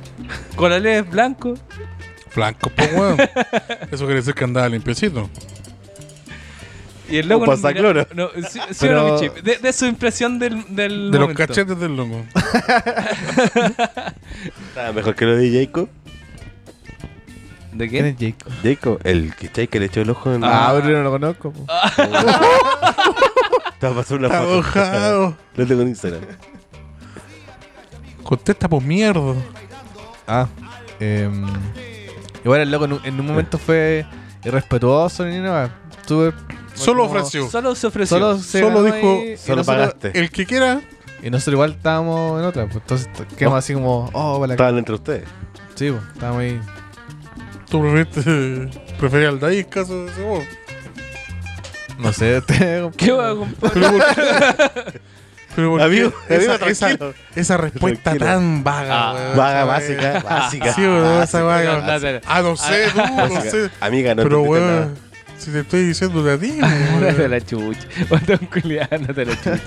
[SPEAKER 2] colales blancos.
[SPEAKER 1] Flanco, pues, weón. *laughs* Eso quiere decir que andaba limpiecito.
[SPEAKER 2] Y el loco.
[SPEAKER 1] O pasacloro.
[SPEAKER 2] No, sí, sí
[SPEAKER 1] Pero-
[SPEAKER 2] o no, Michi? de, de su impresión del. del
[SPEAKER 1] De los
[SPEAKER 2] momento.
[SPEAKER 1] cachetes del loco.
[SPEAKER 4] Estaba mejor que lo de Jacob.
[SPEAKER 2] ¿De
[SPEAKER 3] quién? ¿Quién es Jacob?
[SPEAKER 4] Jacob, el que está ahí que le echó el ojo en
[SPEAKER 3] Ah, pero yo no lo conozco. po.
[SPEAKER 4] Ah, Te va a pasar una
[SPEAKER 1] Está
[SPEAKER 4] foto.
[SPEAKER 1] enojado.
[SPEAKER 4] Lo tengo en Instagram.
[SPEAKER 1] Contesta, pues mierda.
[SPEAKER 3] Ah. em, igual el loco en un, en un momento fue irrespetuoso ni nada. Estuve-
[SPEAKER 1] Solo
[SPEAKER 3] como-
[SPEAKER 1] ofreció.
[SPEAKER 2] Solo se ofreció.
[SPEAKER 3] Solo, se
[SPEAKER 1] Solo
[SPEAKER 3] ganó
[SPEAKER 1] dijo,
[SPEAKER 3] y- y
[SPEAKER 1] solo
[SPEAKER 3] nosotros-
[SPEAKER 1] pagaste. El que quiera.
[SPEAKER 3] Y nosotros igual estábamos en otra. Pues, entonces t- quedamos
[SPEAKER 4] No.
[SPEAKER 3] así como, oh, para la
[SPEAKER 4] Estaban entre ustedes.
[SPEAKER 3] Sí, pues, estábamos ahí.
[SPEAKER 1] Tú *laughs* preferiste. Preferí al Daís, caso de ese weón.
[SPEAKER 3] No sé, *laughs* te-
[SPEAKER 2] ¿Qué va a
[SPEAKER 1] *laughs* Pero ¿por qué? Pero ¿por qué
[SPEAKER 3] Amigo,
[SPEAKER 1] esa,
[SPEAKER 3] amigo,
[SPEAKER 1] esa-
[SPEAKER 3] tranquilo.
[SPEAKER 1] esa respuesta
[SPEAKER 3] Tranquilo.
[SPEAKER 1] tan vaga,
[SPEAKER 3] Ah,
[SPEAKER 1] weón.
[SPEAKER 3] vaga,
[SPEAKER 1] Esa
[SPEAKER 3] básica,
[SPEAKER 1] weá.
[SPEAKER 3] básica,
[SPEAKER 1] Sí, weón, esa
[SPEAKER 3] básica,
[SPEAKER 1] vaga.
[SPEAKER 3] básica.
[SPEAKER 1] Ah, no sé, tú, no
[SPEAKER 4] Básica.
[SPEAKER 1] sé.
[SPEAKER 4] Amiga, no
[SPEAKER 1] Pero,
[SPEAKER 4] entendiste
[SPEAKER 1] weón, si te estoy diciendo de a ti, weón.
[SPEAKER 2] Ándate a la chucha. Cuando un culiao, ándate a la chucha.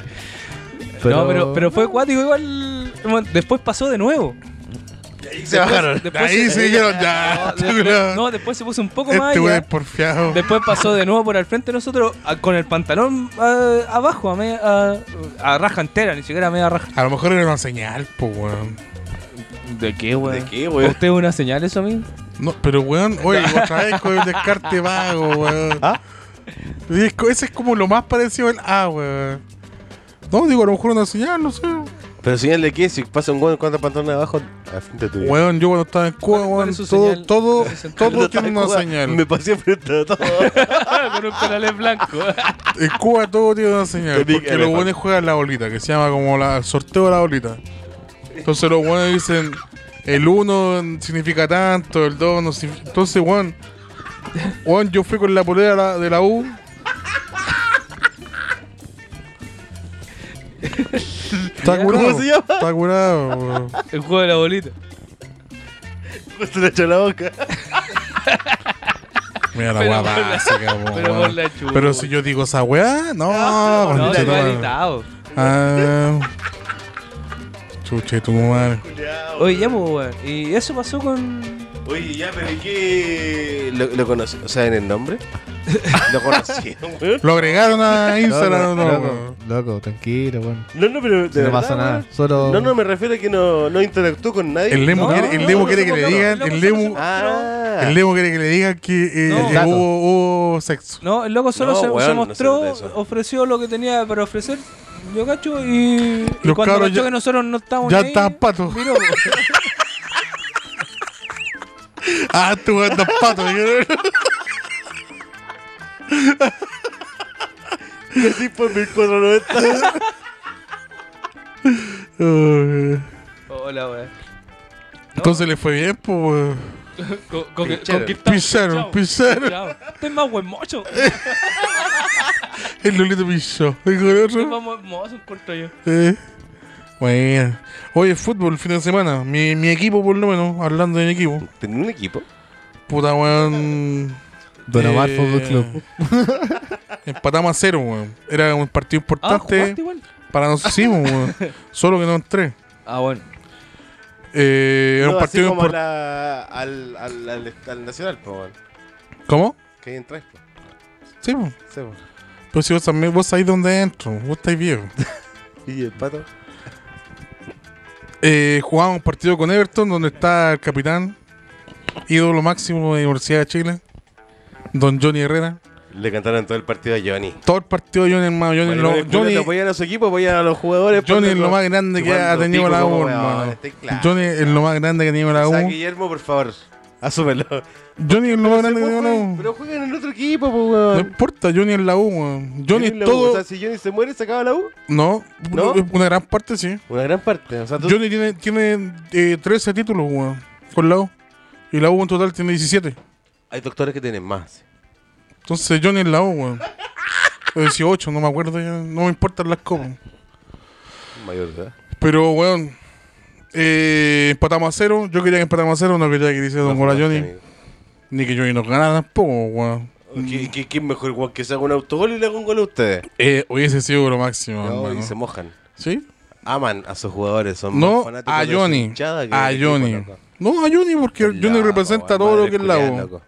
[SPEAKER 1] Pero-
[SPEAKER 2] No, pero, pero fue cuático igual. bueno, Después pasó de nuevo.
[SPEAKER 1] se bajaron. Ahí
[SPEAKER 2] *laughs*
[SPEAKER 1] se dijeron, *laughs* ya.
[SPEAKER 2] No, después, no, después se puso un poco más.
[SPEAKER 1] Este
[SPEAKER 2] y
[SPEAKER 1] weón
[SPEAKER 2] ya-
[SPEAKER 1] es porfiado.
[SPEAKER 2] Después pasó de nuevo por al frente de nosotros a- con el pantalón ah, abajo, a, media- a- a raja entera, ni siquiera a media raja.
[SPEAKER 1] A lo mejor era una señal, po, weón.
[SPEAKER 2] ¿De qué, weón? ¿De qué, weón? ¿Usted es una señal eso a mí?
[SPEAKER 1] No, pero weón, oye, otra vez con el descarte vago, weón. Y es co- Ese es como lo más parecido al A, weón. No, digo, a lo mejor una señal, no sé.
[SPEAKER 4] Pero señal de qué, si pasa un weón con pantalones abajo, al frente tuyo.
[SPEAKER 1] Weón, yo cuando estaba en Cuba, weón, todo, todo, todo tiene
[SPEAKER 4] *laughs*
[SPEAKER 1] una señal.
[SPEAKER 4] Me pasé frente a todo. *laughs*
[SPEAKER 2] *laughs* con un canal blanco.
[SPEAKER 1] En Cuba todo tiene una señal.
[SPEAKER 4] Te dije,
[SPEAKER 1] Porque los
[SPEAKER 4] elefante.
[SPEAKER 1] buenos juegan la bolita, que se llama como la, el sorteo de la bolita. Entonces los buenos dicen, el 1 significa tanto, el 2 no significa... Entonces, weón, weón, yo fui con la polera de la- de la
[SPEAKER 2] *laughs*
[SPEAKER 1] U. Está
[SPEAKER 2] ¿Ya?
[SPEAKER 1] curado.
[SPEAKER 2] ¿Cómo se llama?
[SPEAKER 1] Está curado. weón.
[SPEAKER 2] *laughs* El juego de la bolita.
[SPEAKER 4] Se le echó la boca.
[SPEAKER 1] Mira la
[SPEAKER 2] Pero
[SPEAKER 1] weá
[SPEAKER 2] por la-
[SPEAKER 1] básica, po,
[SPEAKER 2] pero por
[SPEAKER 1] weón.
[SPEAKER 2] la chucha.
[SPEAKER 1] Pero si yo digo esa weá, no,
[SPEAKER 2] no,
[SPEAKER 1] concha
[SPEAKER 2] no,
[SPEAKER 1] tu madre.
[SPEAKER 2] editado.
[SPEAKER 1] Ah, chuche tu madre.
[SPEAKER 2] Oye, ya, pues, weón. Y eso pasó con.
[SPEAKER 4] Oye, ya, pero ¿y qué? ¿Lo, lo conocí? ¿Saben el nombre? ¿Lo conocieron, *laughs* weón?
[SPEAKER 1] Lo agregaron a Instagram, no,
[SPEAKER 3] loco,
[SPEAKER 1] weón.
[SPEAKER 3] loco, tranquilo, weón.
[SPEAKER 4] No, no, pero.
[SPEAKER 3] Si
[SPEAKER 4] De
[SPEAKER 3] no
[SPEAKER 4] verdad,
[SPEAKER 3] pasa nada.
[SPEAKER 4] weón.
[SPEAKER 3] Solo.
[SPEAKER 4] No, no, me refiero a que no, no interactuó con nadie.
[SPEAKER 1] El Lemo
[SPEAKER 4] No,
[SPEAKER 1] quiere, el
[SPEAKER 4] no,
[SPEAKER 1] Lemo
[SPEAKER 4] no
[SPEAKER 1] quiere
[SPEAKER 4] se
[SPEAKER 1] que le
[SPEAKER 4] mostró,
[SPEAKER 1] digan,
[SPEAKER 4] no,
[SPEAKER 1] el Ah.
[SPEAKER 4] no
[SPEAKER 1] Lemo,
[SPEAKER 4] se mostró.
[SPEAKER 1] el Lemo quiere que le digan que eh,
[SPEAKER 2] No.
[SPEAKER 1] eh, hubo, hubo sexo.
[SPEAKER 2] No, el loco solo
[SPEAKER 1] No,
[SPEAKER 2] se, se
[SPEAKER 1] weón, no
[SPEAKER 2] mostró,
[SPEAKER 1] se trata de eso.
[SPEAKER 2] ofreció lo que tenía para ofrecer. Yo cacho y, y
[SPEAKER 1] Los
[SPEAKER 2] cuando
[SPEAKER 1] cabros
[SPEAKER 2] cachó
[SPEAKER 1] ya-
[SPEAKER 2] que nosotros no estábamos
[SPEAKER 1] ya
[SPEAKER 2] ni ahí,
[SPEAKER 1] estaban patos.
[SPEAKER 2] miró, weón.
[SPEAKER 1] *laughs* Ah, tú andas pato. dijeron.
[SPEAKER 4] Sí, por 1490.
[SPEAKER 2] Hola, weón.
[SPEAKER 1] Entonces le fue bien, pues.
[SPEAKER 2] Con- con-
[SPEAKER 1] Picharon.
[SPEAKER 2] conquistamos.
[SPEAKER 1] Picharon,
[SPEAKER 2] Chao.
[SPEAKER 1] picharon.
[SPEAKER 2] Chao. Este es más buen mocho.
[SPEAKER 1] Eh. El Lolito pichó. Dijo el
[SPEAKER 2] Este es
[SPEAKER 1] otro.
[SPEAKER 2] más buen mozo, encuentro yo.
[SPEAKER 1] Eh. Bueno. Oye, fútbol, fin de semana. Mi, mi equipo, por lo menos, hablando de mi equipo.
[SPEAKER 4] ¿Tenía un equipo?
[SPEAKER 1] Puta, weón. eh,
[SPEAKER 3] Don Omar Fútbol Club.
[SPEAKER 1] *laughs* Empatamos a cero, weón. Era un partido importante.
[SPEAKER 2] Ah, ¿jugaste igual?
[SPEAKER 1] para nosotros, sí, weón. Solo que no entré.
[SPEAKER 2] Ah, bueno.
[SPEAKER 1] Eh, era
[SPEAKER 4] No,
[SPEAKER 1] un
[SPEAKER 4] así
[SPEAKER 1] partido
[SPEAKER 4] como a
[SPEAKER 1] importante.
[SPEAKER 4] la- al, al, al, al Nacional, po, weón.
[SPEAKER 1] ¿Cómo?
[SPEAKER 4] Que ahí entráis, po.
[SPEAKER 1] Sí, po.
[SPEAKER 4] Sí, po.
[SPEAKER 1] Pero si vos, también, vos sabés dónde entro, vos estáis viejo.
[SPEAKER 4] ¿Y el pato?
[SPEAKER 1] Eh, jugamos un partido con Everton donde está el capitán, ídolo máximo de la Universidad de Chile, don Johnny Herrera.
[SPEAKER 4] Le cantaron todo el partido a Johnny.
[SPEAKER 1] Todo el partido Johnny hermano, Johnny,
[SPEAKER 4] Bueno,
[SPEAKER 1] lo-
[SPEAKER 4] no es
[SPEAKER 1] Johnny-
[SPEAKER 4] culpa, apoyan a su equipo, apoyan a los jugadores.
[SPEAKER 1] Johnny es
[SPEAKER 4] ponte
[SPEAKER 1] lo
[SPEAKER 4] con-
[SPEAKER 1] más grande que ha
[SPEAKER 4] chupando
[SPEAKER 1] tenido
[SPEAKER 4] pico
[SPEAKER 1] la
[SPEAKER 4] como
[SPEAKER 1] U,
[SPEAKER 4] weón,
[SPEAKER 1] hermano.
[SPEAKER 4] estoy claro.
[SPEAKER 1] Johnny es lo más grande que ha tenido la
[SPEAKER 4] O sea,
[SPEAKER 1] U.
[SPEAKER 4] Guillermo, por favor, *laughs* asúmelo.
[SPEAKER 1] Johnny es lo más grande que ha tenido la U.
[SPEAKER 4] Pero juegan en el otro equipo, po, weón.
[SPEAKER 1] No importa, Johnny es la U, weón. Johnny
[SPEAKER 4] en
[SPEAKER 1] es
[SPEAKER 4] la U, O
[SPEAKER 1] todo.
[SPEAKER 4] sea, si Johnny se muere, se acaba la U.
[SPEAKER 1] No,
[SPEAKER 4] ¿No?
[SPEAKER 1] una gran parte sí.
[SPEAKER 4] Una gran parte. O sea, tú-
[SPEAKER 1] Johnny tiene, tiene eh, 13 títulos, weón, con la U. Y la U en total tiene 17.
[SPEAKER 4] Hay doctores que tienen más.
[SPEAKER 1] Entonces Johnny es la U,
[SPEAKER 4] *laughs*
[SPEAKER 1] weón. O 18, no me acuerdo ya. No me importan las copas.
[SPEAKER 4] Mayor, ¿verdad?
[SPEAKER 1] Pero, weón, eh, empatamos a cero. Yo quería que empatamos a cero, no quería que le hiciera un gol a Johnny. Ni que Johnny nos ganara tampoco, weón.
[SPEAKER 4] ¿Qué, qué, qué mejor weón, que se haga un autogol y le haga un gol a ustedes?
[SPEAKER 1] Eh, hubiese sido lo máximo,
[SPEAKER 4] No, y
[SPEAKER 1] hermano.
[SPEAKER 4] se mojan.
[SPEAKER 1] ¿Sí?
[SPEAKER 4] Aman a sus jugadores. Son
[SPEAKER 1] No
[SPEAKER 4] más fanáticos
[SPEAKER 1] a
[SPEAKER 4] de su
[SPEAKER 1] Johnny.
[SPEAKER 4] hinchada que
[SPEAKER 1] A
[SPEAKER 4] del equipo,
[SPEAKER 1] Johnny.
[SPEAKER 4] loco.
[SPEAKER 1] No a Johnny porque Johnny representa todo lo
[SPEAKER 4] Madre
[SPEAKER 1] que es la
[SPEAKER 4] culiada,
[SPEAKER 1] U.
[SPEAKER 4] loco.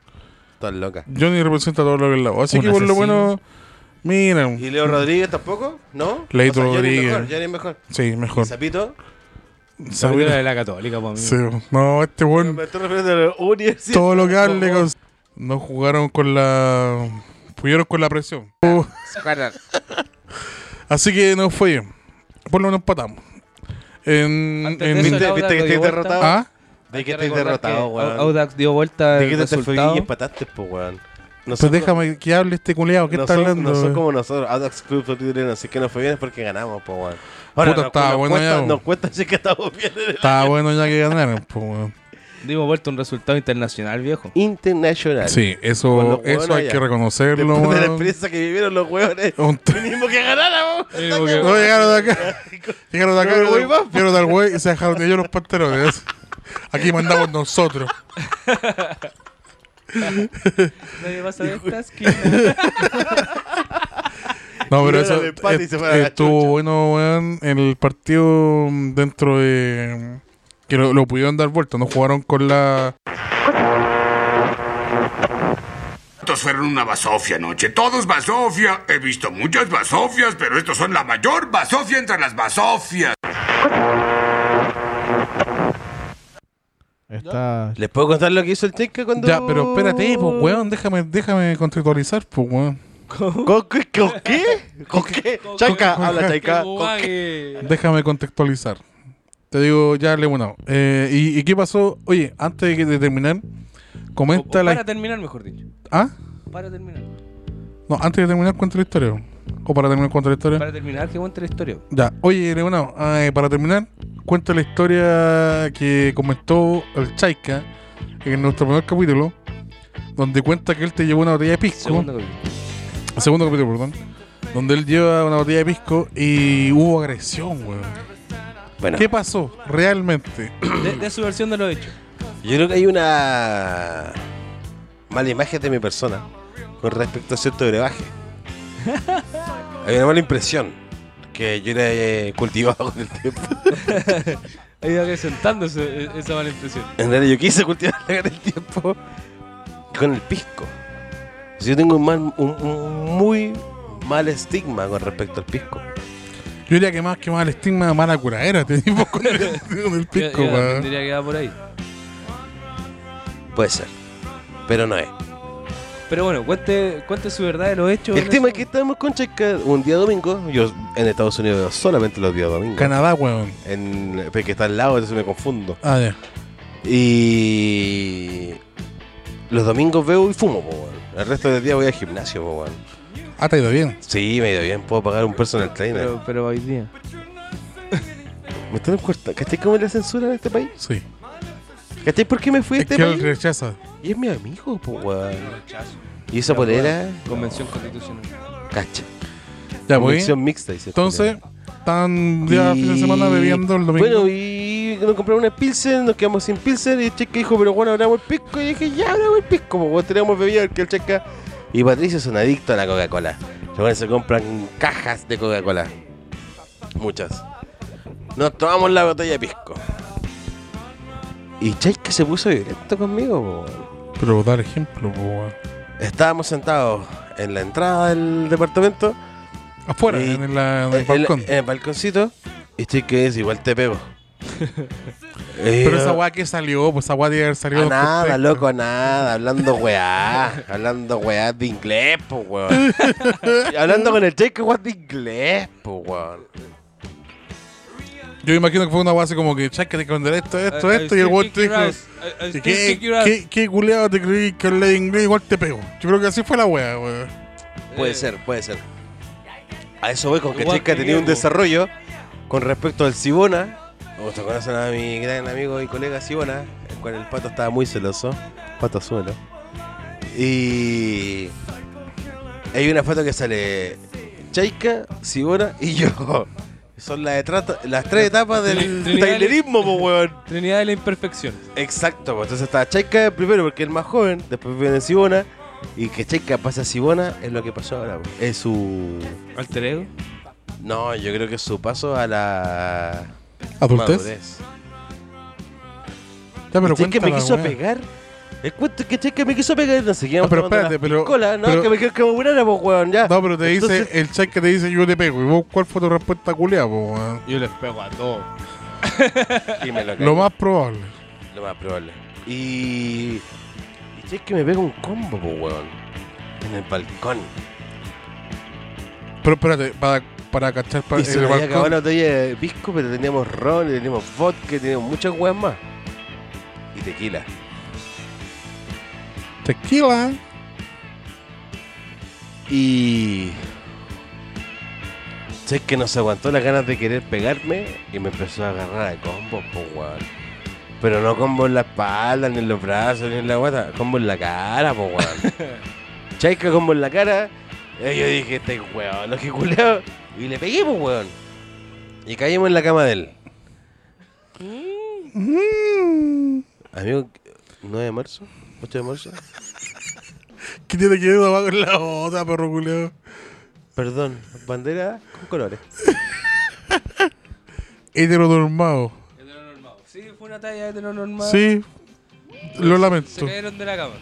[SPEAKER 4] Estás loca.
[SPEAKER 1] Johnny representa todo lo que es la U. Así
[SPEAKER 4] Un
[SPEAKER 1] que por lo
[SPEAKER 4] asesino.
[SPEAKER 1] bueno, mira.
[SPEAKER 4] ¿Y Leo Rodríguez tampoco? ¿No?
[SPEAKER 1] Mm. Leito
[SPEAKER 4] O sea, Johnny
[SPEAKER 1] Rodríguez.
[SPEAKER 4] mejor, Johnny mejor.
[SPEAKER 1] Sí, mejor.
[SPEAKER 4] ¿Y Zapito?
[SPEAKER 1] Sabina-
[SPEAKER 2] La de la católica, po, amigo.
[SPEAKER 1] Sí, no, este weón.
[SPEAKER 4] Me estoy refiriendo a la universidad.
[SPEAKER 1] Todo lo que hable, caus- No jugaron con la. Pudieron con la presión. Uh, así que no fue bien. Por lo menos empatamos. En,
[SPEAKER 2] de
[SPEAKER 1] en-
[SPEAKER 2] eso, ¿Viste- el viste Audax que dio estáis vuelta? derrotado?
[SPEAKER 1] ¿Ah?
[SPEAKER 4] ¿De qué
[SPEAKER 2] que
[SPEAKER 4] estáis
[SPEAKER 2] recordar
[SPEAKER 4] derrotado,
[SPEAKER 2] que
[SPEAKER 4] weón?
[SPEAKER 2] Audax dio vuelta
[SPEAKER 4] ¿De qué
[SPEAKER 2] el
[SPEAKER 4] te- te fue
[SPEAKER 2] resultado?
[SPEAKER 4] y empataste, po, weón?
[SPEAKER 1] Pues déjame que hable este culeado que
[SPEAKER 4] no
[SPEAKER 1] está
[SPEAKER 4] son,
[SPEAKER 1] hablando.
[SPEAKER 4] No son
[SPEAKER 1] eh?
[SPEAKER 4] como nosotros, Audax Club Sotitreno, así que nos fue bien es porque ganamos, po, weón. Ahora,
[SPEAKER 1] Puta,
[SPEAKER 4] nos,
[SPEAKER 1] estaba
[SPEAKER 4] nos
[SPEAKER 1] bueno
[SPEAKER 4] cuesta,
[SPEAKER 1] ya, po.
[SPEAKER 4] nos cuesta decir que estamos bien.
[SPEAKER 1] Estaba bueno ya que ganaron, po, weón.
[SPEAKER 2] Dimos vuelta un resultado internacional, viejo.
[SPEAKER 4] Internacional.
[SPEAKER 1] Sí,
[SPEAKER 4] Con los
[SPEAKER 1] eso,
[SPEAKER 4] hueones
[SPEAKER 1] eso hay
[SPEAKER 4] allá.
[SPEAKER 1] que reconocerlo,
[SPEAKER 4] Después de la
[SPEAKER 1] weón. Oh.
[SPEAKER 4] experiencia que vivieron los weones, *laughs*
[SPEAKER 1] Un-
[SPEAKER 4] tenemos
[SPEAKER 1] *laughs*
[SPEAKER 4] que ganar,
[SPEAKER 1] No llegaron de acá. Llegaron de acá,
[SPEAKER 4] No me voy
[SPEAKER 1] llegaron-
[SPEAKER 4] más, po.
[SPEAKER 1] llegaron del güey y se dejaron de ellos los pantalones. Aquí mandamos nosotros.
[SPEAKER 2] *laughs* Nadie va a saber esta
[SPEAKER 4] *laughs*
[SPEAKER 2] esquina.
[SPEAKER 1] No, pero
[SPEAKER 4] Tiraron
[SPEAKER 1] eso
[SPEAKER 4] el empate y
[SPEAKER 1] est-
[SPEAKER 4] se fueron a la
[SPEAKER 1] estuvo bueno, weón, el partido dentro de que que lo, lo pudieron dar vuelta, no jugaron con la...
[SPEAKER 18] Estos fueron una basofia anoche. Todos basofia. He visto muchas basofias, pero estos son la mayor basofia entre las basofias.
[SPEAKER 3] Está...
[SPEAKER 4] ¿Les puedo contar lo que hizo el Cheika cuando.?
[SPEAKER 1] Ya, pero espérate, pues, weón, déjame, déjame contextualizar, pues, weón.
[SPEAKER 4] ¿Con qué? ¿Con qué? ¿Con qué? Chaika, habla Chaika. ¿Con qué?
[SPEAKER 1] Déjame contextualizar. Te digo, ya le bueno. Eh, ¿y, y qué pasó? Oye, antes de que- de terminar, comenta la.
[SPEAKER 2] Para terminar, mejor dicho.
[SPEAKER 1] ¿Ah?
[SPEAKER 2] Para terminar.
[SPEAKER 1] No, antes de terminar, cuenta la historia. O para terminar, cuenta la historia.
[SPEAKER 2] Para terminar, que cuente la historia.
[SPEAKER 1] Ya, oye, Leonardo, eh, para terminar, cuenta la historia que comentó el Chaika en nuestro primer capítulo, donde cuenta que él te llevó una botella de pisco.
[SPEAKER 2] Segundo capítulo.
[SPEAKER 1] Segundo capítulo, perdón. Donde él lleva una botella de pisco y hubo agresión, weón.
[SPEAKER 4] Bueno.
[SPEAKER 1] ¿Qué pasó realmente? *clears throat*
[SPEAKER 2] De, de su versión de los hechos.
[SPEAKER 4] Yo creo que hay una mala imagen de mi persona con respecto a cierto brebaje. hay una mala impresión que yo era eh, cultivado con el tiempo.
[SPEAKER 2] Ha ido acrecentándose eh, esa mala impresión.
[SPEAKER 4] En realidad yo quise cultivarla con el tiempo con el pisco. O sea, Yo tengo un, mal- un- un muy mal estigma con respecto al pisco.
[SPEAKER 1] Yo diría que más que más el estigma, mala curadera, te dimos con el, con el pisco,
[SPEAKER 2] Yo- yo
[SPEAKER 1] weón.
[SPEAKER 2] diría que va por ahí.
[SPEAKER 4] Puede ser. Pero no es.
[SPEAKER 2] Pero bueno, cuente, cuente su verdad de los hechos.
[SPEAKER 4] El tema es que estamos con Checa un día domingo. Yo en Estados Unidos veo solamente los días domingos.
[SPEAKER 1] Canadá, weón.
[SPEAKER 4] En, porque está al lado, entonces me confundo.
[SPEAKER 1] Ah, ya.
[SPEAKER 4] Y los domingos veo y fumo, po, weón. El resto del día voy al gimnasio, po, weón.
[SPEAKER 1] Ah, te ha ido bien.
[SPEAKER 4] Sí, me ha ido bien, puedo pagar un personal trainer.
[SPEAKER 2] Pero, pero hoy día.
[SPEAKER 4] ¿Me están cortando? ¿Cachai cómo es la censura en este país?
[SPEAKER 1] Sí.
[SPEAKER 4] ¿Cachai por qué me fui a este
[SPEAKER 1] que
[SPEAKER 4] país?
[SPEAKER 1] él rechaza.
[SPEAKER 4] Y es mi amigo, po, weón. Y esa polera,
[SPEAKER 2] Convención constitucional.
[SPEAKER 4] cacha.
[SPEAKER 1] Ya, voy.
[SPEAKER 4] Convención mixta, dice. este
[SPEAKER 1] Entonces, están ya fin de semana bebiendo el domingo.
[SPEAKER 4] Bueno, y nos compramos una pilsen, nos quedamos sin pilsen. Y el checa dijo, pero bueno, abramos el pisco. Y dije, ya abramos el pisco, pues, porque tenemos bebida, porque el checa. Y Patricio es un adicto a la Coca-Cola. Los buenos se compran cajas de Coca-Cola. Muchas. Nos tomamos la botella de pisco. Y Checa se puso violento conmigo, po.
[SPEAKER 1] Pero dar ejemplo, po, weón.
[SPEAKER 4] Estábamos sentados en la entrada del departamento.
[SPEAKER 1] Afuera,
[SPEAKER 4] Y-
[SPEAKER 1] en, la- en el
[SPEAKER 4] en-
[SPEAKER 1] balcón.
[SPEAKER 4] En el eh, balconcito. Y che, que es igual te
[SPEAKER 1] *laughs*
[SPEAKER 4] pego. Eh,
[SPEAKER 1] Pero esa weá que salió, pues esa weá debe haber salido.
[SPEAKER 4] A nada,
[SPEAKER 1] perfecta.
[SPEAKER 4] loco, a nada. Hablando weá. hablando weá de inglés, po, weón. Y hablando con el cheque, weá de inglés, po, weón.
[SPEAKER 1] Yo imagino que fue una weá así como que, chaca, te contaré esto, esto,
[SPEAKER 4] I- I
[SPEAKER 1] esto. Y el
[SPEAKER 4] still
[SPEAKER 1] weón
[SPEAKER 4] kick
[SPEAKER 1] te dijo,
[SPEAKER 4] your ass. I- I
[SPEAKER 1] "¿Y
[SPEAKER 4] still
[SPEAKER 1] ¿qué,
[SPEAKER 4] kick your ass".
[SPEAKER 1] qué, qué culeado te creí que hablé de inglés? Igual te pego. Yo creo que así fue la weá, weón.
[SPEAKER 4] Puede ser, puede ser. A eso voy con Eh. que
[SPEAKER 1] Igual
[SPEAKER 4] Checa ha
[SPEAKER 1] que
[SPEAKER 4] tenido un
[SPEAKER 1] yo, po.
[SPEAKER 4] desarrollo con respecto al Sibona. Ustedes conocen Oh, a mi gran amigo y colega Sibona, el cual el pato estaba muy celoso. Pato suelo. Y. Hay una foto que sale Chaika, Sibona y yo. *laughs* Son las, de trata- las tres etapas del tailerismo, po, weón.
[SPEAKER 2] Trinidad de la imperfección.
[SPEAKER 4] Exacto, pues, entonces está Chaika primero porque es el más joven, después viene Sibona. Y que Chaika pase a Sibona es lo que pasó ahora. pues. Es su.
[SPEAKER 2] ¿Alter ego?
[SPEAKER 4] No, yo creo que es su paso a la.
[SPEAKER 1] ¿Adultez?
[SPEAKER 4] madurez.
[SPEAKER 1] Ya, pero
[SPEAKER 4] Y Checa
[SPEAKER 1] cuéntala,
[SPEAKER 4] me quiso
[SPEAKER 1] weá.
[SPEAKER 4] pegar. El cuento es que Checa me quiso pegar. No sé qué.
[SPEAKER 1] No, Ah, pero espérate, pero.
[SPEAKER 4] Cola, no,
[SPEAKER 1] pero-
[SPEAKER 4] que me quiero que me murara, pues, weón, ya.
[SPEAKER 1] No, pero te dice,
[SPEAKER 4] Entonces-
[SPEAKER 1] el chat que te dice yo te pego. ¿Y vos cuál fue tu respuesta culeada, po, weón?
[SPEAKER 5] Yo les pego a todos.
[SPEAKER 4] Y me lo caí.
[SPEAKER 1] eh, Lo más probable.
[SPEAKER 4] Lo más probable. Y. Y Checa me pega un combo, pues, weón. En el balcón.
[SPEAKER 1] Pero espérate, para, para cachar para
[SPEAKER 4] Y se
[SPEAKER 1] el
[SPEAKER 4] nos había acabado la
[SPEAKER 1] balcón.
[SPEAKER 4] botella de pisco, pero teníamos ron, y teníamos vodka, y teníamos muchas weas más. Y tequila.
[SPEAKER 1] Tequila.
[SPEAKER 4] Y. Sé que nos aguantó las ganas de querer pegarme y me empezó a agarrar a combos, po, weón. Pero no combo en la espalda, ni en los brazos, ni en la guata, combo en la cara, po, weón. Chaica combo en la cara. Y yo dije, este weón, lo que culeo. Y le pegué, po, weón. Y caímos en la cama de él. Amigo, 9 de marzo, 8 de marzo.
[SPEAKER 1] ¿Qué tiene que ver una weá con la otra, perro culeado?
[SPEAKER 4] Perdón, bandera con colores.
[SPEAKER 1] Heteronormado.
[SPEAKER 2] Sí, fue fue una talla de lo normal.
[SPEAKER 1] Sí, lo
[SPEAKER 2] Se
[SPEAKER 1] lamento.
[SPEAKER 2] cayeron de la cama.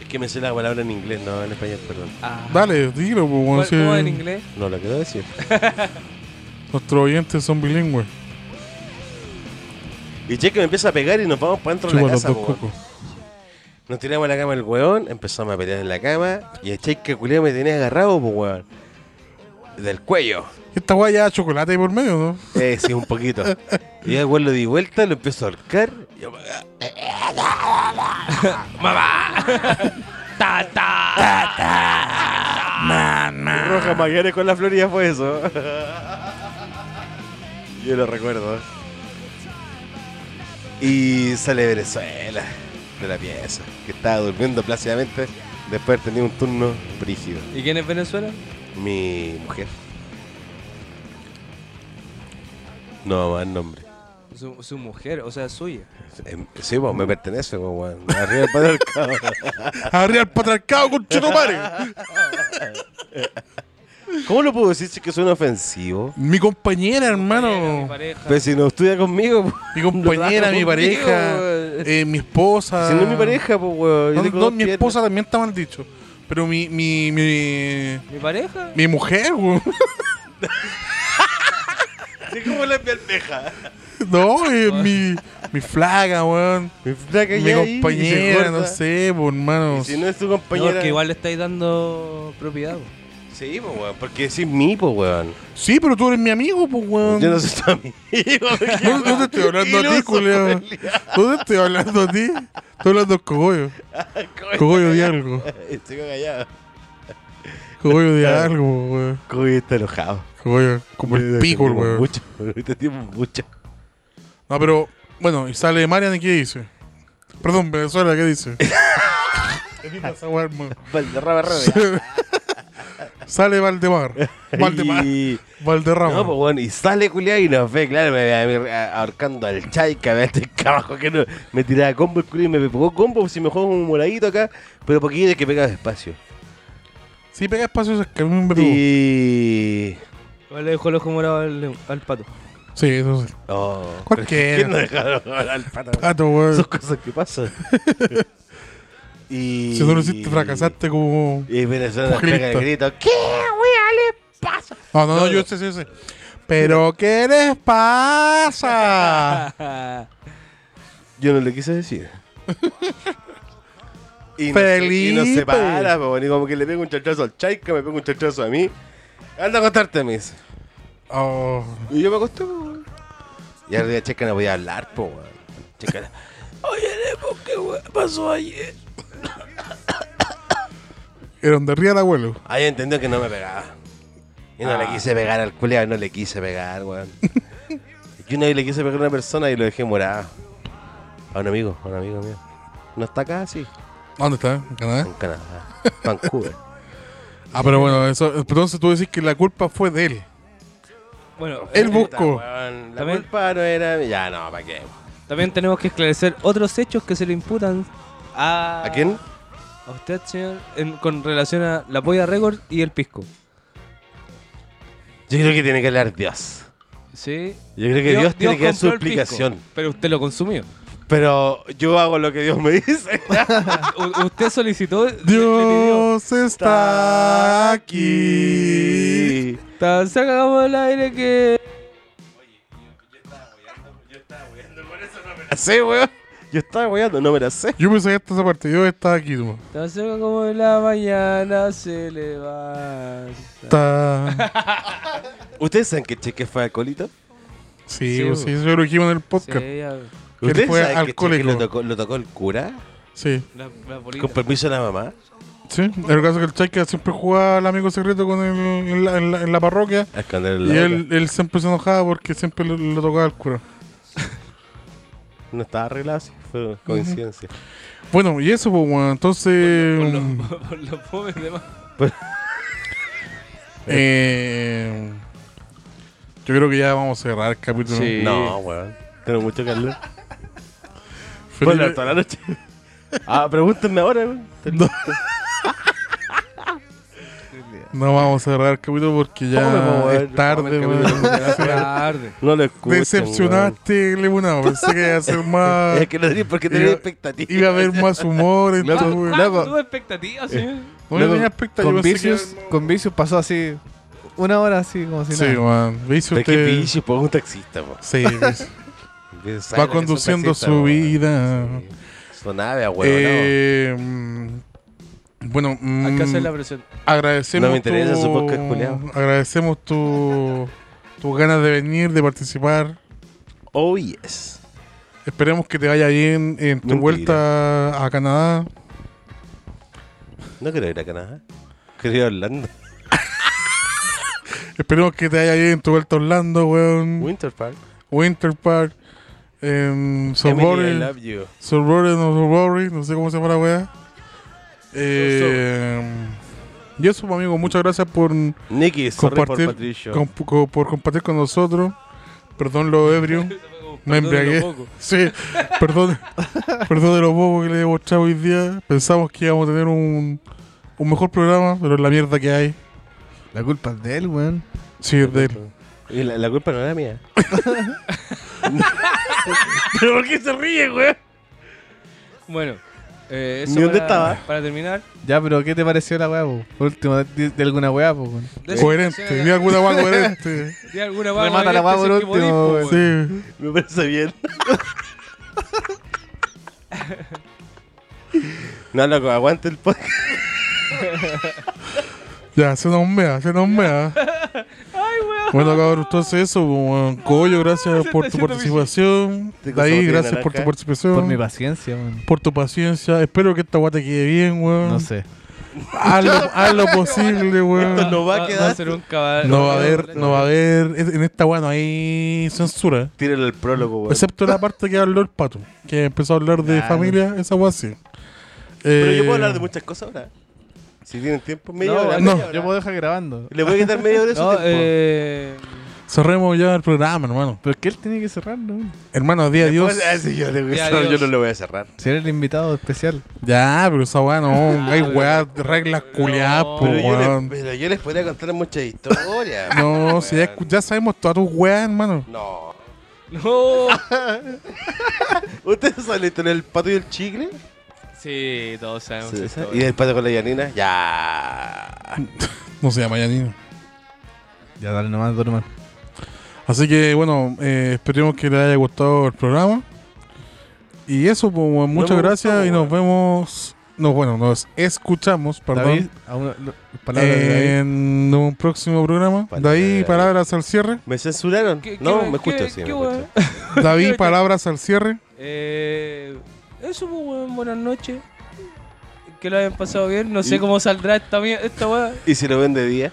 [SPEAKER 4] Es que me sé la palabra en inglés, no en español, perdón.
[SPEAKER 1] Dale, dilo, pues, weón, si-
[SPEAKER 4] No, lo quiero decir. *laughs*
[SPEAKER 1] Nuestros oyentes son bilingües.
[SPEAKER 4] Y che, que me empieza a pegar y nos vamos para dentro de la
[SPEAKER 1] Chupa los
[SPEAKER 4] casa,
[SPEAKER 1] dos
[SPEAKER 4] po, weón.
[SPEAKER 1] cocos.
[SPEAKER 4] Nos tiramos a la cama el weón, empezamos a pelear en la cama. Y el che, que culiao me tenía agarrado, pues weón. Del cuello.
[SPEAKER 1] Esta weá ya chocolate ahí por medio, ¿no?
[SPEAKER 4] Eh, sí, un poquito. Y el weón lo di vuelta, lo empiezo a ahorcar. Y yo, ¡Mamá!
[SPEAKER 5] ¡Ta, ta!
[SPEAKER 4] ¡Mamá! Roja Magallanes con la Florida fue eso. Yo lo recuerdo. Y sale Venezuela de la pieza, que estaba durmiendo plácidamente después de tener un turno brígido.
[SPEAKER 2] ¿Y quién es Venezuela?
[SPEAKER 4] Mi mujer. No, más nombre.
[SPEAKER 2] Su, su mujer, o sea, suya.
[SPEAKER 4] Em, Sí, pues me pertenece, pues, weón. Arriba el patriarcado.
[SPEAKER 1] Arriba el patriarcado, conchetumare.
[SPEAKER 4] *laughs* ¿Cómo lo puedo decir si es que suena ofensivo?
[SPEAKER 1] Mi compañera, hermano.
[SPEAKER 4] Pero si no estudia conmigo.
[SPEAKER 1] Mi compañera, mi pareja, eh, mi esposa.
[SPEAKER 4] Si no es mi pareja, pues, weón.
[SPEAKER 1] No,
[SPEAKER 4] yo tengo
[SPEAKER 1] no,
[SPEAKER 4] dos
[SPEAKER 1] mi
[SPEAKER 4] piernas.
[SPEAKER 1] esposa también está mal dicho. Pero mi. Mi, mi,
[SPEAKER 2] ¿Mi pareja?
[SPEAKER 1] mi mujer, weón. *laughs*
[SPEAKER 4] Es como la almeja.
[SPEAKER 1] No, eh, mi, mi flaga, weón.
[SPEAKER 4] Mi flaga
[SPEAKER 1] Mi
[SPEAKER 2] ya ahí, y se
[SPEAKER 1] compañera, no
[SPEAKER 2] corta.
[SPEAKER 1] sé, pues, hermano.
[SPEAKER 2] No, porque igual le estáis dando propiedad. po.
[SPEAKER 4] Sí, pues, weón. Porque decís mi, pues, weón.
[SPEAKER 1] Sí, pero tú eres mi amigo, pues, weón.
[SPEAKER 4] Yo no soy tu amigo.
[SPEAKER 1] *laughs* No, no te
[SPEAKER 4] *laughs*
[SPEAKER 1] estoy hablando a ti, culeo. No te estoy hablando a ti. Estoy hablando al cogollo. Cogollo de algo.
[SPEAKER 4] Estoy callado.
[SPEAKER 1] Cogollo de algo, weón.
[SPEAKER 4] Cogollo está enojado.
[SPEAKER 1] Cogollo, como el pico, el weón.
[SPEAKER 4] Mucho, *laughs* ahorita tiene mucho.
[SPEAKER 1] No, pero bueno, y sale Marian y qué dice. Perdón, Venezuela, ¿qué dice?
[SPEAKER 4] Valderrama
[SPEAKER 1] Redes. *laughs* sale
[SPEAKER 4] *laughs*
[SPEAKER 1] Valdemar. Valdemar.
[SPEAKER 4] Y-
[SPEAKER 1] Valderrama.
[SPEAKER 4] No, pues, weón, y sale culiado y nos ve, claro, me ve a mí a- ahorcando al chaica, me este carajo que no, me tiraba combo el culiao y me pegó combo, si me jugó un moradito acá, pero porque quiere que pega despacio.
[SPEAKER 1] Si pega espacios es que a mí me pegó.
[SPEAKER 4] Y...
[SPEAKER 2] Igual le dejó el ojo morado al, al pato. *laughs*
[SPEAKER 1] Sí, eso sí.
[SPEAKER 4] Oh, *laughs*
[SPEAKER 1] Cualquiera.
[SPEAKER 4] ¿Quién no dejaron al pato?
[SPEAKER 1] Pato, weón.
[SPEAKER 4] Son cosas que
[SPEAKER 1] *laughs*
[SPEAKER 4] pasan. y...
[SPEAKER 1] Si tú lo hiciste, fracasaste como.
[SPEAKER 4] Y Venezuela nos pega el
[SPEAKER 1] pugilista.
[SPEAKER 4] grito, ¿qué, weón, le pasa?
[SPEAKER 1] No, no, no, yo sé, sí, sí. Pero, ¿qué les *laughs* pasa?
[SPEAKER 4] Yo no le quise decir. *laughs* Y
[SPEAKER 1] Felipe.
[SPEAKER 4] Nos, y nos separa, po, y como que le pego un chachazo al Chaika, me pego un chachazo a mí. Anda a acostarte, me dice.
[SPEAKER 1] Oh.
[SPEAKER 4] Y yo me acosté, po, weón. Y al día Chaika no podía hablar, po, weón. Chaika, *laughs* Oye, Lepo, ¿qué weón pasó ayer?
[SPEAKER 1] Era donde ría el abuelo.
[SPEAKER 4] Ahí entendió que no me pegaba. Y no le quise pegar al culiao, no le quise pegar, *laughs* weón. Yo una vez le quise pegar a una persona y lo dejé morado. A un amigo, a un amigo mío. No está acá, sí.
[SPEAKER 1] ¿Dónde está? ¿En Canadá?
[SPEAKER 4] En Canadá. Vancouver.
[SPEAKER 1] Ah, pero bueno, eso, entonces tú decís que la culpa fue de él.
[SPEAKER 2] Bueno,
[SPEAKER 1] Él
[SPEAKER 2] eh,
[SPEAKER 1] buscó.
[SPEAKER 4] Weón, La
[SPEAKER 2] También-
[SPEAKER 4] culpa no era. Ya no, ¿para qué?
[SPEAKER 2] eh, También tenemos que esclarecer otros hechos que se le imputan a.
[SPEAKER 4] ¿A quién?
[SPEAKER 2] A usted, señor, en- con relación a la polla récord y el pisco.
[SPEAKER 4] Yo creo que tiene que hablar Dios.
[SPEAKER 2] ¿Sí?
[SPEAKER 4] Yo creo que Dios, tiene que dar su
[SPEAKER 2] compró el pisco,
[SPEAKER 4] explicación.
[SPEAKER 2] pero usted lo consumió.
[SPEAKER 4] Pero yo hago lo que Dios me *laughs* dice.
[SPEAKER 2] U- usted solicitó. le- le
[SPEAKER 1] este
[SPEAKER 2] pidió.
[SPEAKER 1] Dios está aquí.
[SPEAKER 2] Tan sacamos el aire que.
[SPEAKER 4] Sí, weón. Yo estaba weando, no me la sé.
[SPEAKER 1] Yo pensé que esta parte, yo estaba aquí, tú.
[SPEAKER 2] Tan cerca como de la mañana se levanta.
[SPEAKER 1] *laughs*
[SPEAKER 4] ¿Ustedes saben que Cheque fue alcoholito?
[SPEAKER 1] Sí,
[SPEAKER 4] Sí,
[SPEAKER 1] sí,
[SPEAKER 4] pues.
[SPEAKER 1] sí, eso lo dijimos en el podcast.
[SPEAKER 2] Sí, ya.
[SPEAKER 1] Que él
[SPEAKER 4] ¿Ustedes
[SPEAKER 1] fue
[SPEAKER 4] saben que Cheque
[SPEAKER 1] alcohólico.
[SPEAKER 4] lo tocó, lo tocó el cura?
[SPEAKER 1] Sí.
[SPEAKER 2] La- la bolita.
[SPEAKER 4] Con permiso de la mamá.
[SPEAKER 1] Sí, en el caso que el Chaika siempre jugaba al amigo secreto con el- en, la, en la- en la parroquia.
[SPEAKER 4] Al escándalo en la
[SPEAKER 1] Y
[SPEAKER 4] boca.
[SPEAKER 1] él, él siempre se enojaba porque siempre lo, lo tocaba al cura.
[SPEAKER 4] No estaba arreglado, sí, fue coincidencia.
[SPEAKER 1] Bueno, y eso, pues, weón, entonces.
[SPEAKER 2] *laughs* Por los pobres demás.
[SPEAKER 1] eh, yo creo que ya vamos a cerrar el capítulo.
[SPEAKER 4] Sí. No, weón. Tengo mucho calor.
[SPEAKER 1] Felipe-
[SPEAKER 4] Fue la toda la noche. Ah, pregúntenme ahora, weón.
[SPEAKER 1] No vamos a cerrar el capítulo porque ya
[SPEAKER 4] ¿Cómo me puedo mover?
[SPEAKER 1] es tarde,
[SPEAKER 4] ¿Cómo el
[SPEAKER 1] weón.
[SPEAKER 4] capítulo? *laughs* Ya es tarde. No lo escuchan,
[SPEAKER 1] Decepcionaste, Limonado. Pensé que iba a ser más.
[SPEAKER 4] Es que lo tenía porque tenía
[SPEAKER 1] Iba-
[SPEAKER 4] expectativas.
[SPEAKER 1] Iba a haber más humor
[SPEAKER 4] *laughs*
[SPEAKER 1] en todo, weón.
[SPEAKER 5] tuve expectativas, señor?
[SPEAKER 1] No, yo
[SPEAKER 3] Loco,
[SPEAKER 1] tenía expectativa,
[SPEAKER 3] con,
[SPEAKER 1] yo pensé que
[SPEAKER 3] Vicious, con Vicious pasó así una hora así Ah, como si
[SPEAKER 1] Sí,
[SPEAKER 3] nada.
[SPEAKER 1] weón. Vicious
[SPEAKER 4] Es que
[SPEAKER 1] te-
[SPEAKER 4] Vicious, pues, es un taxista, po.
[SPEAKER 1] Sí, Vicious.
[SPEAKER 4] Sabe lo que
[SPEAKER 1] Va
[SPEAKER 4] son
[SPEAKER 1] conduciendo
[SPEAKER 4] taxistas,
[SPEAKER 1] su
[SPEAKER 4] po.
[SPEAKER 1] vida.
[SPEAKER 4] Su nave, a *laughs* huevo,
[SPEAKER 1] Eh, mm, Bueno,
[SPEAKER 2] Hay que
[SPEAKER 1] mm,
[SPEAKER 2] hacer la presión.
[SPEAKER 1] Agradecemos.
[SPEAKER 4] No me interesa
[SPEAKER 1] tu-
[SPEAKER 4] su podcast, culiao.
[SPEAKER 1] Agradecemos tu, tus ganas de venir, de participar.
[SPEAKER 4] Oh, yes.
[SPEAKER 1] Esperemos que te vaya bien en tu
[SPEAKER 4] Mentira.
[SPEAKER 1] vuelta a Canadá.
[SPEAKER 4] No quiero ir a Canadá. Quiero ir a Orlando.
[SPEAKER 1] Esperemos que te vaya bien en tu vuelta a Orlando, weón.
[SPEAKER 4] Winter Park.
[SPEAKER 1] Winter Park. em, Sorborre.
[SPEAKER 4] I love you.
[SPEAKER 1] Sorborre, no Sorborre. No sé cómo se llama la weá. Eh, y eso, pues, amigo, muchas gracias por
[SPEAKER 4] Nicky, sorry por Patricio.
[SPEAKER 1] comp- co- por compartir con nosotros. Perdón lo
[SPEAKER 4] *laughs*
[SPEAKER 1] ebrio. Me
[SPEAKER 4] Perdón de lo
[SPEAKER 1] embriagué.
[SPEAKER 4] poco.
[SPEAKER 1] *laughs* Sí, perdón, perdón de lo poco que le he mostrado hoy día. Pensamos que íbamos a tener un, un mejor programa, pero es la mierda que hay.
[SPEAKER 3] La culpa es de él, weón.
[SPEAKER 1] Sí, es de él.
[SPEAKER 4] Y la, la culpa no
[SPEAKER 1] *laughs*
[SPEAKER 4] era mía. ¿Pero por qué se ríe, güey?
[SPEAKER 2] Bueno, eh, eso
[SPEAKER 3] ¿Ni dónde
[SPEAKER 2] para-
[SPEAKER 3] estaba?
[SPEAKER 2] Para terminar,
[SPEAKER 3] Ya, pero ¿qué te pareció la weá, po? Por último, de, de alguna weá, po, weón.
[SPEAKER 2] Decepción. Coherente, di alguna
[SPEAKER 4] *laughs*
[SPEAKER 2] weá
[SPEAKER 1] coherente.
[SPEAKER 2] Di alguna weá
[SPEAKER 3] Remata la weá
[SPEAKER 2] coherente, si
[SPEAKER 3] por
[SPEAKER 2] es que este
[SPEAKER 3] último,
[SPEAKER 4] pues,
[SPEAKER 2] podís, po,
[SPEAKER 1] weón.
[SPEAKER 4] Me
[SPEAKER 1] *laughs*
[SPEAKER 4] parece bien. no, loco, aguante el podcast.
[SPEAKER 1] Ya, se nos mea, se nos
[SPEAKER 4] *laughs*
[SPEAKER 1] mea. Bueno, cabrón, entonces eso, weón. Coyo, gracias por tu participación.
[SPEAKER 3] Te
[SPEAKER 1] De ahí,
[SPEAKER 3] costó
[SPEAKER 1] gracias
[SPEAKER 3] tirar
[SPEAKER 1] por tu
[SPEAKER 3] acá.
[SPEAKER 1] participación.
[SPEAKER 3] Por mi paciencia, weón.
[SPEAKER 1] Por tu paciencia. Espero que esta guata quede bien, weón.
[SPEAKER 3] No sé.
[SPEAKER 1] Haz lo, haz lo posible,
[SPEAKER 4] *laughs*
[SPEAKER 1] weón.
[SPEAKER 4] Esto no va a quedar.
[SPEAKER 2] ser un cabal-
[SPEAKER 1] No va a haber, no va a haber. es- En esta weá no hay censura.
[SPEAKER 4] Tírale el prólogo, güey.
[SPEAKER 1] Excepto la parte que habló el pato, que empezó a hablar de
[SPEAKER 4] Claro.
[SPEAKER 1] familia, esa weá sí.
[SPEAKER 4] Pero
[SPEAKER 1] Eh,
[SPEAKER 4] yo puedo hablar de muchas cosas ahora. Si tienen tiempo, media
[SPEAKER 3] No,
[SPEAKER 4] hora.
[SPEAKER 3] no.
[SPEAKER 4] media hora.
[SPEAKER 3] Yo puedo dejar grabando.
[SPEAKER 4] Le voy a quitar media hora de su
[SPEAKER 3] No,
[SPEAKER 4] tiempo.
[SPEAKER 2] eh,
[SPEAKER 1] Cerremos ya el programa, hermano.
[SPEAKER 3] ¿Pero qué él tiene que cerrar, no?
[SPEAKER 1] Hermano, di adiós.
[SPEAKER 4] Después- ah, sí, yo le voy a Di cerrar, yo adiós. no le voy a cerrar.
[SPEAKER 3] Si eres el invitado especial.
[SPEAKER 1] Ya, pero esa weá no, hay weá, reglas culiadas, po,
[SPEAKER 4] Ah, Pero yo, les,
[SPEAKER 1] weón.
[SPEAKER 4] pero yo les podría contar muchas historias.
[SPEAKER 1] *laughs*
[SPEAKER 4] *laughs*
[SPEAKER 1] No, si ya, escu- ya sabemos todas tus weas, hermano.
[SPEAKER 4] No.
[SPEAKER 2] No.
[SPEAKER 4] ¿Ustedes saben la historia del pato y el chicle?
[SPEAKER 5] Sí, todos sabemos.
[SPEAKER 4] Sí,
[SPEAKER 5] eso.
[SPEAKER 4] esa- y del pato con la llanina. Ya.
[SPEAKER 1] No se llama Yanino.
[SPEAKER 3] Ya, dale nomás, dale nomás.
[SPEAKER 1] Así que bueno, eh, esperemos que les haya gustado el programa. Y eso, pues, weón, muchas
[SPEAKER 3] me
[SPEAKER 1] gracias y nos vemos. No, bueno, nos escuchamos, perdón. Eh,
[SPEAKER 3] David, a una- lo- palabras de David.
[SPEAKER 1] en un próximo programa. David, palabras al cierre.
[SPEAKER 4] Me censuraron. no, me escucho, sí, me escucho.
[SPEAKER 1] David, palabras al cierre.
[SPEAKER 2] Eh, eso, pues, weón, buenas noches. Que lo hayan pasado bien. No sé cómo saldrá esta, mie- esta weá.
[SPEAKER 4] ¿Y si lo ven de día?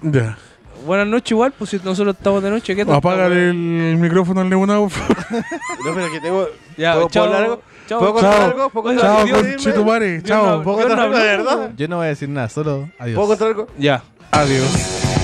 [SPEAKER 1] Ya.
[SPEAKER 2] Buenas noches, igual, pues si nosotros estamos de noche, ¿qué tal?
[SPEAKER 1] Apágale el micrófono al Leonardo.
[SPEAKER 4] No, pero que tengo.
[SPEAKER 2] Ya,
[SPEAKER 4] ¿Puedo,
[SPEAKER 2] chao,
[SPEAKER 4] ¿puedo hablar algo?
[SPEAKER 2] chao,
[SPEAKER 4] ¿Puedo contar
[SPEAKER 2] chao.
[SPEAKER 4] algo? ¿Puedo contar
[SPEAKER 2] Chao,
[SPEAKER 4] algo?
[SPEAKER 2] con
[SPEAKER 4] Dime.
[SPEAKER 1] Chetumare,
[SPEAKER 4] ¿Puedo contar algo de verdad?
[SPEAKER 3] Yo no voy a decir nada, solo adiós.
[SPEAKER 4] ¿Puedo contar algo?
[SPEAKER 2] Ya.
[SPEAKER 1] Adiós.